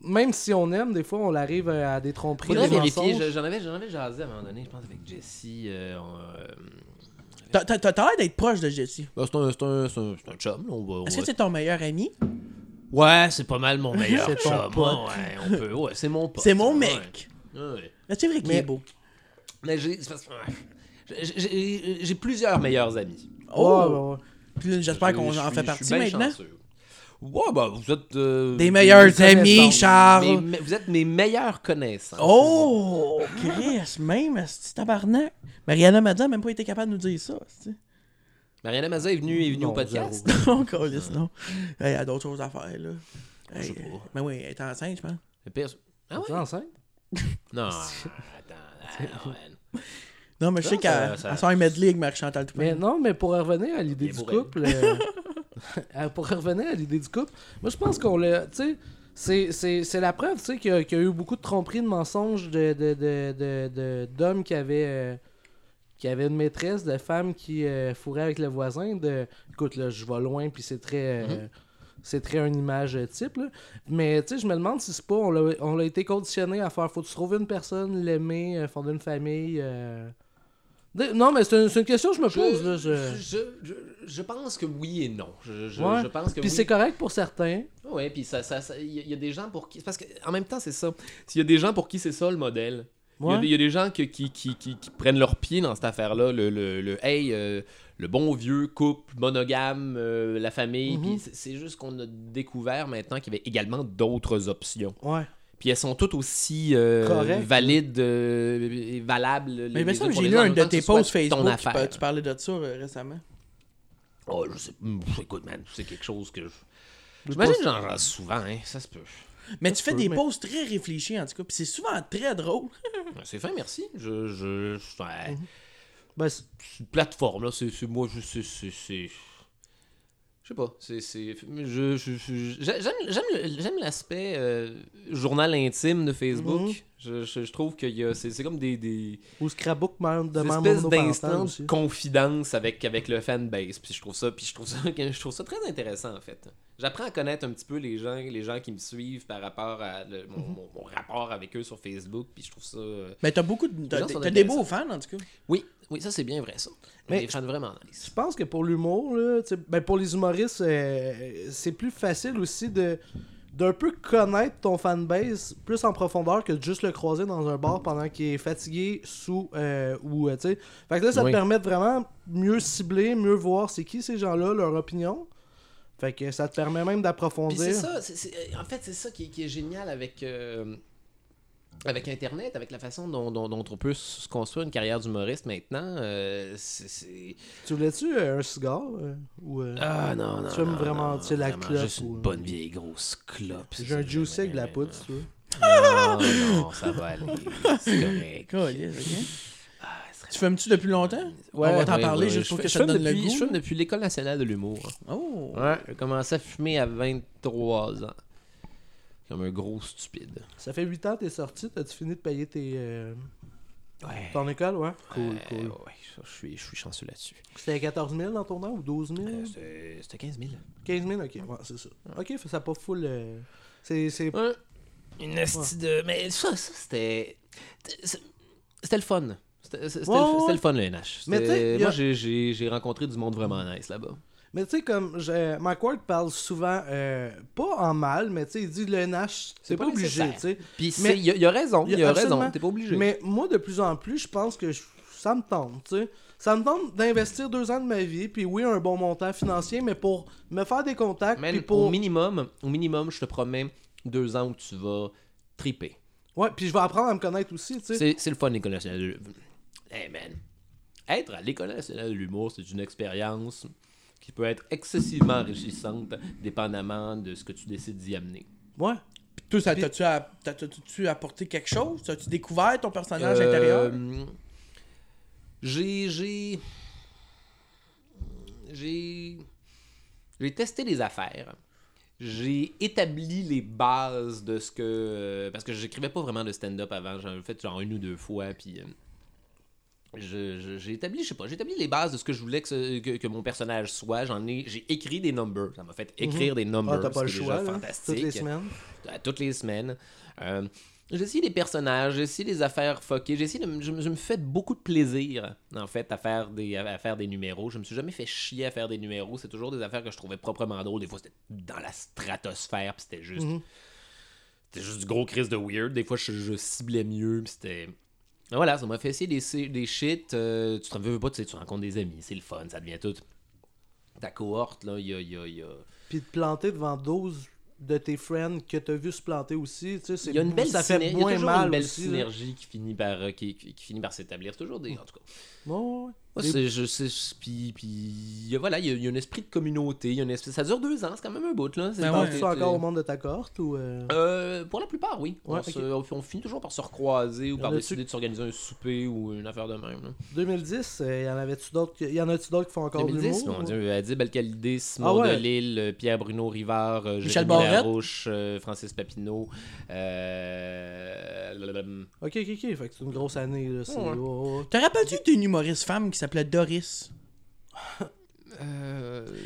Même si on aime, des fois, on arrive à des tromperies.
Faudrait
des
vérifier.
mensonges.
je- J'en avais, j'en avais jasé à un moment donné, je pense, avec Jessie. euh, on, euh,
T'as t'as- t'as l'air d'être proche de Jesse.
bah, c'est, un, c'est, un, c'est, un, Ah, c'est un chum. là, on va- on
Est-ce
va-
que c'est ton meilleur ami?
Ouais, <laughs> c'est pas mal mon meilleur
C'est ton
chum.
pote.
Ouais, on peut. Ouais, c'est mon pote.
C'est mon
Ouais.
mec.
Ouais.
Mais C'est vrai qu'il
Mais-
est beau.
Mais j'ai, c'est parce que- j'ai, j'ai- j'ai plusieurs meilleurs amis.
Ouais,
Oh!
ouais, ouais.
Puis là, j'espère qu'on
Je
en
suis-
fait
je
partie
suis bien
maintenant.
chanceux. Ouais, bah, vous êtes. euh,
Des meilleurs
des
amis,
connaissances.
Charles!
mes- vous êtes mes meilleurs connaissances.
Oh! Chris, même, c'est tabarnak! Mariana Madza a même pas été capable de nous dire ça, <laughs> c'est-tu?
Mariana Mazza est venue, est venue
Non,
au podcast.
On calisse, Oh, non. Elle a d'autres choses à faire, là.
Je sais
Hey,
pas.
Mais oui, elle est enceinte, je pense.
Le pire, c'est- Ah
T'es
ouais?
enceinte?
<laughs>
Non. Attends. ah, ouais.
Non, mais je sais
Non, ça-
qu'elle
ça-
elle sort un medley avec Marie-Chantal Toupin.
Mais non, mais pour en revenir à l'idée
Bien
du
pour elle.
couple, euh, euh, pour revenir à l'idée du couple, moi je pense qu'on l'a. Tu sais, c'est- c'est c'est la preuve tu sais, qu'il y, a- qu'il y a eu beaucoup de tromperies, de mensonges d'hommes de, de, de, de- d'hommes qui avaient. euh, qui avaient une maîtresse, de femmes qui euh, fourraient avec le voisin, de écoute là, je vais loin, puis c'est très, euh,
Mhm.
c'est très une image euh, type là. Mais tu sais, je me demande si c'est pas, on l'a- on l'a été conditionné à faire, faut tu trouver une personne, l'aimer, euh, fonder une famille. euh. De- non, mais c'est une, c'est une question que je me pose là. je-
je- je- je pense que oui et non. Je, je-
Ouais.
je pense que
Puis
oui.
c'est correct pour certains.
Ouais, puis ça, ça, ça- il y, a- il y a des gens pour qui. Parce que en même temps, c'est ça. S'il y a des gens pour qui c'est ça le modèle. Il y a
Ouais.
des- il y, a des gens que- qui, qui, qui, qui prennent leur pied dans cette affaire-là. Le, le, le- hey, euh, le bon vieux couple, monogame, euh, la famille.
Mhm.
Puis c'est- c'est juste qu'on a découvert maintenant qu'il y avait également d'autres options.
Ouais.
Puis elles sont toutes aussi euh,
Correct.
valides euh, et valables. les-
Mais il me
les
semble
unes
que
pour
j'ai
les
lu
autres, en
un
même
de
temps que
tes
ce soit
posts Facebook.
Ton
tu par-
affaire.
Tu parlais de ça euh, récemment.
Oh, je sais. Hum, Écoute, man, c'est quelque chose que. je- J'imagine que j'en rase souvent, hein. Ça se peut.
Mais tu fais
peux,
des
mais-
posts très réfléchis en tout cas, puis c'est souvent très drôle.
C'est fin, merci. Je. je, je- ouais.
Ben, c'est-
C'est une plateforme, là. C'est c'est- moi, je. c'est- c'est- c'est- Je sais pas. C'est. c'est- je- je- je- j'a- J'aime j'aime le- j'aime l'aspect euh, journal intime de Facebook.
Mhm.
je, je- je trouve que c'est c'est comme des- des...
Ou Scrapbook même de
une
même
espèce
monoparental
d'instant
aussi.
de confidence avec, avec le fanbase. Puis je trouve ça, puis je trouve ça, <laughs> je trouve ça très intéressant en fait. J'apprends à connaître un petit peu les gens, les gens qui me suivent par rapport à le- mon,
Mhm.
mon- mon rapport avec eux sur Facebook. Puis je trouve ça. euh,
Mais t'as beaucoup de. T'as
gens sont
t'as des
intéressants.
beaux fans en tout cas.
Oui, oui, ça c'est bien vrai ça.
Mais-
Mais des fans vraiment nice.
Je pense que pour l'humour, là, tu sais, ben pour les humoristes, euh, c'est plus facile aussi de d'un peu connaître ton fanbase plus en profondeur que de juste le croiser dans un bar pendant qu'il est fatigué, sous euh, ou euh, tu sais. Fait que là, ça
Oui.
te permet de vraiment mieux cibler, mieux voir c'est qui ces gens-là, leur opinion. Fait que ça te permet même
Puis c'est
d'approfondir.
ça, c'est- c'est- en fait c'est ça qui, est- qui est génial avec. euh, avec Internet, avec la façon dont, dont- dont on peut se construire une carrière d'humoriste maintenant, euh, c'est- c'est...
Tu voulais-tu euh, un cigare euh, ou euh,
Ah non, non.
Tu aimes
non,
vraiment,
non,
tu sais, la
vraiment,
clope
Juste
ou- euh,
une bonne vieille grosse clope.
j'ai un juicy avec de la poudre, si tu veux.
Non, Ah, non, ça va aller. C'est correct.
Calisse, ok.
Ah, ce serait-
Tu fumes-tu depuis longtemps? On va t'en
ouais,
parler
ouais,
juste
je
pour
fume-
que
je
ça te
fume
donne le
depuis-
goût.
Je fume depuis l'École nationale de l'humour.
Oh!
Ouais, j'ai commencé à fumer à 23 ans. Comme un gros stupide.
Ça fait 8 ans que t'es sorti, t'as-tu fini de payer tes, euh,
Ouais.
ton école, ouais? Cool,
Euh,
cool.
ouais, ça, je suis, je suis chanceux là-dessus.
C'était 14 000 dans ton an ou 12 000?
Euh, C'était c'était 15 000.
15 000, ok, ouais, c'est ça. Ok, fait ça pas full. euh, C'est. c'est-
Ouais. Une esti de. Mais ça, ça c'était. C'était le fun. C'était c'était- c'était
Ouais,
le-
ouais,
c'était
ouais.
le fun, le NH.
Mais
C'était-
t'sais, y a-
Moi, j'ai- j'ai j'ai rencontré du monde vraiment nice là-bas.
Mais tu sais, comme. je- Mike Ward parle souvent, euh, pas en mal, mais tu sais, il dit le NH, c'est pas,
pas
obligé,
nécessaire.
tu sais.
Puis
Mais-
c'est- il y, a- il y a raison.
Il y a
Il y a
absolument-
raison. T'es pas obligé.
Mais moi, de plus en plus, je pense que je- ça me tente, tu sais. Ça me tente d'investir deux ans de ma vie, puis oui, un bon montant financier, mais pour me faire des contacts,
Man,
puis
au,
pour.
minimum, au minimum, je te promets deux ans où tu vas triper.
Ouais, puis je vais apprendre à me connaître aussi, tu sais.
C'est c'est le fun, l'école nationale de l'humour. Hey, man. Être à l'école nationale de l'humour, c'est une expérience qui peut être excessivement enrichissante, dépendamment de ce que tu décides d'y amener.
Ouais.
Puis toi, ça t'as-tu a- t'as- t'as-tu apporté quelque chose? T'as-tu découvert ton personnage
Euh,
intérieur?
J'ai. J'ai. J'ai. J'ai testé les affaires. J'ai établi les bases de ce que. Parce que j'écrivais pas vraiment de stand-up avant. J'en ai fait genre une ou deux fois. Puis. euh, je- je- J'ai établi, je sais pas, j'ai établi les bases de ce que je voulais que, ce- que, que mon personnage soit. J'en ai, j'ai écrit des numbers. Ça m'a fait écrire des numbers.
Ah, t'as pas le
ce qui est
choix,
déjà
là,
fantastique
toutes les semaines.
à toutes les semaines. Euh, j'essaie des personnages, j'essaie des affaires fuckées, j'essaie de, m- je, me- je me fais beaucoup de plaisir en fait à faire des à, à faire des numéros. Je me suis jamais fait chier à faire des numéros. C'est toujours des affaires que je trouvais proprement drôles. Des fois c'était dans la stratosphère, puis c'était juste
Mhm.
c'était juste du gros crise de weird. Des fois je, je ciblais mieux, puis c'était Ben voilà, ça m'a fait essayer des, des shit. euh, tu te veux pas, tu sais, tu rencontres des amis, c'est le fun, ça devient tout. Ta cohorte, là, il y a- il y a- il y a...
puis de planter devant 12 de tes friends que t'as vu se planter aussi, tu sais, c'est
Il y a une belle,
ça
syner-
fait
il y a
moins
toujours
mal
une belle
aussi, hein. là.
synergie qui finit par, euh, qui, qui- qui finit par s'établir. Toujours des. En tout cas.
Ah
Ouais, ouais, ouais.
Ouais, c'est- je- c'est- c'est- Puis, puis, euh, voilà, il y, a- il y a un esprit de communauté. il y a un esprit- Ça dure deux ans, c'est quand même un bout. Là. C'est-
Ben
t'es-
ouais.
t'es-
Parles-tu encore au monde de ta cohorte ou. euh,
Euh, pour la plupart, oui.
Ouais,
on, se- on- on finit toujours par se recroiser ou
Y en
par
a-tu-
décider de s'organiser un souper ou une affaire de même. là.
2010, euh, y en avait-tu d'autres que- y en a-tu d'autres qui font encore de
2010,
l'humour
mon
ou-
Dieu, Adib Alcalidé, Simon
Ah ouais.
Delille, euh, Pierre-Bruno Rivard, euh,
Michel
Jérémy
Barrette.
Larouche, euh, Francis Papineau. euh, blablabla.
Ok, ok, ok. Fait que c'est une grosse année. Là, c'est-
Ouais.
ouais, ouais.
Te rappelles-tu d'une humoriste femme qui s'appelait Doris?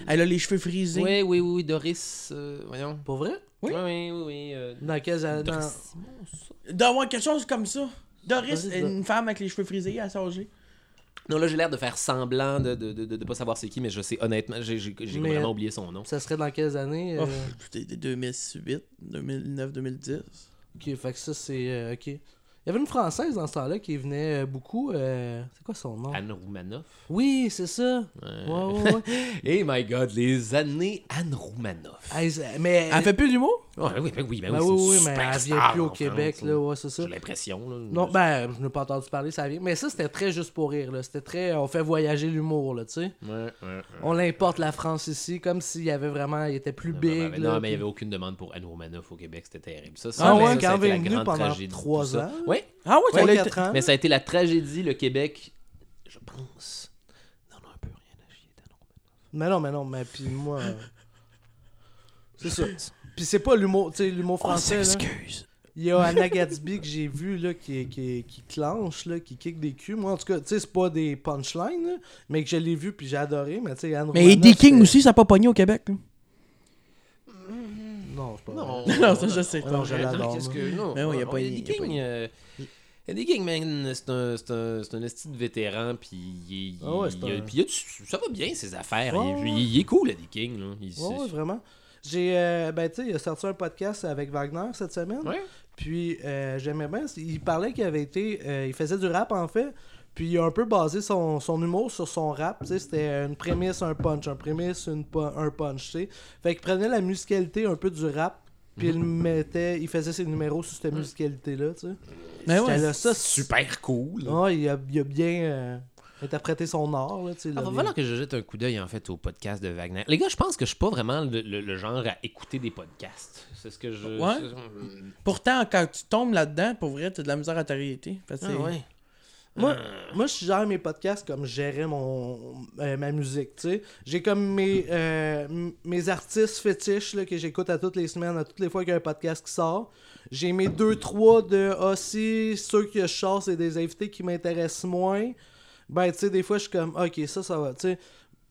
Elle a les cheveux frisés.
Oui, Euh, oui, oui, Doris, euh, voyons.
Pour vrai
Oui,
Oui.
oui, oui, oui. euh,
Dans quelles années dans-
Doris Simon, ça.
D'avoir quelque chose comme ça. Doris,
Doris,
une femme avec les cheveux frisés à s'arranger.
Non, là, j'ai l'air de faire semblant de ne de, de- de pas savoir c'est qui, mais je sais honnêtement, j'ai j'ai- j'ai
Mais- euh,
vraiment oublié son nom.
Ça serait dans quelles années euh,
Oh, c'était des 2008, 2009, 2010.
Ok, fait que ça, c'est. euh, ok. Il y avait une Française dans ce temps-là qui venait euh, beaucoup. euh, C'est quoi son nom
Anne Roumanoff.
Oui, c'est ça. Ouais, ouais,
<laughs>
ouais.
Eh my god, les années Anne Roumanoff.
Elle- elle- mais.
Elle fait plus d'humour?
Ouais, oui, ben oui, ben
Ben
oui,
oui,
c'est une
oui, mais elle vient
superstar
plus au
en
Québec,
France,
là, ouais, c'est ça.
J'ai l'impression, là.
Non, ben, je n'ai pas entendu parler, ça vient. Mais ça, c'était très juste pour rire, là. C'était très. On fait voyager l'humour, là, tu sais.
Ouais, ouais, ouais.
On l'importe la France ici, comme s'il y avait vraiment. Il était plus
Non,
big.
non, mais-
là,
non, mais il n'y
puis-
avait aucune demande pour Anne Roumanoff au Québec, c'était terrible. Ça, ça,
Ah
mais
ouais,
ça, ça a
quand
été la
même venu
grande
pendant
tragédie de
trois
tout ça.
ans.
Ouais,
Ah ouais, ça
Trois,
l'a été-
quatre ans.
mais ça a été la tragédie. Le Québec, je pense, n'en a un peu rien à chier d'Anne
Mais non, mais non, mais puis
<laughs>
moi. euh, c'est ça. Puis c'est pas l'humour, tu sais, l'humour
Oh,
On
français. là.
Ah, s'excuse.
Il y a Anna Gatsby que j'ai vu là, qui, qui, qui clenche, là, qui kick des culs. Moi, en tout cas, tu sais, c'est pas des punchlines, là, mais que je l'ai vu puis j'ai adoré. Mais tu sais, Anne
Mais
Romanoff,
Eddie King
c'était-
aussi, ça n'a pas pogné au Québec. là.
<laughs> Non, c'est pas vrai.
Non,
non, ça, je sais.
Ouais, non, je l'adore.
hein, Qu'est-ce
moi.
que. Non,
Mais oui, y a
non,
pas une-
Eddie
y a pas
King.
une-
euh, Eddie King, man, c'est un, c'est un, c'est un esti de vétéran, puis il, il-
Ah ouais, c'est
il-
un-
puis il a du- ça va bien, ses affaires.
Ouais,
il,
ouais.
il- il est cool, Eddie King. Là. Il,
Ouais, ouais,
c'est-
vraiment. J'ai, euh, ben, tu sais, il a sorti un podcast avec Wagner cette semaine.
Ouais.
Puis euh, j'aimais bien. Il parlait qu'il avait été. euh, il faisait du rap en fait. Puis il a un peu basé son, son humour sur son rap. Tu sais, c'était une prémisse, un punch, un prémisse, une pu- un punch. tu sais. Fait qu'il prenait la musicalité un peu du rap. Puis
<laughs>
il mettait, il faisait ses numéros sur cette musicalité-là, tu sais.
Mais
J'étais
ouais.
là, ça, c'est-
Super cool.
Ouais, il, a, il a bien euh, interprété son art, là, tu sais.
Ah,
là,
va
bien.
falloir que je jette un coup d'œil en fait au podcast de Wagner. Les gars, je pense que je suis pas vraiment le, le- le genre à écouter des podcasts. C'est ce que je.
Ouais.
c'est-
Pourtant, quand tu tombes là-dedans, pour vrai, t'as de la misère à t'arrêter. Parce que
Ah, ouais.
Moi, moi je gère mes podcasts comme je gérais mon, euh, ma musique, tu sais. J'ai comme mes, euh, m- mes artistes fétiches là, que j'écoute à toutes les semaines, à toutes les fois qu'il y a un podcast qui sort. J'ai mes deux, trois de aussi, ceux que je sors, c'est des invités qui m'intéressent moins. Ben, tu sais, des fois, je suis comme, ok, ça, ça va, tu sais.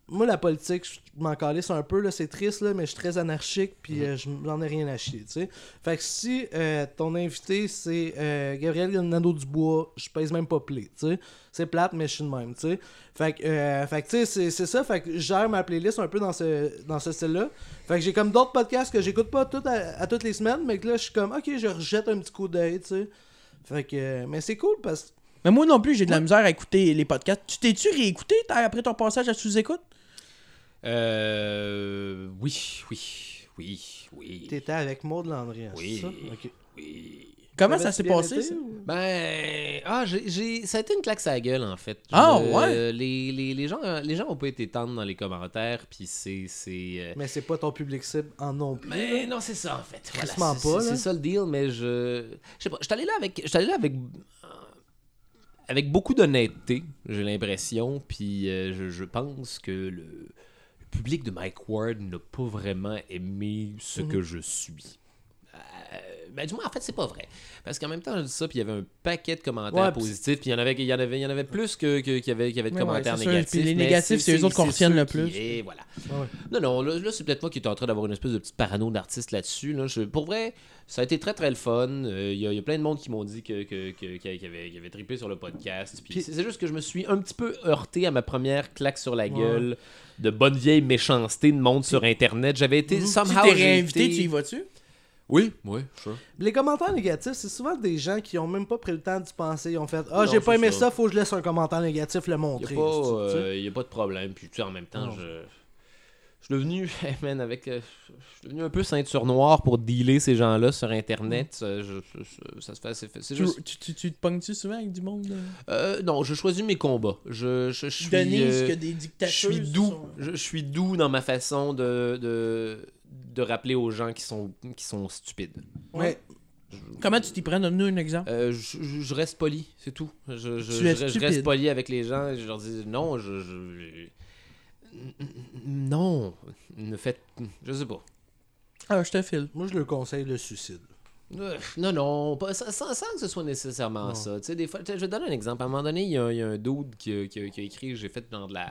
Moi, la politique, je m'en calisse un peu, là, c'est triste, là, mais je suis très anarchique, puis
Mhm.
euh, je- j'en ai rien à chier, tu sais. Fait que si euh, ton invité, c'est euh, Gabriel Nadeau-Dubois, je pèse même pas play, tu sais. C'est plate, mais je suis de même, tu sais. Fait que, euh, fait que, tu sais, c'est- c'est ça, fait que je gère ma playlist un peu dans ce, dans ce style-là. Fait que j'ai comme d'autres podcasts que j'écoute pas tout à, à toutes les semaines, mais que là, je suis comme, ok, je rejette un petit coup d'œil, tu sais. Fait que, euh, mais c'est cool parce que.
Mais moi non plus, j'ai de la misère à écouter les podcasts. Tu t'es-tu réécouté t'as- après ton passage à sous-écoute?
Euh, oui, oui, oui, oui.
T'étais avec Maud Landry, hein,
Oui.
c'est ça? Ok.
oui.
Comment
T'avais-tu
ça s'est
bien
passé?
été,
ça?
ou-
Ben, ah, j'ai, j'ai- ça a été une claque à la gueule en fait.
Ah,
Je-
ouais?
Les, les, les gens, les gens ont pas été tendres dans les commentaires, puis c'est, c'est. euh,
Mais c'est pas ton public cible en non plus.
Mais non, c'est ça en fait. Voilà,
Crissement
c'est,
pas,
c'est-
là.
c'est ça le deal, mais je, je sais pas. J'étais allé là avec, j'étais allé là avec, euh, avec beaucoup d'honnêteté, j'ai l'impression, puis euh, je, je pense que le, le public de Mike Ward n'a pas vraiment aimé
Mhm.
ce que je suis. Euh, ben, du moins, en fait, c'est pas vrai. Parce qu'en même temps, je dis ça, puis il y avait un paquet de commentaires
Ouais, puis-
positifs, puis il y en avait, il y en avait, il y en avait plus que, que- qu'il y avait, qu'il y avait de
Ouais, ouais,
commentaires
c'est sûr,
négatifs.
puis les
mais
négatifs, c'est eux autres qu'on retienne
ceux
le
qui-
plus.
Et voilà.
Ah ouais.
Non, non, là, là, c'est peut-être moi qui est en train d'avoir une espèce de petite parano d'artiste là-dessus. Là. Je- Pour vrai, ça a été très très le fun. Euh, Il y, a- il y a plein de monde qui m'ont dit que, que, que- qu'il y avait- qu'il y avait, qu'il y avait trippé sur le podcast. Puis
Puis-
c'est c'est juste que je me suis un petit peu heurté à ma première claque sur la gueule de bonne vieille méchanceté de monde sur Internet. J'avais été
Si
somehow.
t'es
j'ai
réinvité,
été-
tu y vas-tu?
Oui, oui, sure.
Les commentaires négatifs, c'est souvent des gens qui ont même pas pris le temps d'y penser. Ils ont fait Ah,
Non,
j'ai pas
c'est
aimé
ça.
ça. faut que je laisse un commentaire négatif le
Il
montrer.
n'y a, pas,
c'est-tu, tu sais.
euh, y a pas de problème. Puis tu sais, en même temps,
Non.
je. Je suis devenu, <laughs> hey, man, avec, euh, je suis devenu un peu ceinture noire pour dealer ces gens-là sur Internet. Ça, je- je- ça se fait assez fa- c'est
Tu,
juste-
tu, tu, tu te pognes-tu souvent avec du monde? euh,
Euh, non, je choisis mes combats. Je, je, je suis,
Denise,
euh,
que des
je
dictateurs.
suis doux. Je, je suis doux dans ma façon de, de, de rappeler aux gens qui sont, qui sont stupides.
Ouais. Comment tu t'y prends? Donne-nous un exemple.
Euh, je, je- je reste poli, c'est tout. Je, je- je-
Hein? Tu es
je- je
stupide.
reste poli avec les gens. Je leur dis non, je. je- Non, ne faites. Je sais pas.
Ah, je te file.
Moi, je le conseille le suicide.
Euh, Non, non, pas, sans, sans- sans que ce soit nécessairement
Non.
ça. Tu sais, des fois, tu sais, je vais te donner un exemple. À un moment donné, il y a, un- il y a un dude qui a, qui a- qui a écrit, j'ai fait dans de la,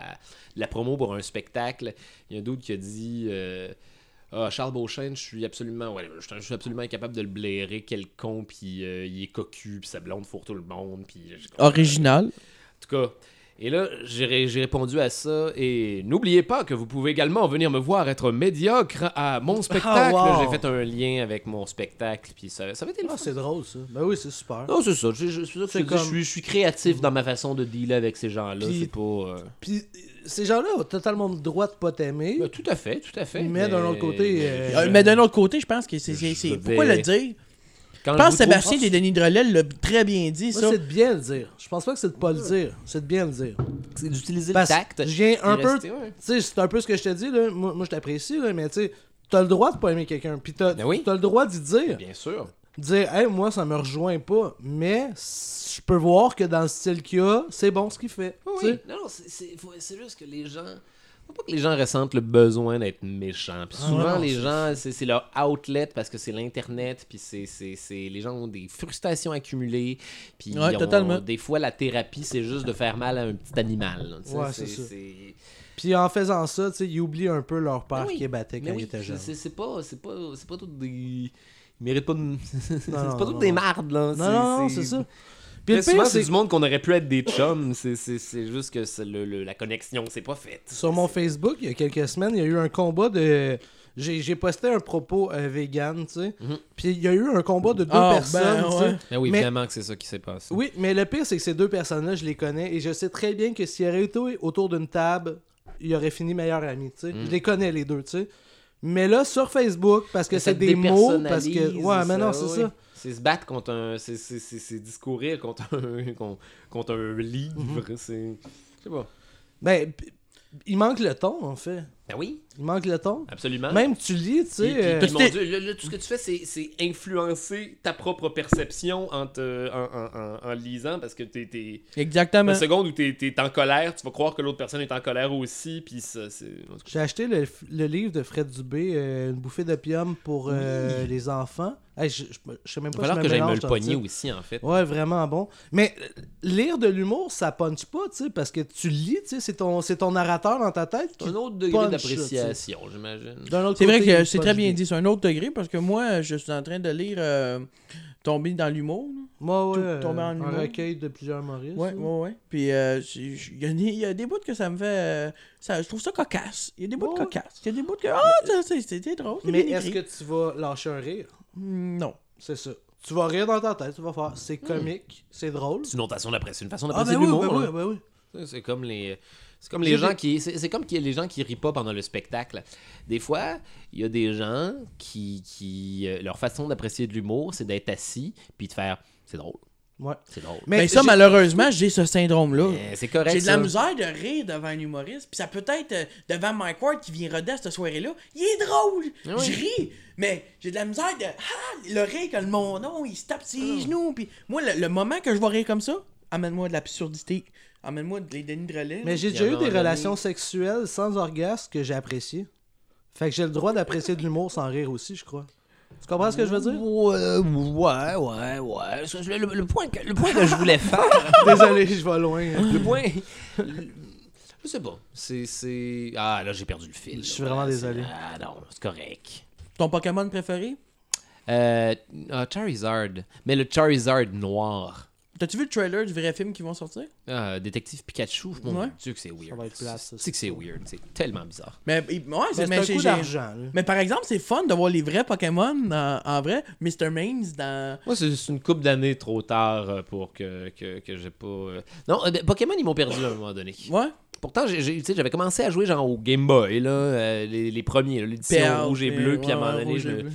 de la promo pour un spectacle, il y a un dude qui a dit... euh, ah, Charles Beauchesne, je suis absolument ouais, je, je suis absolument incapable de le blairer, quel con, puis euh, il est cocu, puis sa blonde fourre tout le monde, puis...
Original.
En tout cas. Et là, j'ai ré- j'ai répondu à ça. Et n'oubliez pas que vous pouvez également venir me voir être médiocre à mon spectacle.
Oh, wow.
J'ai fait un lien avec mon spectacle. Puis ça, ça avait été le
Ah,
fun.
c'est drôle, ça. Ben oui, c'est super.
Non, c'est ça. Je, je- c'est ça que
C'est
je, te dis,
comme- Mhm.
je suis, je suis créatif dans ma façon de dealer avec ces gens-là.
Puis-
C'est pas. euh,
Puis, euh, ces gens-là ont totalement le droit de pas t'aimer.
ben, tout à fait, tout à fait.
Mais d'un autre côté,
mais-
euh,
je-
mais d'un autre côté, je pense que c'est. c'est-
Je
c'est-
vais-
Pourquoi le dire?
quand
Je pense
vous
que Sébastien
trouve-
des Denis Drolet l'a très bien dit,
Moi,
ça.
c'est de bien le dire. Je pense pas que c'est de pas le dire. C'est de bien le dire.
c'est d'utiliser le
Parce que
tact.
je viens un
et
peu.
rester,
Tu
ouais.
sais, c'est un peu ce que je te dis, là. Moi, moi, je t'apprécie, là, mais tu sais, t'as le droit de pas aimer quelqu'un. Puis t'as
Ben oui.
t'as le droit d'y dire.
Bien sûr.
Dire, hey, moi, ça me rejoint pas. Mais s- je peux voir que dans le style qu'il a, c'est bon ce qu'il fait. Tu
Oui.
sais.
Non, non, c'est- c'est faut- c'est juste que les gens. Faut pas que les gens ressentent le besoin d'être méchants. Puis souvent,
Ah non,
les gens, c'est c'est leur outlet parce que c'est l'Internet. Puis c'est c'est- c'est- les gens ont des frustrations accumulées. Puis
Ouais,
ils ont-
totalement.
des fois, la thérapie, c'est juste de faire mal à un petit animal. là, tu sais,
Ouais, c'est ça.
c'est-
Puis en faisant ça, tu sais, ils oublient un peu leur père
Oui,
qui les battait
Mais
quand
oui,
ils étaient
c'est-
jeunes.
c'est c'est pas, c'est pas, c'est pas tout des. Ils méritent pas de. <laughs> c'est
non,
pas
non,
toutes
non.
des mardes, là.
Non, non, non, c'est ça. Puis
Puis
le pire,
c'est
c'est
du monde qu'on aurait pu être des chums. C'est- C'est c'est juste que c'est le- le- la connexion, c'est pas faite.
Sur mon Facebook, il y a quelques semaines, il y a eu un combat de. J'ai j'ai posté un propos euh, vegan, tu sais.
Mhm.
Puis il y a eu un combat de deux
Ah,
personnes,
ben
tu sais.
ouais.
Mais oui,
Mais-
évidemment que c'est ça qui s'est passé.
Oui, mais le pire, c'est que ces deux personnes-là, je les connais. Et je sais très bien que s'il y aurait été autour d'une table, ils auraient fini meilleur ami, tu sais.
Mm.
Je les connais, les deux, tu sais. Mais là, sur Facebook, parce que
Mais ça
c'est des mots, parce que.
dépersonnalise,
Ouais, mais non, c'est
oui.
ça.
C'est se battre contre un. C'est c'est- c'est- c'est discourir contre un, <laughs> con- contre un livre.
Mm-hmm.
C'est. Je sais pas.
Ben, p- il manque le ton, en fait.
Ben oui,
Il manque le ton.
absolument.
Même tu lis, tu sais.
Puis- puis-
euh,
puis, mon Dieu, là, là, tout ce que tu fais, c'est- c'est influencer ta propre perception en, te- en, en- en- en lisant parce que t'es. t'es-
Exactement.
La seconde où t'es es en colère, tu vas croire que l'autre personne est en colère aussi, puis ça, c'est. en tout cas,
J'ai acheté le, le livre de Fred Dubé, euh, Une bouffée d'opium pour euh, les enfants. Hey, je, je, je sais même
Il
pas
va falloir
si
que
je
j'aille me
mélange
le
dans
pogner
titre.
aussi, en fait.
Ouais, vraiment bon. Mais euh, lire de l'humour, ça punch pas, tu sais, parce que tu lis, tu sais, c'est ton, c'est ton narrateur dans ta tête qui.
Un autre degré
punch,
d'appréciation, j'imagine.
d'un autre
C'est
côté,
vrai que
il
c'est
punch
très bien dit. C'est un autre degré parce que moi, je suis en train de lire euh, Tomber dans l'humour. là.
Moi, ouais,
Tout
euh,
tombé en
un
humour.
recueil de plusieurs Maurice.
Ouais, ouais, ouais. Puis euh, j'ai- j'ai- il y, a des- il y a des bouts que ça me fait. euh, ça, je trouve ça cocasse. Il y a des bouts
Ouais.
de cocasse. Il y a des bouts que. Ah, ça, c'est- c'était drôle. c'est
Mais
bien
est-ce que
écrit.
tu vas lâcher un rire
Mm, Non.
C'est ça. Tu vas rire dans ta tête, tu vas faire c'est
Hmm.
comique, c'est drôle.
C'est une autre façon d'apprécier, une façon
Ah,
d'apprécier
ben oui,
l'humour.
ben oui,
hein.
ben oui.
Ça, C'est comme les. C'est comme les gens qui. C'est c'est comme qu'il y a les gens qui rient pas pendant le spectacle. Des fois, il y a des gens qui. qui euh, leur façon d'apprécier de l'humour, c'est d'être assis puis de faire. C'est drôle.
Ouais.
C'est drôle.
Mais Ben, ça,
j'ai-
malheureusement, j'ai ce syndrome-là.
Euh, c'est correct.
J'ai de la
ça.
misère de rire devant un humoriste. Puis ça peut être euh, devant Mike Ward qui vient roder à cette soirée-là. Il est drôle.
Ah
oui.
Je ris. Mais j'ai de la misère de. Ah, le rire que le mon nom, il se tape ses
Ah.
genoux. Puis moi, le, le moment que je vais rire comme ça, amène-moi de l'absurdité. Amène-moi des Denis Drolet.
Mais j'ai
Il y
déjà
en
eu
a
des
donné.
relations sexuelles sans orgasme que j'ai appréciées. Fait que j'ai le droit d'apprécier de l'humour sans rire aussi, je crois. Tu comprends ce que je
<laughs>
veux dire?
Ouais, ouais, ouais, ouais. Ça, Le, le- le point que, le point que je
<laughs>
voulais faire.
Désolé, je vais loin. hein.
le point. le- Je sais pas. C'est. c'est- Ah, là, j'ai perdu le fil.
Je suis
là.
vraiment
C'est-
désolé.
Ah, non, c'est correct.
Ton Pokémon préféré
Euh, ah, Charizard. Mais le Charizard noir.
T'as-tu vu le trailer du vrai film qui vont sortir
Ah, Détective Pikachu, mon
Ouais.
dieu que c'est weird.
va être plate, ça,
C'est que c'est weird, c'est tellement bizarre.
Mais il- ouais,
Mais
c'est mais
Ben, C'est un
j'ai-
coup
j'ai-
d'argent. là.
Mais par exemple, c'est fun de voir les vrais Pokémon en, en vrai. Mr. Mames dans.
Moi, c'est c'est une coupe d'années trop tard euh, pour que, que, que j'ai pas... euh, Non, euh, ben, Pokémon, ils m'ont perdu à un moment donné.
Ouais.
Pourtant, j'ai- j'ai- tu sais, j'avais commencé à jouer genre au Game Boy, là, euh, les, les premiers, là, l'édition
Perle,
rouge et
mais-
bleu, puis à un
ouais,
moment donné,
rouge
je
et
me,
bleu.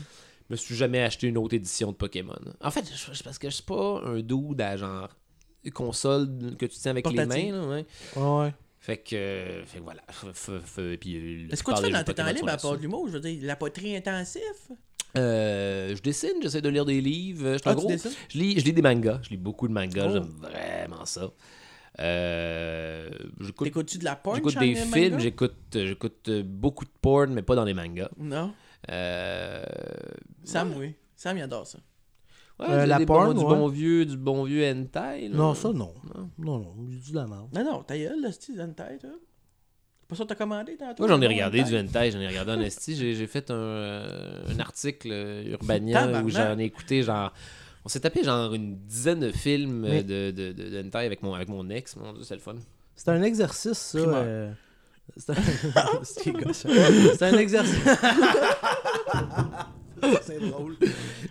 me suis jamais acheté une autre édition de Pokémon. En fait, je- je- parce que je suis pas un dude à genre console que tu tiens avec les
Portative.
mains, là, ouais.
Ouais.
Fait que, euh, fait que voilà. F- f- f- puis, euh, la
Est-ce que
plupart
tu
des
fais dans
jeux
tes temps
Pokémon sont
libres à part
là-dessus.
de l'humour? Je veux dire, la poterie intensive?
Euh, je dessine, j'essaie de lire des livres. Je suis
Ah,
un
tu
gros-
dessines?
Je lis, je lis des mangas. Je lis beaucoup de mangas.
Oh.
J'aime vraiment ça. Euh, j'écoute,
T'écoutes-tu de la porn?
j'écoute
dans
des
les
films.
mangas?
J'écoute, euh, j'écoute euh, beaucoup de porn, mais pas dans les mangas.
Non.
Euh,
Sam, oui. Sam, il adore ça.
ouais,
Euh,
des-
la
des
porn,
bons- du
ouais.
bon vieux, du bon vieux hentai. là.
Non, ça, non. Non, non, j'ai dit de la merde.
Non, non, ta gueule, là, c'est une tête, toi. C'est pas ça que t'as commandé tantôt?
Moi, j'en ai regardé du
hentai.
hentai, j'en ai regardé en esti. J'ai j'ai fait un, euh, un article euh, Urbania
Tabarnak.
où j'en ai écouté genre. On s'est tapé genre une dizaine de films euh,
Mais-
de, de, de- de hentai avec mon, avec mon ex. Mon dieu, c'est le fun.
C'est un exercice, ça.
Primaire.
euh, C'est un... <laughs> C'est qui est gosse, hein? C'est un exercice. <laughs> c'est drôle.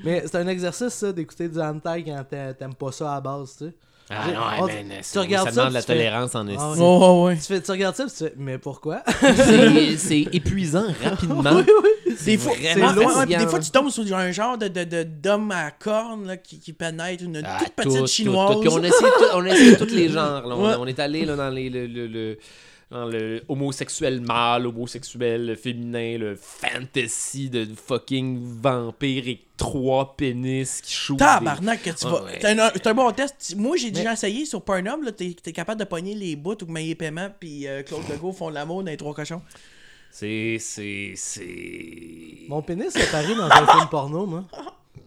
Mais c'est un exercice, ça, d'écouter du hentai quand t'a- t'aimes pas ça à la base, tu sais.
Ah
J'ai-
non,
on-
ouais, mais
tu
ça,
regardes
ça
ça,
demande de la
tu fais-
tolérance en
Ah
esti.
ouais.
Oh, ouais.
Tu, fais, tu regardes ça, puis tu fais, mais pourquoi?
<laughs> C'est- C'est épuisant rapidement.
Des fois,
Vraiment
c'est loin,
fatigant,
ouais, puis des
hein.
fois, tu tombes sur un genre de, de, de- d'homme à cornes là, qui, qui pénètre une
Ah,
toute
tout,
petite
tout,
chinoise.
tout. Puis on a essayé, tout- on a essayé tous les genres. là.
<laughs>
On,
Ouais.
on est allé là, dans les, le, le- le- dans le homosexuel mâle, homosexuel féminin, le fantasy de fucking vampire et trois pénis qui shootent. des-
Tabarnak que tu
Ah,
vas.
ouais.
T'as un, t'as un bon test. Moi, j'ai
Mais-
déjà essayé sur Pornhub, là, t'es, t'es capable de pogner les bouts où Maillé Paiement puis euh, Claude Legault font de l'amour dans les trois cochons.
C'est. C'est. C'est.
Mon pénis est paru dans un film porno, moi.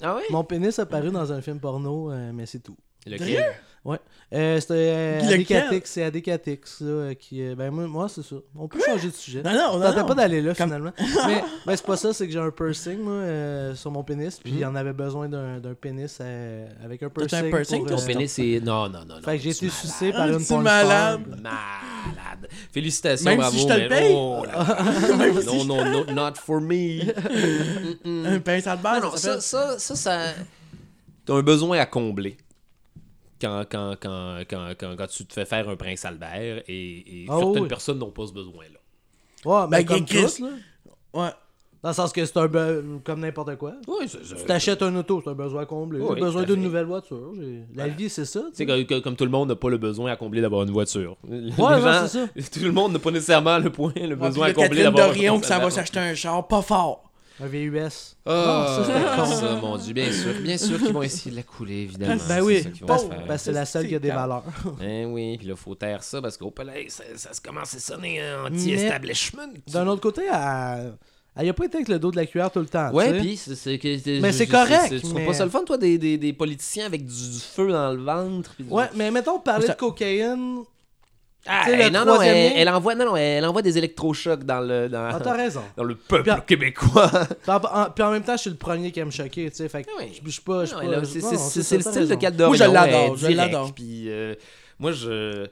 Ah ouais?
Mon pénis est paru dans un film porno, euh, mais c'est tout.
Lequel?
Ouais. Euh, c'était euh,
Lequel?
Adécatix, c'est Adécatix, là, euh, qui... euh, ben, moi, moi, c'est ça. On peut changer de sujet.
Non, non,
On
non.
tentait
non.
pas d'aller là,
Comme- <laughs>
finalement. Mais ben, c'est pas ça, c'est que j'ai un piercing, moi, euh, sur mon pénis, puis il y en avait besoin d'un d'un pénis euh, avec un piercing.
Mhm. un piercing,
pour, euh,
ton
Mon pénis, c'est. Non, non, non. non.
Fait que j'ai
Tu
été
malade.
sucé par
Ah,
une
tu
pornstar.
malade.
Malade. Félicitations,
Même si
bravo.
je te le
mais
paye. <laughs>
non,
Même si
non, non, no- not for me.
Un pince à de
Ah
base.
non,
ça
ça,
s'appelle.
ça, ça, ça- T'as un besoin à combler. Quand, quand, quand, quand, quand, quand tu te fais faire un prince Albert et, et
Ah
certaines
oui.
personnes n'ont pas ce besoin-là.
Ouais, mais
Ben,
comme
Chris.
tous, là.
Ouais.
Dans le sens que c'est un be- comme n'importe quoi.
Oui, c'est ça.
Tu
Tu
t'achètes un auto, c'est un besoin comblé.
Oui,
J'ai besoin
tout à
d'une
fait.
nouvelle voiture. j'ai- La vie, c'est ça. tu
sais,
sais.
que- que- comme tout le monde n'a pas le besoin à combler d'avoir une voiture. Ouais,
ouais, c'est ça.
<laughs> Tout le monde n'a pas nécessairement le point, le
Ouais, puis
besoin
là,
à combler
Catherine
d'avoir
Dorion,
un
qui s'en va s'acheter un char, pas fort.
Un VUS.
Ah,
Non, ça, c'était con.
ça, mon Dieu, bien sûr. Bien sûr qu'ils vont essayer de la couler, évidemment.
Ben
C'est
oui,
ça qu'ils vont
parce
faire.
parce que Ben, c'est la seule qui a des
C'est
valeurs.
Ben oui, puis là, faut taire ça parce qu'au palais, ça, ça se commence à sonner anti-establishment.
anti-establishment. D'un autre côté, elle... elle a pas été avec le dos de la cuillère tout le temps. tu
Ouais,
sais.
puis c'est- c'est que. c'est-
Mais
je-
c'est
je-
correct,
c'est- Tu trouves
mais-
pas ça le fun, toi, des, des, des politiciens avec du, du feu dans le ventre? puis du-
Ouais, mais mettons parler
Ça-
de cocaïne.
Ah,
tu sais, le
elle- non, non,
troisième
elle,
lien.
elle envoie, non, non, elle envoie des électrochocs dans le, dans,
Ah, t'as raison.
dans le peuple
Puis en-
québécois.
Puis en, en- puis en même temps, je suis le premier qui aime choquer, tu sais. Fait que
Ah oui.
je suis pas. je suis
Non,
pas-
elle a-
je-
C'est
non,
c'est-
non,
c'est-
ça,
c'est le
t'as
style de
raison.
Cat Dorion.
Moi, je l'adore,
elle est
je
directe,
l'adore.
Puis euh, moi, je.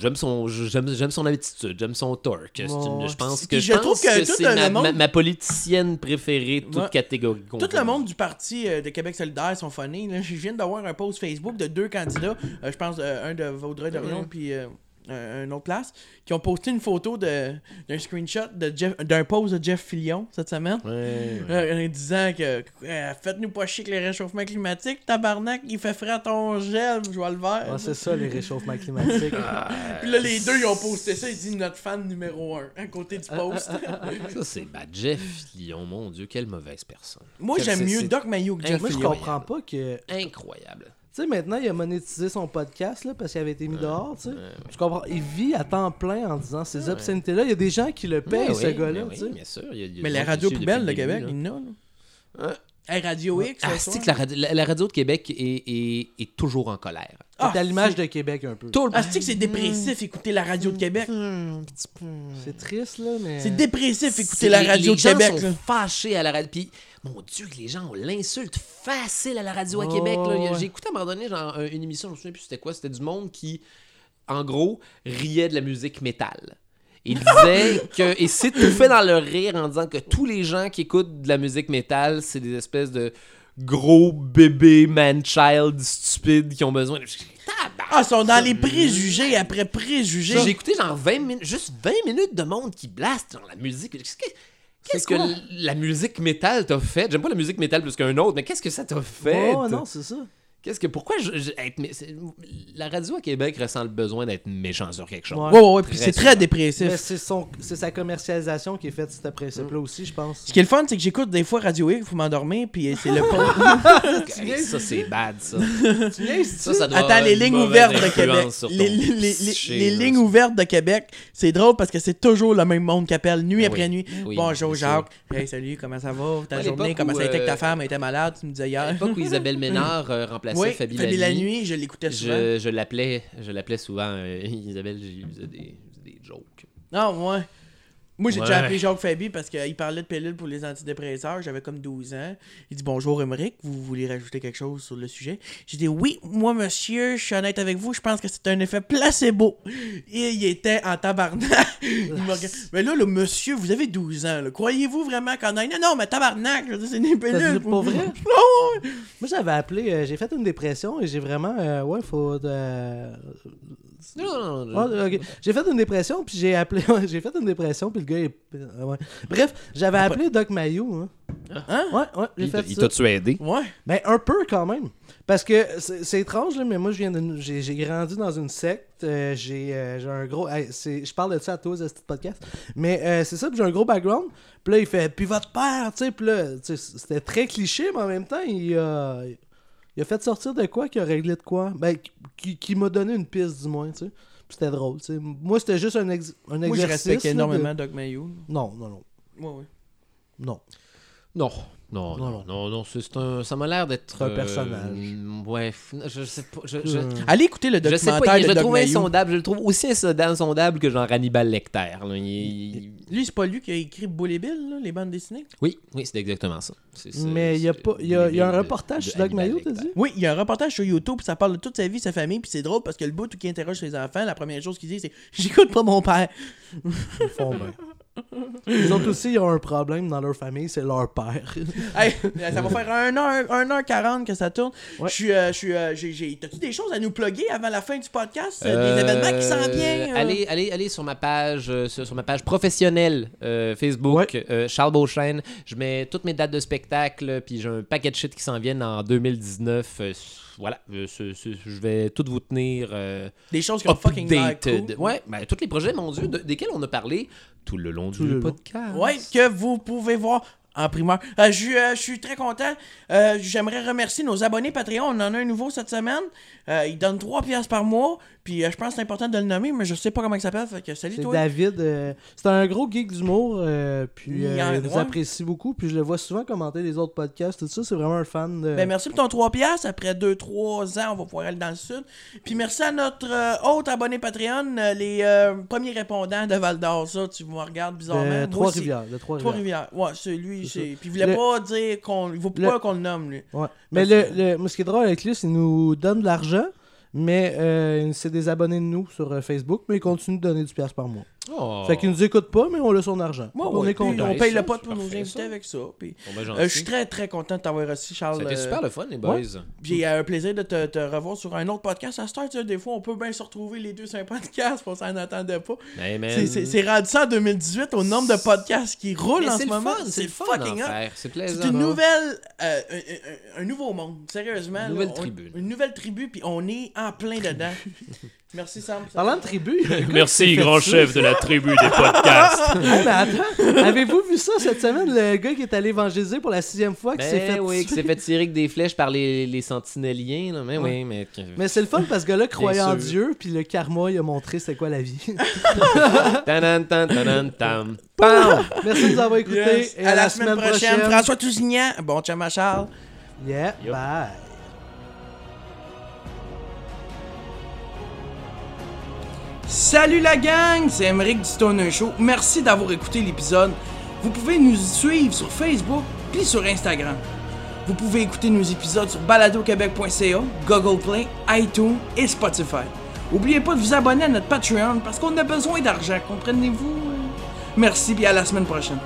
J'aime son, j'aime, j'aime son attitude, j'aime son torque. C'est une-
Ouais.
je pense
Puis
que,
je
je pense
trouve que
que,
tout
c'est
le
ma,
monde-
ma- ma politicienne préférée, toute
Ouais.
catégorie.
Tout le monde du parti euh, de Québec solidaire sont funnés. là. Je viens d'avoir un post Facebook de deux candidats, euh, je pense euh, un de Vaudreuil Dorion
Mm.
puis euh, un, un autre place, qui ont posté une photo de- d'un screenshot de Jeff- d'un post de Jeff Fillion cette semaine.
Ouais, ouais.
Euh, en disant que euh, faites-nous pas chier avec le réchauffement climatique, tabarnak, il fait frais à ton gel, je vois le vert.
Ah, c'est ça, les réchauffements climatiques.
Ah,
Puis là, les deux, ils ont posté ça, ils disent notre fan numéro un, à côté
Euh,
du post.
Ça, c'est bad. Jeff Lyon, mon Dieu, quelle mauvaise personne.
Moi, j'aime
C'est-
mieux
c'est
Doc Mayou que Jeff
Moi, je
Fillion.
comprends pas que.
Incroyable.
Tu sais, maintenant, il a monétisé son podcast, là, parce qu'il avait
Ah,
été mis dehors, tu sais. Je comprends. Il vit à temps plein en disant ces obscénités-là. Il y a des gens qui le
Ben
payent,
Ouais,
ce
Ah, Ben oui,
gars-là,
mais
tu sais.
oui, bien sûr. il y a- il y a
Mais
des
la
gens qui
radio
suivent
poubelle de
depuis le
Québec,
début,
il y en a. Euh,
là. Hein?
Hey, Radio X,
Ah,
le
c'est
soir.
que la, radio- la- la radio de Québec est, est- est toujours en colère.
Ah,
C'est à l'image de Québec un peu.
Tout le
Ah, c'est que c'est dépressif écouter la radio de Québec.
Mm.
C'est triste, là, mais.
C'est dépressif écouter
C'est-
la radio
les
de
gens
Québec.
sont
là.
fâchés à la radio. Puis, mon Dieu, que les gens, on l'insulte facile à la radio à
Oh,
Québec. là. Il y a-
ouais.
J'ai écouté à un moment donné genre, un- une émission, je me souviens plus c'était quoi, c'était du monde qui, en gros, riait de la musique métal. Il disait
<laughs>
que, et c'est tout fait dans le rire en disant que tous les gens qui écoutent de la musique métal, c'est des espèces de gros bébés man-child stupides qui ont besoin de. Tabarnak!
Ah, ils sont dans les préjugés après préjugés.
J'ai écouté genre 20 minutes, juste 20 minutes de monde qui blaste dans la musique. Qu'est-ce que, qu'est-ce que
quoi?
l- la musique métal t'a fait? J'aime pas la musique métal plus qu'un autre, mais qu'est-ce que ça t'a fait?
Oh, non, c'est ça.
Qu'est-ce que pourquoi je- je- être mé- c'est- la radio à Québec ressent le besoin d'être méchant sur quelque chose.
Ouais.
Ouais, ouais, ouais. Puis
Très
c'est
souvent.
très dépressif.
Mais c'est son- c'est sa commercialisation qui est faite, c'est principe-là aussi, je pense.
Ce qui est le fun, c'est que j'écoute des fois Radio X pour m'endormir, puis c'est le pont.
<laughs> Hey, ça c'est bad ça.
Tu viens, c'est-
ça, ça doit avoir
Attends, les
Ah, une
lignes
mauvaise
ouvertes de
influence
Québec.
sur ton
Les, les- les-
psyché,
les
là.
lignes ouvertes de Québec, c'est drôle parce que c'est toujours le même monde qui appelle nuit
Ben
après
oui,
nuit.
ben oui,
Bonjour
bien sûr.
Jacques. Hey, salut, comment ça va? Ta
Ouais,
journée,
l'époque
comment
où,
ça a été que ta
euh,
femme était malade? Tu me disais
À
hier.
l'époque où Isabelle Ménard euh, remplaçait
Oui,
Fabi,
Fabi la
Lani,
nuit, je l'écoutais souvent.
je, je l'appelais, je l'appelais souvent euh, <laughs> Isabelle, j'ai eu des, des jokes.
Non, Ah, ouais. Moi, j'ai
Ouais.
déjà appelé Jacques Fabi parce qu'il parlait de pilules pour les antidépresseurs. J'avais comme 12 ans. Il dit Bonjour, Émeric, vous voulez rajouter quelque chose sur le sujet J'ai dit Oui, moi, monsieur, je suis honnête avec vous, je pense que c'est un effet placebo. Et il était en tabarnak. <laughs> Il me regarde, Mais là, le monsieur, vous avez 12 ans. là. Croyez-vous vraiment qu'en a Non, non, mais tabarnak, je veux dire, c'est des pilules.
dit pour vrai?
<laughs> Non, ouais.
Moi, j'avais appelé, euh, j'ai fait une dépression et j'ai vraiment. euh, ouais, faut. euh,
Non, non, non,
Ah, ok. J'ai fait une dépression, puis j'ai appelé. <laughs> ouais, j'ai fait une dépression, puis le gars est. euh, ouais. Bref, j'avais appelé Doc Mayou. Hein.
Hein?
Ouais, ouais, j'ai
Ah. Il,
fait
il
ça.
t'a-tu aidé?
Ouais.
Ben, un peu quand même. Parce que c'est c'est étrange, là, mais moi, je viens d'une- j'ai j'ai grandi dans une secte. euh, j'ai euh, j'ai un gros. hey, c'est- je parle de ça à tous, à ce petit podcast. Mais euh, c'est ça, puis j'ai un gros background. Puis là, il fait. Puis votre père, tu sais. Puis là, tu sais, c'était très cliché, mais en même temps, il a. il a fait sortir de quoi qui a réglé de quoi Ben, qui, qui m'a donné une piste, du moins, tu sais. Puis c'était drôle, tu sais. Moi, c'était juste un, ex- un
Moi,
exercice.
je respecte
là, de-
énormément Doc Mayou.
Non, non, non.
Ouais, ouais.
Non.
Non.
Non,
Non, non,
non.
non, non, c'est c'est un, ça m'a l'air d'être euh,
C'est un personnage.
Ouais, f- je sais pas. Je, je,
Euh,
Allez écouter le
je sais
documentaire
pas, il-
de
je le
Doc
trouve
Mayou.
insondable. Je le trouve aussi insoda- insondable que genre Hannibal Lecter. là. Il- il-
Lui, c'est pas lui qui a écrit Boule et Bill, là, les bandes dessinées
Oui, oui, c'est exactement ça. C'est- c'est-
Mais il y a
c'est-
pas- il y a- il y a un
de-
reportage
de
sur Doc
Hannibal
Mayo, t'as
Lecter.
dit?
Oui, il y a un reportage sur YouTube, puis ça parle de toute sa vie, sa famille, puis c'est drôle parce que le bout où il interroge ses enfants, la première chose qu'il dit, c'est J'écoute pas mon père.
Ils font bien. Les autres aussi, ils ont un problème dans leur famille, c'est leur père.
<laughs> Hey, ça va faire 1h, 1h40 que ça tourne.
Ouais.
Je suis. euh, je suis euh, j'ai- j'ai- T'as-tu des choses à nous plugger avant la fin du podcast euh, Des événements qui s'en
Euh,
viennent euh?
Allez, allez, allez sur ma page, euh, sur, sur ma page professionnelle euh, Facebook, euh, Charles Beauchesne. Je mets toutes mes dates de spectacle, puis j'ai un paquet de shit qui s'en viennent en 2019. Euh, s- voilà, euh, ce- ce- je vais tout vous tenir. euh,
Des choses qui ont fucking l'air
updated.
cool.
Ouais, ben, tous les projets, mon Dieu, de- desquels on a parlé tout le long
Tout
du
le long.
podcast.
Ouais, que vous pouvez voir en primeur. Euh, je, euh, je suis très content. Euh, J'aimerais remercier nos abonnés Patreon. On en a un nouveau cette semaine. Euh, il donne 3 piastres par mois. Puis euh, je pense que c'est important de le nommer, mais je sais pas comment il s'appelle. Fait que salut
C'est
toi.
David. euh, c'est un gros geek d'humour, euh, puis
Il y a
euh,
un
il nous
droit.
apprécie beaucoup, puis je le vois souvent commenter les autres podcasts, tout ça, c'est vraiment un fan de...
Ben, merci pour ton 3 piastres. Après 2-3 ans, on va pouvoir aller dans le sud. Puis merci à notre euh, autre abonné Patreon, euh, les euh, premiers répondants de Val d'Or. Ça, tu me regardes bizarrement.
de
Moi aussi.
Euh, Trois-Rivières, de Trois-Rivières.
Trois-Rivières. Ouais, c'est lui.
C'est ça.
c'est- Puis il voulait
Le-
pas dire qu'on. Il faut
Le-
pas qu'on le nomme, lui.
Ouais. Mais le, le- moi, ce qui est drôle avec lui, c'est qu'il nous donne de l'argent, mais euh, c'est des abonnés de nous sur euh, Facebook, mais il continue de donner du pièce par mois.
Oh.
Fait qu'il nous écoute pas, mais on a son argent.
Ouais,
on
ouais,
est
puis euh,
content.
On paye
Ça,
le pot
c'est
pour nous
parfait,
inviter
ça.
avec ça. puis,
Bon, ben,
euh,
gentil.
je suis très très content de t'avoir reçu, Charles.
C'était
euh,
super le fun, les boys.
J'ai euh, un plaisir de te, te revoir sur un autre podcast. À cette heure, tu sais, des fois, on peut bien se retrouver les deux sur un podcast, <laughs> on s'en attendait pas.
Hey, man.
C'est- C'est c'est rendu ça en 2018 au nombre de podcasts qui roulent
Mais
en
c'est
ce
le
moment.
fun, c'est le fun
fucking
d'en
hot.
faire. C'est plaisant.
C'est une
hein.
nouvelle, euh, un, un- un nouveau monde, sérieusement. là.
Nouvelle
On-
tribu.
Une nouvelle tribu, puis on est en plein dedans. Merci Sam.
Parlant de <laughs> tribu,
Merci, grand chef de la tribu des podcasts.
Ah,
<laughs>
mais attends, avez-vous vu ça cette semaine, le gars qui est allé évangéliser pour la sixième fois, qui s'est
Ben
fait
oui, qui s'est fait tirer avec des flèches par les, les sentinelliens. là. Mais oui, mais...
Mais c'est le fun parce que là, croyait en
sûr.
Dieu, puis le karma, il a montré c'est quoi la vie.
Tanan, tan, tanan, tam. Pam!
<laughs> Merci de nous avoir écoutés.
Yes.
et
Euh, À, la, semaine, prochaine, François Tousignan. Bon, ciao, ma Charles.
Yeah, bye.
Salut la gang, c'est Emeric du Stoner Show. Merci d'avoir écouté l'épisode. Vous pouvez nous suivre sur Facebook puis sur Instagram. Vous pouvez écouter nos épisodes sur baladoquebec.ca, Google Play, iTunes et Spotify. Oubliez pas de vous abonner à notre Patreon parce qu'on a besoin d'argent, comprenez-vous? Merci et à la semaine prochaine.